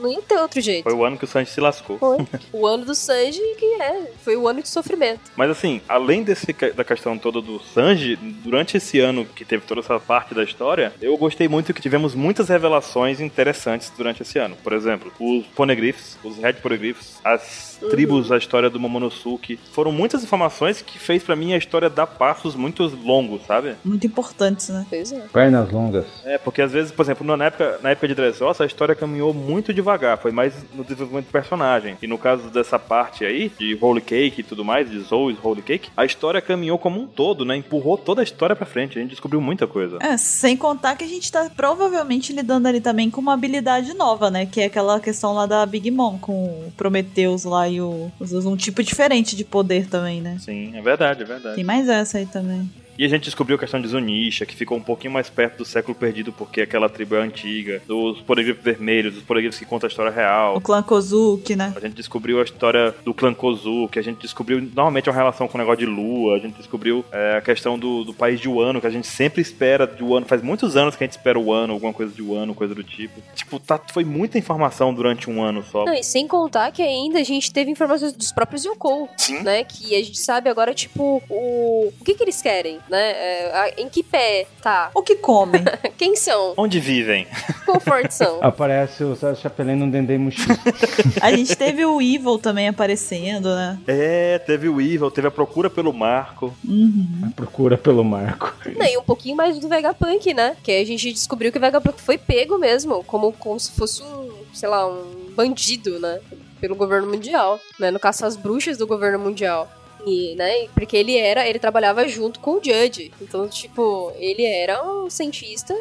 Speaker 3: Não ia ter outro jeito.
Speaker 1: Foi o ano que o Sanji se lascou.
Speaker 3: Foi. o ano do Sanji, que é, foi o ano de sofrimento.
Speaker 1: Mas assim, além desse, que- da questão toda do Sanji, durante esse ano que teve toda essa parte da história, eu gostei muito que tivemos muitas revelações interessantes durante esse ano. Por exemplo, os Poneglyphs, os Red Poneglyphs, as tribos, a história do Momonosuke. Foram muitas informações que fez pra mim a história dar passos muito longos, sabe?
Speaker 4: Muito importante, né?
Speaker 3: Pois é.
Speaker 2: Pernas longas.
Speaker 1: É, porque às vezes, por exemplo, na época, na época de Dressrosa, a história caminhou muito devagar, foi mais no desenvolvimento do personagem. E no caso dessa parte aí, de Holy Cake e tudo mais, de Zoe's Holy Cake, a história caminhou como um todo, né? Empurrou toda a história pra frente, a gente descobriu muita coisa.
Speaker 4: É, sem contar que a gente tá provavelmente lidando ali também com uma habilidade nova, né? Que é aquela questão lá da Big Mom, com o Prometheus lá e o. os dois, Um tipo diferente de poder também, né?
Speaker 1: Sim, é verdade, é verdade.
Speaker 4: Tem mais essa aí também.
Speaker 1: E a gente descobriu a questão de Zunisha, que ficou um pouquinho mais perto do século perdido, porque aquela tribo é antiga, dos poregrifos vermelhos, dos poregrifos que contam a história
Speaker 4: O
Speaker 1: real.
Speaker 4: clã Kozuki, né?
Speaker 1: A gente descobriu a história do clã Kozu, que a gente descobriu normalmente uma relação com o negócio de lua, a gente descobriu é, a questão do, do país de Wano, que a gente sempre espera de Wano, faz muitos anos que a gente espera o ano, alguma coisa de Wano, coisa do tipo. Tipo, tá, foi muita informação durante um ano só.
Speaker 3: Não, e sem contar que ainda a gente teve informações dos próprios Yoko,
Speaker 1: Sim.
Speaker 3: né? Que a gente sabe agora, tipo, o, o que que eles querem, né? É, a- em que pé tá?
Speaker 4: O que comem?
Speaker 3: Quem são?
Speaker 1: Onde vivem?
Speaker 3: Qual forte são?
Speaker 2: Aparece o Sérgio Chapelin num Dendê né? Mushi.
Speaker 4: A gente teve o Evil também aparecendo, né?
Speaker 1: É, teve o Evil, teve a procura pelo Marco.
Speaker 4: Uhum.
Speaker 2: [laughs] Procura pelo Marco.
Speaker 3: Não, e um pouquinho mais do Vegapunk, né? Que aí a gente descobriu que o Vegapunk foi pego mesmo, como, como se fosse um, sei lá, um bandido, né? Pelo governo mundial, né? No caso, as bruxas do governo mundial. E, né, e porque ele era, ele trabalhava junto com o Judge. Então, tipo, ele era um cientista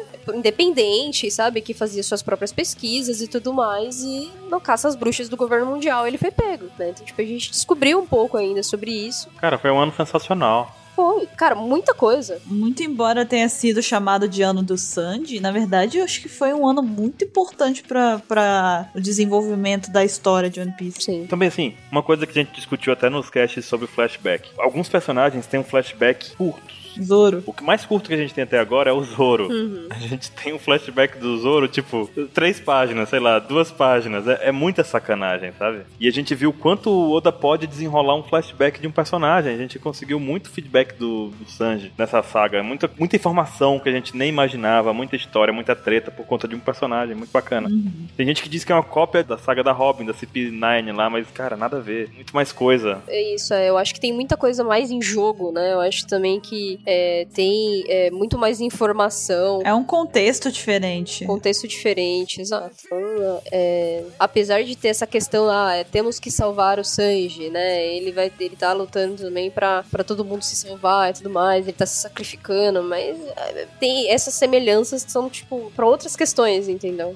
Speaker 3: independente, sabe? Que fazia suas próprias pesquisas e tudo mais. E no caso, as bruxas do governo mundial, ele foi pego, né? Então, tipo, a gente descobriu um pouco ainda sobre isso.
Speaker 1: Cara, foi um ano sensacional.
Speaker 3: Foi, cara, muita coisa.
Speaker 4: Muito embora tenha sido chamado de ano do Sandy, na verdade eu acho que foi um ano muito importante pra- pra o desenvolvimento da história de One Piece.
Speaker 3: Sim.
Speaker 1: Também assim, uma coisa que a gente discutiu até nos casts sobre flashback. Alguns personagens têm um flashback curto.
Speaker 4: Zoro.
Speaker 1: O que mais curto que a gente tem até agora é o Zoro. A gente tem um flashback do Zoro, tipo, três páginas, sei lá, duas páginas. É, é muita sacanagem, sabe? E a gente viu quanto o Oda pode desenrolar um flashback de um personagem. A gente conseguiu muito feedback do, do Sanji nessa saga. Muita, muita informação que a gente nem imaginava, muita história, muita treta por conta de um personagem. Muito bacana.
Speaker 4: Uhum.
Speaker 1: Tem gente que diz que é uma cópia da saga da Robin, da CP9 lá, mas, cara, nada a ver. Muito mais coisa.
Speaker 3: É isso, é, eu acho que tem muita coisa mais em jogo, né? Eu acho também que é, tem é, muito mais informação.
Speaker 4: É um contexto diferente.
Speaker 3: Contexto diferente, exato. Então, é, apesar de ter essa questão lá, é, temos que salvar o Sanji, né? Ele vai, ele tá lutando também pra, pra todo mundo se salvar e tudo mais, ele tá se sacrificando, mas é, tem essas semelhanças que são, tipo, pra outras questões, entendeu?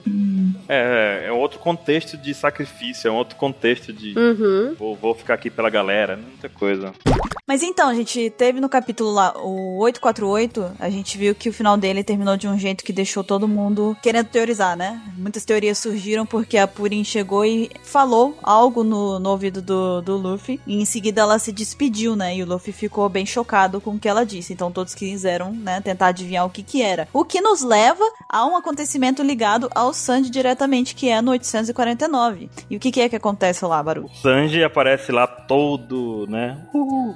Speaker 1: É, é outro contexto de sacrifício, é um outro contexto de
Speaker 3: Uhum.
Speaker 1: vou, vou ficar aqui pela galera, muita coisa.
Speaker 4: Mas então, a gente teve no capítulo lá, o 848, a gente viu que o final dele terminou de um jeito que deixou todo mundo querendo teorizar, né? Muitas teorias surgiram porque a Purin chegou e falou algo no, no ouvido do, do Luffy. E em seguida ela se despediu, né? E o Luffy ficou bem chocado com o que ela disse. Então todos quiseram, né, tentar adivinhar o que que era. O que nos leva a um acontecimento ligado ao Sandy diretamente, que é no 849. E o que que é que acontece lá, Baru?
Speaker 1: O Sanji aparece lá todo, né?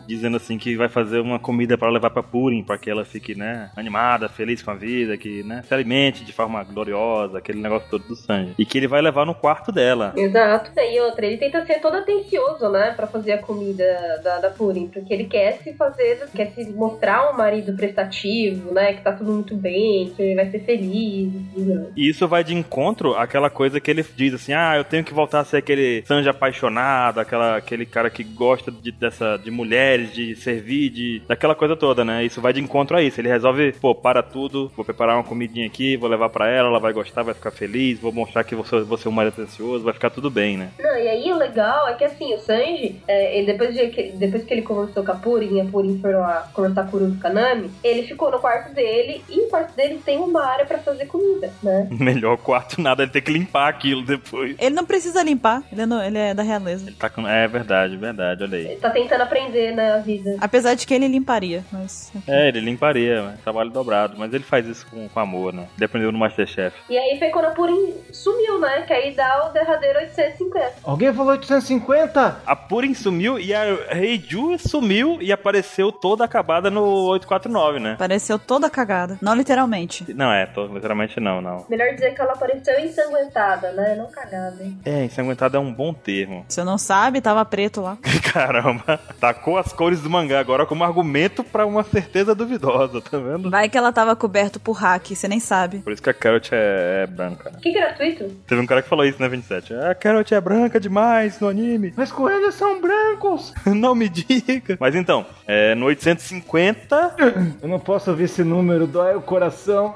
Speaker 1: Dizendo assim que vai fazer uma comida pra levar pra Purim, pra que ela fique, né, animada, feliz com a vida, que, né, se alimente de forma gloriosa, aquele negócio todo do Sanji. E que ele vai levar no quarto dela.
Speaker 11: Exato. E outra, ele tenta ser todo atencioso, né? Pra fazer a comida da, da Purim. Porque ele quer se fazer, quer se mostrar um marido prestativo, né? Que tá tudo muito bem, que vai ser feliz. tudo.
Speaker 1: E isso vai de encontro àquela coisa que ele diz assim: ah, eu tenho que voltar a ser aquele Sanji apaixonado, aquela, aquele cara que gosta de, dessa, de mulheres, de servir, de, daquela coisa toda, né? Isso vai de encontro a isso. Ele resolve, pô, para tudo, vou preparar uma comidinha aqui, vou levar pra ela, ela vai gostar, vai ficar feliz, vou mostrar que você, você é um marido atencioso, vai ficar tudo bem, né? [laughs]
Speaker 11: Não, e aí o legal é que assim, o Sanji, é, ele, depois, de, que- depois que ele conversou com a Purim, a Purim foi lá conversar com o Rurouni Kanami, ele ficou no quarto dele e o quarto dele tem uma área pra fazer comida, né?
Speaker 1: Melhor quarto, nada, ele tem que limpar aquilo depois.
Speaker 4: Ele não precisa limpar, ele, não- ele é da realeza.
Speaker 1: Ele tá com. É verdade, verdade, olha aí.
Speaker 11: Ele tá tentando aprender, né, a vida.
Speaker 4: Apesar de que ele limparia, mas.
Speaker 1: É, ele limparia, né? trabalho dobrado, mas ele faz isso com, com amor, né? Ele aprendeu no Masterchef.
Speaker 11: E aí foi quando a Purim sumiu, né? Que aí dá o derradeiro 850.
Speaker 2: Alguém falou 850?
Speaker 1: A Purim sumiu e a Reiju sumiu e apareceu toda acabada no 849, né?
Speaker 4: Pareceu toda cagada. Não literalmente.
Speaker 1: Não, é, tô, literalmente não, não.
Speaker 11: Melhor dizer que ela apareceu ensanguentada, né? Não cagada, hein?
Speaker 1: É, ensanguentado é um bom termo. [laughs]
Speaker 4: Você não sabe, tava preto lá.
Speaker 1: Caramba, tacou as cores do mangá agora como argumento pra uma certeza duvidosa, tá vendo?
Speaker 4: Vai que ela tava coberto por hack, você nem sabe.
Speaker 1: Por isso que a Carrot é, é branca. né?
Speaker 11: Que gratuito.
Speaker 1: Teve um cara que falou isso, né, 27? Ah, A Carrot é branca demais no anime.
Speaker 2: Mas coelhos são brancos!
Speaker 1: [laughs] Não me diga. Mas então, é, no 850,
Speaker 2: Eu não posso ouvir esse número, dói o coração.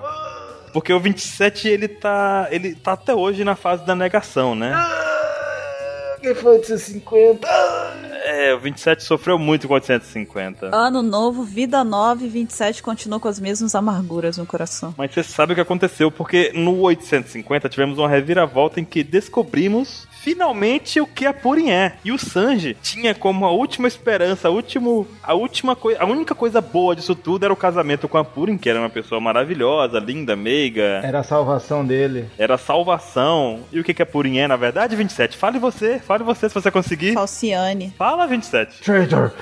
Speaker 1: Porque o 27, ele tá. ele tá até hoje na fase da negação, né?
Speaker 2: Quem foi 850?
Speaker 1: É, É, o 27 sofreu muito com 850.
Speaker 4: Ano novo, vida nova e 27 continua com as mesmas amarguras no coração.
Speaker 1: Mas você sabe o que aconteceu, porque no 850 tivemos uma reviravolta em que descobrimos finalmente o que a Purim é. E o Sanji tinha como a última esperança, a, último, a última coisa, a única coisa boa disso tudo era o casamento com a Purim, que era uma pessoa maravilhosa, linda, meiga.
Speaker 2: Era a salvação dele.
Speaker 1: Era a salvação. E o que que a Purim é, na verdade, 27? Fale você, fale você se você conseguir.
Speaker 4: Falciane.
Speaker 1: Fala, 27.
Speaker 2: Traitor!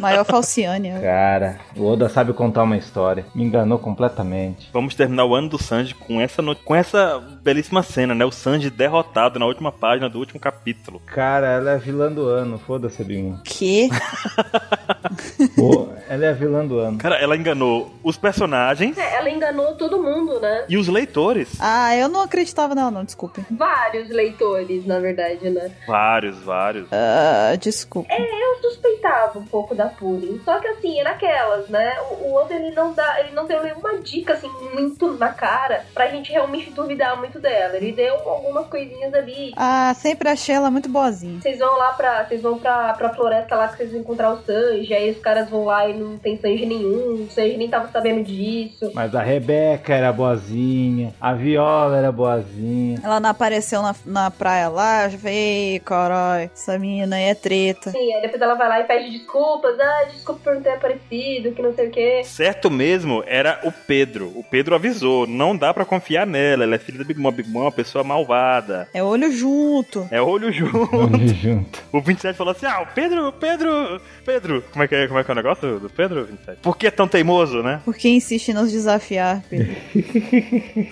Speaker 4: Maior Falciane.
Speaker 2: Cara, o Oda sabe contar uma história. Me enganou completamente.
Speaker 1: Vamos terminar o ano do Sanji com essa, no- com essa belíssima cena, né? O Sanji derrotado na última página do último capítulo.
Speaker 2: Cara, ela é a vilã do ano. Foda-se, [laughs] Binho.
Speaker 4: Que?
Speaker 2: Pô, ela é a vilã do ano.
Speaker 1: Cara, ela enganou os personagens
Speaker 3: É, Ela enganou todo mundo, né?
Speaker 1: e os leitores.
Speaker 4: Ah, eu não acreditava nela, não, desculpe.
Speaker 3: Vários leitores, na verdade, né?
Speaker 1: Vários, vários.
Speaker 4: Ah, desculpe.
Speaker 3: Eu suspeitava um pouco da Purim. Só que assim, é naquelas, né? O, o Oda ele não dá, ele não deu nenhuma dica assim muito na cara pra gente realmente duvidar muito dela. Ele deu algumas coisinhas ali.
Speaker 4: Ah, sempre achei ela muito boazinha.
Speaker 3: Vocês vão lá pra. Vocês vão pra, pra floresta lá que vocês vão encontrar o Sanji, aí os caras vão lá e não tem Sanji nenhum, o Sanji nem tava sabendo disso.
Speaker 2: Mas a Rebeca era boazinha, a Viola era boazinha.
Speaker 4: Ela não apareceu na, na praia lá, eu já falei, "Ei, caralho, essa menina aí é treta.
Speaker 3: Sim, aí depois ela vai lá e pede desculpas, ah, desculpa por não ter aparecido, que não sei o quê.
Speaker 1: Certo mesmo era o Pedro. O Pedro avisou: não dá pra confiar nela, ela é filha da Big Mom. A Big Mom é uma pessoa malvada.
Speaker 4: É olho junto.
Speaker 1: É olho [laughs] junto.
Speaker 2: Vamos junto.
Speaker 1: O 27 falou assim: ah, o Pedro, o Pedro, Pedro. Como é que é, como é, que é o negócio do Pedro, 27? Por que é tão teimoso, né?
Speaker 4: Por que insiste em nos desafiar, Pedro?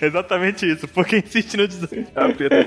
Speaker 1: Exatamente isso, porque [laughs] insiste no desafiar, Pedro.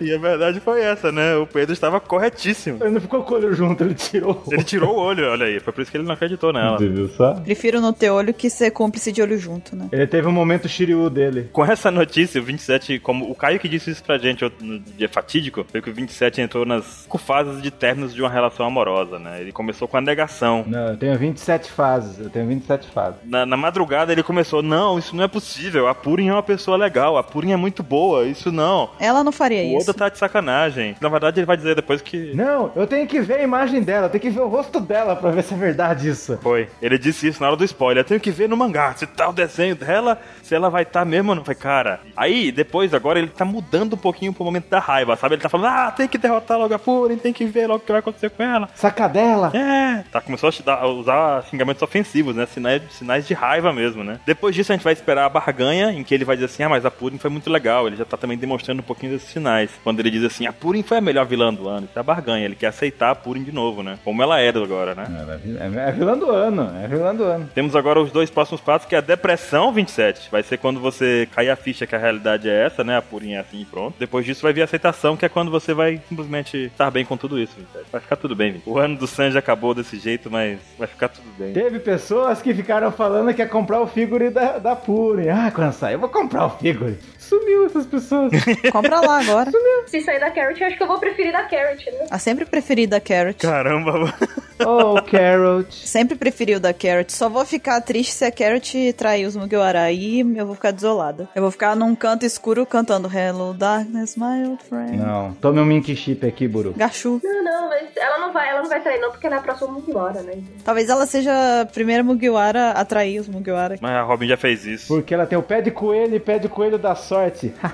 Speaker 1: E a verdade foi essa, né? O Pedro estava corretíssimo.
Speaker 2: Ele não ficou com o olho junto, ele tirou.
Speaker 1: Ele tirou o olho, olha aí. Foi por isso que ele não acreditou nela.
Speaker 2: Você viu só?
Speaker 4: Prefiro não ter olho que ser cúmplice de olho junto, né?
Speaker 2: Ele teve um momento Shiryu dele.
Speaker 1: Com essa notícia, o 27, como o Caio que disse isso pra gente outro- no dia fatídico, foi que o 27 entrou nas cinco fases de términos de uma relação amorosa, né? Ele começou com a negação.
Speaker 2: Não, eu tenho 27 fases, eu tenho 27 fases.
Speaker 1: Na, na madrugada ele começou, não, isso não é possível, a Purin é uma pessoa legal, a Purin é muito boa, isso não.
Speaker 4: Ela não faria
Speaker 1: O
Speaker 4: É isso.
Speaker 1: Oda tá de sacanagem. Na verdade ele vai dizer depois que...
Speaker 2: Não, eu tenho que ver a imagem dela, eu tenho que ver o rosto dela pra ver se é verdade isso.
Speaker 1: Foi. Ele disse isso na hora do spoiler. Eu tenho que ver no mangá se tá o desenho dela, se ela vai estar tá mesmo ou não. Foi, cara. Aí, depois, agora ele tá mudando um pouquinho pro momento da raiva, sabe? Ele tá falando, ah, tem que derrotar logo a Purin, tem que ver logo o que vai acontecer com ela.
Speaker 2: Sacadela!
Speaker 1: É. Tá, começou a te dar- a usar xingamentos ofensivos, né? Sinais, sinais de raiva mesmo, né? Depois disso, a gente vai esperar a barganha, em que ele vai dizer assim: ah, mas a Purim foi muito legal. Ele já tá também demonstrando um pouquinho desses sinais. Quando ele diz assim: a Purim foi a melhor vilã do ano. Isso é a barganha. Ele quer aceitar a Purim de novo, né? Como ela era agora, né?
Speaker 2: Ela É vil- é vilã do ano, é vilã do ano.
Speaker 1: Temos agora os dois próximos passos, que é a depressão 27. Vai ser quando você cair a ficha que a realidade é essa, né? A purinha é assim e pronto. Depois disso vai vir a aceitação, que é quando você vai simplesmente estar bem com tudo isso, 27. Vai ficar tudo bem, 27. O ano do Sanji acabou desse jeito, mas vai ficar tudo bem.
Speaker 2: Teve pessoas que ficaram falando que ia comprar o figure da, da Puri. Ah, quando sair, eu vou comprar o figure. Sumiu essas [laughs] pessoas.
Speaker 4: Compra lá agora.
Speaker 3: Se sair da Carrot, eu acho que eu vou preferir da Carrot, né?
Speaker 4: A sempre preferida a Carrot.
Speaker 1: Caramba,
Speaker 2: oh, Carrot.
Speaker 4: Sempre preferiu da Carrot. Só vou ficar triste se a Carrot trair os Mugiwara. Aí eu vou ficar desolada. Eu vou ficar num canto escuro cantando Hello Darkness, my old friend.
Speaker 2: Não, tome um Mink Chip aqui, Buru.
Speaker 4: Gachu.
Speaker 3: Não, não, mas ela não vai, ela não vai trair, não, porque ela é a próxima Mugiwara, né?
Speaker 4: Talvez ela seja a primeira Mugiwara a trair os Mugiwara.
Speaker 1: mas a Robin já fez isso.
Speaker 2: Porque ela tem o pé de coelho e pé de coelho da sorte.
Speaker 1: Tá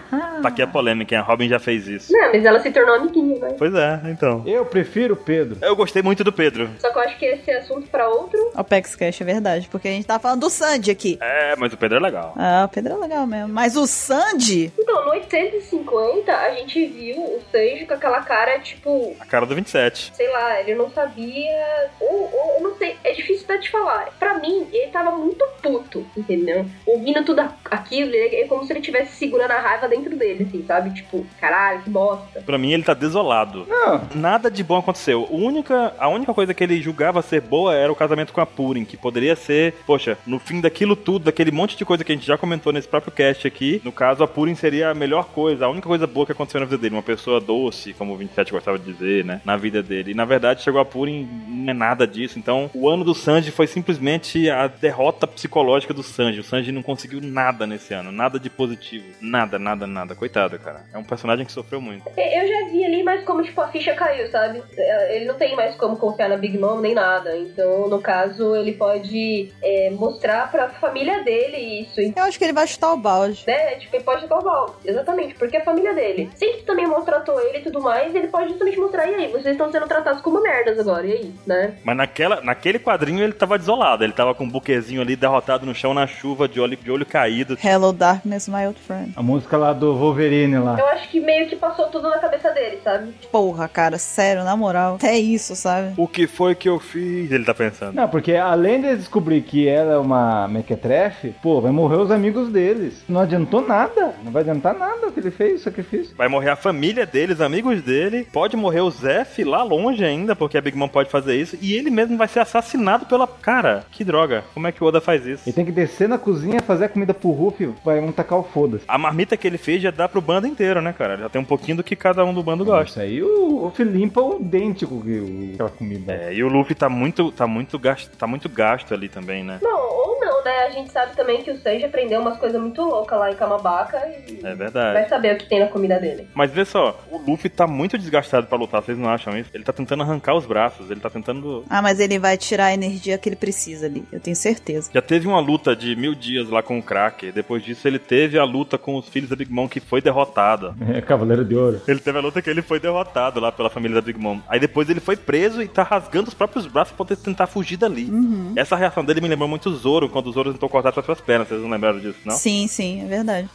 Speaker 1: aqui a polêmica, hein? A Robin já fez isso.
Speaker 3: Não, mas ela se tornou amiguinha, né?
Speaker 1: Pois é, então.
Speaker 2: Eu prefiro o Pedro.
Speaker 1: Eu gostei muito do Pedro.
Speaker 3: Só que eu acho que esse é assunto pra outro.
Speaker 4: Opex Cash, é verdade. Porque a gente tá falando do Sandy aqui.
Speaker 1: É, mas o Pedro é legal.
Speaker 4: Ah, o Pedro é legal mesmo. Mas o Sandy?
Speaker 3: Então, no 850, a gente viu o Sanji com aquela cara, tipo,
Speaker 1: A cara do 27.
Speaker 3: sei lá, ele não sabia. Ou, ou não sei, é difícil até de falar. Pra mim, ele tava muito puto, entendeu? Ouvindo tudo a- aquilo, ele- é como se ele estivesse segurando a raiva dentro dele, assim, sabe? Tipo, caralho, que bosta.
Speaker 1: Pra mim, ele tá desolado.
Speaker 2: Não,
Speaker 1: Nada de bom aconteceu. O única, a única coisa que ele julgava ser boa era o casamento com a Purim, que poderia ser, poxa, no fim daquilo tudo, daquele monte de coisa que a gente já comentou nesse próprio cast aqui, no caso, a Purim seria a melhor coisa, a única coisa boa que aconteceu na vida dele. Uma pessoa doce, como o 27 gostava de dizer, né? Na vida dele. E na verdade chegou a Purim, não é nada disso. Então o ano do Sanji foi simplesmente a derrota psicológica do Sanji. O Sanji não conseguiu nada nesse ano, nada de positivo. Nada, nada, nada. Coitado, cara. É um personagem que sofreu muito.
Speaker 3: Eu já vi ali, mas como tipo a ficha caiu, sabe? É, Ele não tem mais como confiar na Big Mom nem nada. Então, no caso, ele pode é, mostrar pra família dele isso.
Speaker 4: Eu acho que ele vai chutar o balde.
Speaker 3: Né? Tipo, ele pode chutar o balde. Exatamente, porque é a família dele. Se ele também maltratou ele e tudo mais, ele pode justamente mostrar, e aí, vocês estão sendo tratados como merdas agora, e aí, né?
Speaker 1: Mas naquela, naquele quadrinho ele tava desolado. Ele tava com um buquezinho ali derrotado no chão na chuva, de olho, de olho caído.
Speaker 4: Hello, Darkness, my old friend.
Speaker 2: A música lá do Wolverine
Speaker 1: Ah.
Speaker 2: lá.
Speaker 3: Eu acho que meio que passou tudo na cabeça dele, sabe?
Speaker 4: Porra, cara, sério, na moral. Até isso, sabe?
Speaker 1: O que foi que eu fiz? Ele tá pensando.
Speaker 2: Não, porque além de descobrir que ela é uma mequetrefe, pô, vai morrer os amigos deles. Não adiantou nada. Não vai adiantar nada o que ele fez, o sacrifício.
Speaker 1: Vai morrer a família deles, amigos dele. Pode morrer o Zef lá longe ainda, porque a Big Mom pode fazer isso. E ele mesmo vai ser assassinado pela. Cara, que droga. Como é que o Oda faz isso?
Speaker 2: Ele tem que descer na cozinha, fazer a comida pro Ruff, vai um tacar o foda-se.
Speaker 1: A marmita que ele fez já dá pro bando inteiro, né, cara? Já tem um pouquinho do que cada um do bando
Speaker 2: Nossa,
Speaker 1: gosta.
Speaker 2: aí o Ruff limpa o dente com o- aquela comida.
Speaker 1: É, e o Luffy tá muito, tá muito gasto, tá muito gasto ali também, né?
Speaker 3: Não, ou não, né? A gente sabe também que o Sanji aprendeu umas coisas muito loucas lá em Camabaca e
Speaker 1: É
Speaker 3: vai
Speaker 1: verdade.
Speaker 3: saber o que tem na comida dele.
Speaker 1: Mas vê só, o Luffy tá muito desgastado pra lutar, vocês não acham isso? Ele tá tentando arrancar os braços, ele tá tentando.
Speaker 4: Ah, mas ele vai tirar a energia que ele precisa ali. Eu tenho certeza.
Speaker 1: Já teve uma luta de mil dias lá com o Cracker. Depois disso, ele teve a luta com os filhos da Big Mom que foi derrotada.
Speaker 2: É, Cavaleiro de Ouro.
Speaker 1: Ele teve a luta que ele foi derrotado lá pela família da Big Mom. Aí depois ele foi preso e tá rasgando os próprios braços pra poder tentar fugir dali. Essa reação dele me lembrou muito o Zoro, quando o Zoro tentou cortar as próprias pernas. Vocês não lembraram disso, não?
Speaker 4: Sim, sim, é verdade.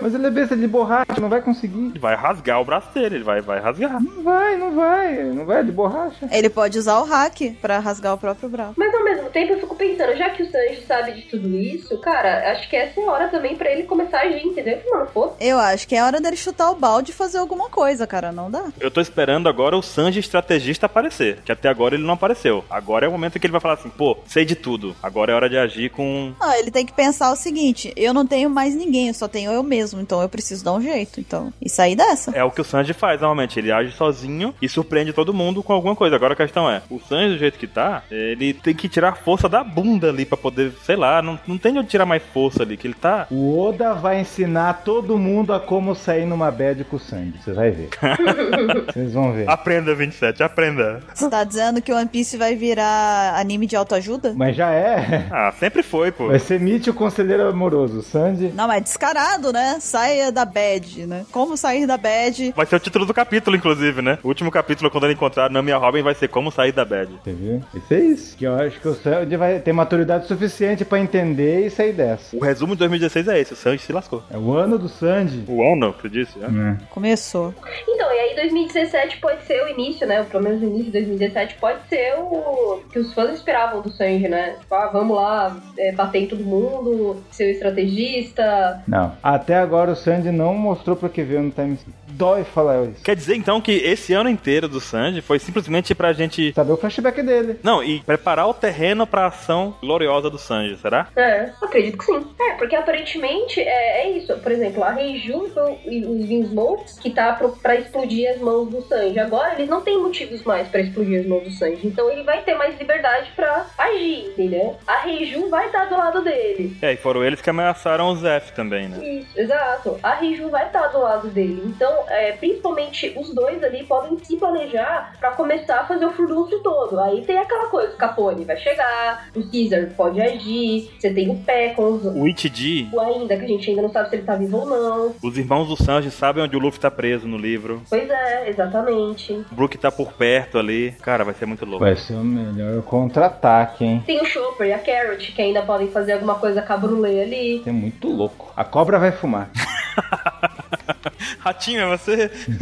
Speaker 2: Mas ele é besta de borracha, não vai conseguir.
Speaker 1: Ele vai rasgar o braço dele, ele vai, vai rasgar.
Speaker 2: Não vai, não vai, não vai de borracha.
Speaker 4: Ele pode usar o hack pra rasgar o próprio braço.
Speaker 3: Mas ao mesmo tempo eu fico pensando, já que o Sanji sabe de tudo isso, cara, acho que essa é a hora também pra ele começar a agir, entendeu? Que, Mano, foda
Speaker 4: Eu acho que é hora dele chutar o balde e fazer alguma coisa, cara. Não dá.
Speaker 1: Eu tô esperando agora o Sanji estrategista aparecer, que até agora ele não apareceu. Agora é o momento que ele vai falar assim, pô, sei de tudo. Agora é hora de agir com...
Speaker 4: Não, Ah, ele tem que pensar o seguinte: eu não tenho mais ninguém, eu só tenho eu mesmo, então eu preciso dar um jeito. Então, e sair dessa.
Speaker 1: É o que o Sanji faz normalmente, ele age sozinho e surpreende todo mundo com alguma coisa. Agora a questão é, o Sanji do jeito que tá, ele tem que tirar força da bunda ali pra poder, sei lá, não, não tem de onde tirar mais força ali, que ele tá...
Speaker 2: O Oda vai ensinar todo mundo a como sair numa bad com o sangue. Vocês vai [laughs] ver. Vocês vão ver.
Speaker 1: Aprenda, 27, aprenda.
Speaker 4: Você tá dizendo que o One Piece vai virar anime de autoajuda?
Speaker 2: Mas já é.
Speaker 1: Ah, sempre foi, pô.
Speaker 2: Vai ser Nietzsche o conselheiro amoroso. Sandy.
Speaker 4: Não, mas é descarado, né? Saia da bad, né? Como sair da bad?
Speaker 1: Vai ser o título do capítulo, inclusive, né? O último capítulo, quando ele encontrar a Nami e a Robin, vai ser Como Sair da Bad.
Speaker 2: Você viu? Isso é isso. Que eu acho que o Sandy vai ter maturidade suficiente pra entender e sair dessa.
Speaker 1: O resumo de 2016 é esse, o Sanji se lascou.
Speaker 2: É o ano do Sandy.
Speaker 1: O ano, que tu disse? É.
Speaker 4: Começou.
Speaker 3: Então, e aí 2017 pode ser o início, né? Pelo menos o início de 2017 pode ser o que os fãs esperavam do Sanji, né? Tipo, ah, vamos lá, é, bater em todo mundo, ser o estrategista.
Speaker 2: Não. Até agora o Sandy não mostrou pra que veio no time skip. Dói falar isso.
Speaker 1: Quer dizer então que esse ano inteiro do Sanji foi simplesmente pra gente.
Speaker 2: Saber o flashback dele.
Speaker 1: Não, e preparar o terreno pra ação gloriosa do Sanji, será?
Speaker 3: É, acredito que sim. É, porque aparentemente é, é isso. Por exemplo, a Reiju e os Vinsmokes, que tá pro, pra explodir as mãos do Sanji. Agora eles não têm motivos mais pra explodir as mãos do Sanji. Então ele vai ter mais liberdade pra agir, entendeu? A Reiju vai estar do lado dele.
Speaker 1: É, e foram eles que ameaçaram o Zef também, né?
Speaker 3: Isso, exato. A Reiju vai estar do lado dele. Então, é, principalmente os dois ali podem se planejar pra começar a fazer o furdunço todo. Aí tem aquela coisa: o Capone vai chegar, o Caesar pode agir, você tem o pé com os,
Speaker 1: O Itidi,
Speaker 3: ou ainda, que a gente ainda não sabe se ele tá vivo ou não.
Speaker 1: os irmãos do Sanji sabem onde o Luffy tá preso no livro.
Speaker 3: Pois é, exatamente.
Speaker 1: O Brook tá por perto ali. Cara, vai ser muito louco.
Speaker 2: Vai ser o melhor contra-ataque, hein?
Speaker 3: Tem o Chopper e a Carrot, que ainda podem fazer alguma coisa cabrulê ali.
Speaker 2: É muito louco. A cobra vai fumar.
Speaker 1: Ratinho, é você?
Speaker 2: [laughs]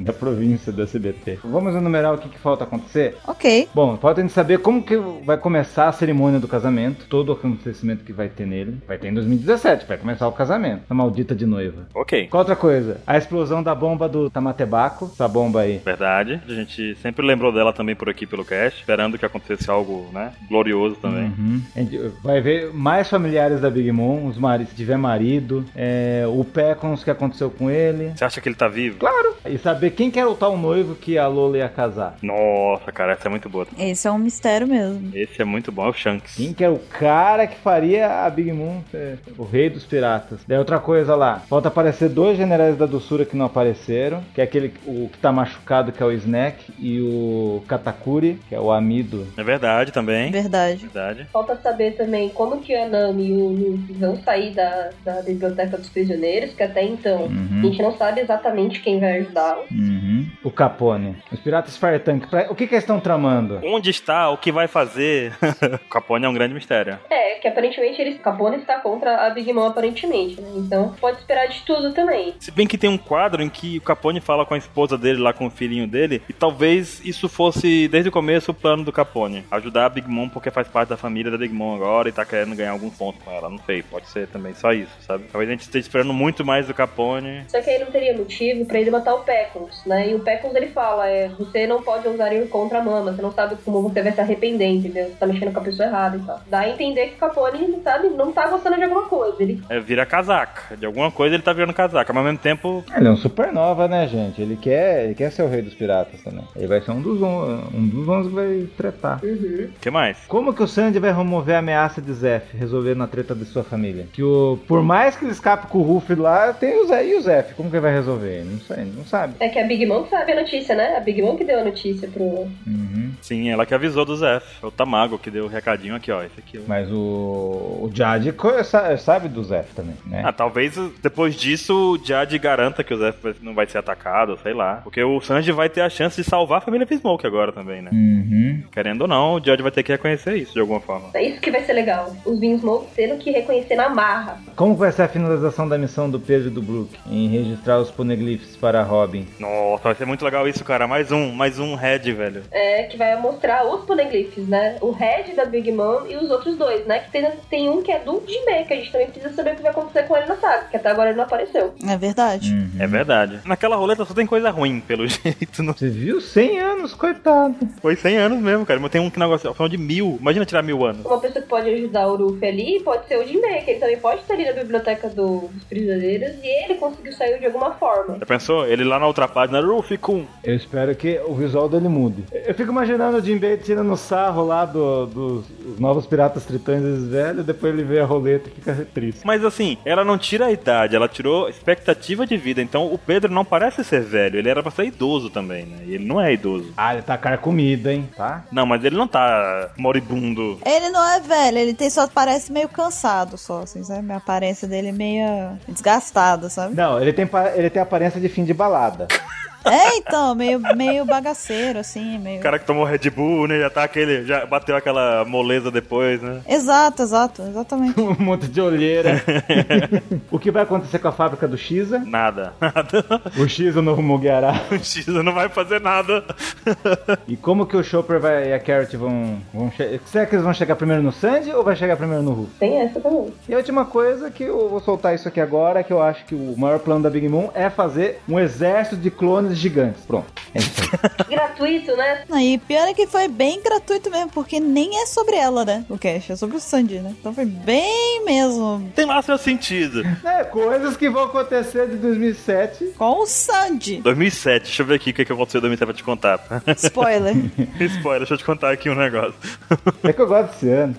Speaker 2: da província da CBT. Vamos enumerar o que, que falta acontecer?
Speaker 4: Ok.
Speaker 2: Bom, falta a gente saber como que vai começar a cerimônia do casamento, todo o acontecimento que vai ter nele. Vai ter em 2017, vai começar o casamento. A maldita de noiva.
Speaker 1: Ok.
Speaker 2: Qual outra coisa? A explosão da bomba do Tamatebaco, essa bomba aí.
Speaker 1: Verdade. A gente sempre lembrou dela também por aqui pelo cast, esperando que acontecesse algo, né? Glorioso também.
Speaker 2: Uhum. A gente vai ver mais familiares da Big Mom, os maridos, se tiver marido, é, o Pecons, que aconteceu com ele.
Speaker 1: Você acha que ele tá vivo?
Speaker 2: Claro. E saber quem que era o tal noivo que a Lola ia casar.
Speaker 1: Nossa, cara, essa é muito boa.
Speaker 4: Esse é um mistério mesmo.
Speaker 1: Esse é muito bom, é o Shanks.
Speaker 2: Quem que é o cara que faria a Big Moon ser o rei dos piratas? Daí outra coisa lá. Falta aparecer dois generais da doçura que não apareceram. Que é aquele o que tá machucado, que é o Snack, e o Katakuri, que é o amido.
Speaker 1: É verdade também.
Speaker 4: Verdade.
Speaker 1: Verdade.
Speaker 3: Falta saber também como que a Nami e o Luffy vão sair da, da biblioteca dos prisioneiros, que até então
Speaker 2: Uhum.
Speaker 3: a gente não sabe exatamente quem vai ajudá-los.
Speaker 2: Uhum. O Capone. Os piratas Fire Tank. pra- O que que eles estão tramando?
Speaker 1: Onde está? O que vai fazer? [laughs] o Capone é um grande mistério.
Speaker 3: É, que aparentemente eles Capone está contra a Big Mom, aparentemente, né? Então pode esperar de tudo também.
Speaker 1: Se bem que tem um quadro em que o Capone fala com a esposa dele lá com o filhinho dele, e talvez isso fosse desde o começo o plano do Capone. Ajudar a Big Mom porque faz parte da família da Big Mom agora e tá querendo ganhar algum ponto com ela. Não sei, pode ser também só isso, sabe? Talvez a gente esteja esperando muito mais do Capone.
Speaker 3: Só que aí não teria motivo pra ele matar o Pecons, né? E o Pecons ele fala, é, você não pode usar ir contra a mama, você não sabe como você vai se arrepender, entendeu? Você tá mexendo com a pessoa errada e tal. Dá a entender que o Capone, ele, sabe, não tá gostando de alguma coisa. Ele
Speaker 1: É, vira casaca. De alguma coisa ele tá virando casaca, mas ao mesmo tempo.
Speaker 2: Ele é um supernova, né, gente? Ele quer, ele quer ser o rei dos piratas também. Ele vai ser um dos, on- um dos onze que vai tretar.
Speaker 3: Uhum.
Speaker 1: O que mais?
Speaker 2: Como que o Sandy vai remover a ameaça de Zef, resolvendo a treta de sua família? Que o. Por mais que ele escape com o Ruffy lá, tem o Zé e o Zef. Como que ele vai resolver? Não sei, não sabe.
Speaker 3: É que a Big Mom que sabe a notícia, né? A Big Mom que deu a notícia pro.
Speaker 2: Uhum.
Speaker 1: Sim, ela que avisou do Zé. É o Tamago que deu o recadinho aqui, ó. Esse aqui, ó.
Speaker 2: Mas o. O Jade co- sa- sabe do Zef também, né?
Speaker 1: Ah, talvez depois disso o Jade garanta que o Zé não vai ser atacado, sei lá. Porque o Sanji vai ter a chance de salvar a família Smoke agora também, né?
Speaker 2: Uhum.
Speaker 1: Querendo ou não, o Jade vai ter que reconhecer isso de alguma forma.
Speaker 3: É isso que vai ser legal. Os Smoke tendo que reconhecer na marra.
Speaker 2: Como vai ser a finalização da missão do Pedro e do Brook em registrar os poneglyphs para Robin?
Speaker 1: Nossa, vai ser muito legal isso, cara. Mais um, mais um head, velho.
Speaker 3: É, que vai mostrar os poneglyphs, né? O Red da Big Mom e os outros dois, né? Que tem, tem um que é do Jimé, que a gente também precisa saber o que vai acontecer com ele na saga, que até agora ele não apareceu.
Speaker 4: É verdade.
Speaker 1: É verdade. Naquela roleta só tem coisa ruim, pelo [laughs] jeito. Não...
Speaker 2: Você viu? 100 anos, coitado.
Speaker 1: Foi 100 anos mesmo, cara. Mas tem um que negócio, final de mil. Imagina tirar mil anos.
Speaker 3: Uma pessoa que pode ajudar o Ruffy ali pode ser o Jimé, que ele também pode estar ali na biblioteca do- dos prisioneiros e ele conseguiu sair de alguma forma.
Speaker 1: Já pensou? Ele lá na outra página, Ruffy Kun.
Speaker 2: Eu espero que o visual dele mude. Eu fico imaginando o Jinbei tirando sarro lá do- dos os novos piratas tritões esses velhos, depois ele vê a roleta e fica triste.
Speaker 1: Mas assim, ela não tira a idade, ela tirou expectativa de vida. Então o Pedro não parece ser velho, ele era pra ser idoso também, né? E ele não é idoso.
Speaker 2: Ah, ele tá cara comida, hein? Tá?
Speaker 1: Não, mas ele não tá moribundo.
Speaker 4: Ele não é velho, ele tem, só parece meio cansado, só, assim, sabe? A aparência dele é meio desgastada, sabe?
Speaker 2: Não, ele tem, pa- ele tem aparência de fim de balada.
Speaker 4: É, então, meio, meio bagaceiro, assim, meio.
Speaker 1: O cara que tomou Red Bull, né? Já tá aquele. Já bateu aquela moleza depois, né?
Speaker 4: Exato, exato,
Speaker 2: [laughs]
Speaker 4: exatamente.
Speaker 2: um monte de olheira. [laughs] o que vai acontecer com a fábrica do Shiza?
Speaker 1: Nada. [laughs] Nada.
Speaker 2: O Shiza, o novo [laughs] Mugiará.
Speaker 1: O Shiza não vai fazer nada.
Speaker 2: E como que o Chopper vai, e a Carrot vão... vão che- Será que eles vão chegar primeiro no Sandy ou vai chegar primeiro no Ruff?
Speaker 3: Tem essa também. [laughs]
Speaker 2: E a última coisa que eu vou soltar isso aqui agora, que eu acho que o maior plano da Big Moon é fazer um exército de clones gigantes. Pronto. É isso aí.
Speaker 3: Gratuito, né?
Speaker 4: Não, E pior é que foi bem gratuito mesmo, porque nem é sobre ela, né? O cast é sobre o Sandy, né? Então foi bem mesmo.
Speaker 1: Tem lá seu sentido.
Speaker 2: [laughs] é, coisas que vão acontecer de 2007.
Speaker 4: Com o Sandy.
Speaker 1: 2007, deixa eu ver aqui o que, que aconteceu em 2007 pra te contar. [laughs]
Speaker 4: Spoiler.
Speaker 1: Spoiler, deixa eu te contar aqui um negócio.
Speaker 2: É que eu gosto desse ano.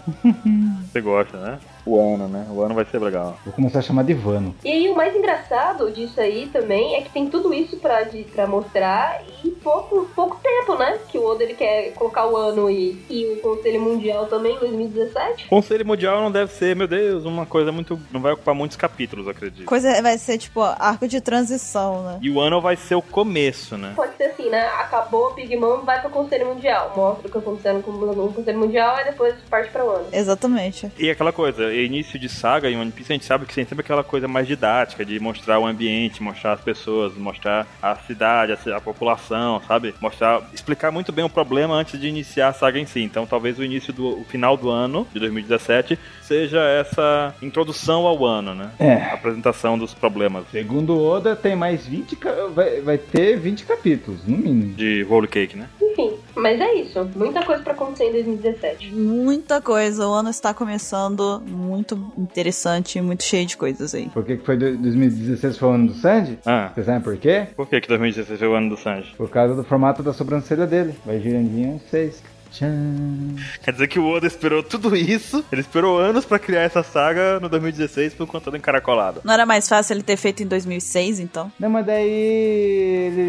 Speaker 1: Você gosta, né? O ano, né? O ano vai ser legal.
Speaker 2: Vou começar a chamar de Vano.
Speaker 3: E aí o mais engraçado disso aí também é que tem tudo isso pra, de, pra mostrar e pouco, pouco tempo, né? Que o Oda ele quer colocar o ano e, e o Conselho Mundial também, 2017.
Speaker 1: Conselho Mundial não deve ser, meu Deus, uma coisa muito. Não vai ocupar muitos capítulos, eu acredito.
Speaker 4: Coisa vai ser tipo arco de transição, né?
Speaker 1: E o ano vai ser o começo, né?
Speaker 3: Pode ser assim, né? Acabou o Big Mom, vai pro Conselho tá Mundial. Mostra o que aconteceu no, no Conselho Mundial e depois parte pra o ano.
Speaker 4: Exatamente.
Speaker 1: E aquela coisa, é início de saga em One Piece, a gente sabe que tem sempre aquela coisa mais didática de mostrar o ambiente, mostrar as pessoas, mostrar a cidade, a, ci- a população, sabe? Mostrar, explicar muito bem o problema antes de iniciar a saga em si. Então, talvez o início do o final do ano de 2017 seja essa introdução ao ano, né?
Speaker 2: É.
Speaker 1: A apresentação dos problemas
Speaker 2: Segundo o Oda, tem mais 20. ca- Vai, vai ter 20 capítulos, no mínimo.
Speaker 1: de Roll Cake, né?
Speaker 11: Enfim, mas é isso. Muita coisa pra acontecer em 2017.
Speaker 4: Muita coisa. O ano está começando muito interessante, muito cheio de coisas aí.
Speaker 2: Por que, que foi do- 2016 foi o ano do Sandy?
Speaker 1: Ah,
Speaker 2: Vocês sabem por quê?
Speaker 1: por que que 2016 foi o ano do Sanji?
Speaker 2: Por causa do formato da sobrancelha dele. Vai girandinha 6. Tchan.
Speaker 1: Quer dizer que o Oda esperou tudo isso, ele esperou anos pra criar essa saga no 2016 por conta do encaracolado.
Speaker 4: Não era mais fácil ele ter feito em 2006, então?
Speaker 2: Não, mas daí ele,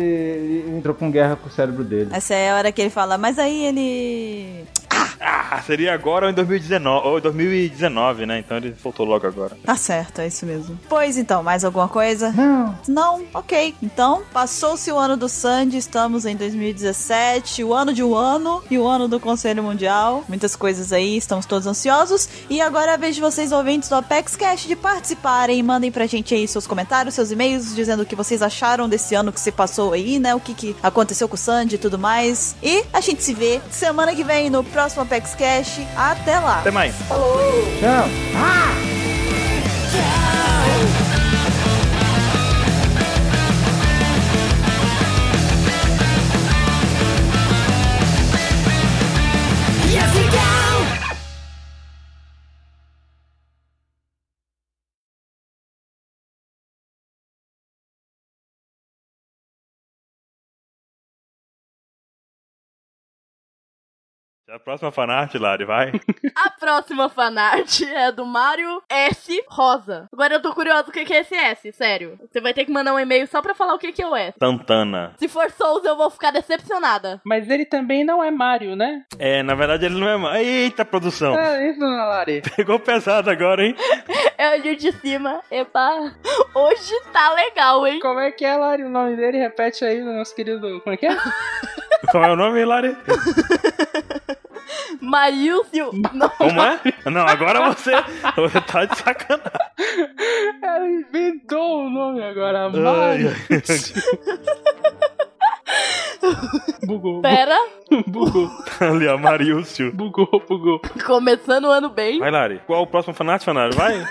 Speaker 2: ele entrou com guerra com o cérebro dele.
Speaker 4: Essa é a hora que ele fala, mas aí ele.
Speaker 1: Ah, seria agora ou em 2019, ou em 2019, né? Então ele soltou logo agora.
Speaker 4: Tá certo, é isso mesmo. Pois então, mais alguma coisa?
Speaker 2: Não.
Speaker 4: Não? Ok. Então, passou-se o ano do Sandy, estamos em 2017, o ano de um ano e o ano do Conselho Mundial. Muitas coisas aí, estamos todos ansiosos. E agora é a vez de vocês, ouvintes do Apex Cash, de participarem. Mandem pra gente aí seus comentários, seus e-mails, dizendo o que vocês acharam desse ano que se passou aí, né? O que, que aconteceu com o Sandy e tudo mais. E a gente se vê semana que vem no próximo Apex Cash. Até lá!
Speaker 1: Até mais.
Speaker 2: Tchau.
Speaker 1: Até a próxima fanart, Lari, vai.
Speaker 10: A próxima fanart é do Mário S. Rosa. Agora eu tô curiosa o que que é esse S, sério. Você vai ter que mandar um e-mail só pra falar o que que é o S.
Speaker 1: Santana.
Speaker 10: Se for Souls, eu vou ficar decepcionada.
Speaker 8: Mas ele também não é Mario, né?
Speaker 1: É, na verdade ele não é mais. Eita, produção.
Speaker 8: É isso, dona Lari.
Speaker 1: Pegou pesado agora, hein?
Speaker 10: É o de cima. Epa, hoje tá legal, hein?
Speaker 8: Como é que é, Lari? O nome dele? Repete aí, nosso querido. Como é que é?
Speaker 1: Qual é o nome, Lari?
Speaker 10: Marilcio. Não,
Speaker 1: Como é? Não, agora você, você tá de sacanagem.
Speaker 8: Ela inventou o nome agora,
Speaker 1: Ai,
Speaker 8: Mario. Bugou,
Speaker 10: pera.
Speaker 8: bugou,
Speaker 1: [laughs] Ali, ó, Marilcio.
Speaker 8: bugou, bugou.
Speaker 10: Começando o ano bem.
Speaker 1: Vai, Lari. Qual o próximo fanart, fanart? Vai.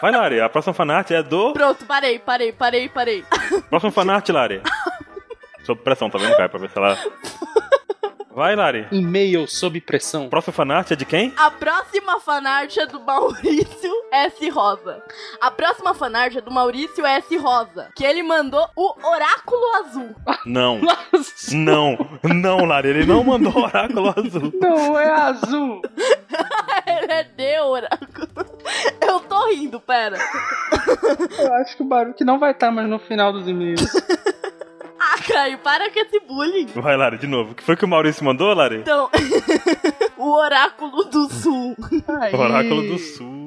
Speaker 1: Vai, Lari. A próxima fanart é do...
Speaker 10: Pronto, parei, parei, parei, parei.
Speaker 1: Próximo fanart, Lari. Sob pressão, tá vendo, cara? Pra ver se ela. Vai, Lari.
Speaker 8: E-mail sob pressão.
Speaker 1: Próximo fanart é de quem?
Speaker 10: A próxima fanart é do Maurício S. Rosa. A próxima fanart é do Maurício S. Rosa. Que ele mandou o Oráculo Azul.
Speaker 1: Não. Não. Não, Lari. Ele não mandou oráculo azul.
Speaker 8: Não é azul.
Speaker 10: ele é de Oráculo. [laughs] Eu tô rindo, pera.
Speaker 8: Eu acho que o Baruque não vai estar mais no final dos e-mails.
Speaker 10: Ah, Caio, para com esse bullying.
Speaker 1: Vai, Lari, de novo. O que foi que o Maurício
Speaker 10: [laughs]
Speaker 1: mandou, Lari?
Speaker 10: Então, o Oráculo do Sul.
Speaker 8: Aí.
Speaker 1: Oráculo do Sul.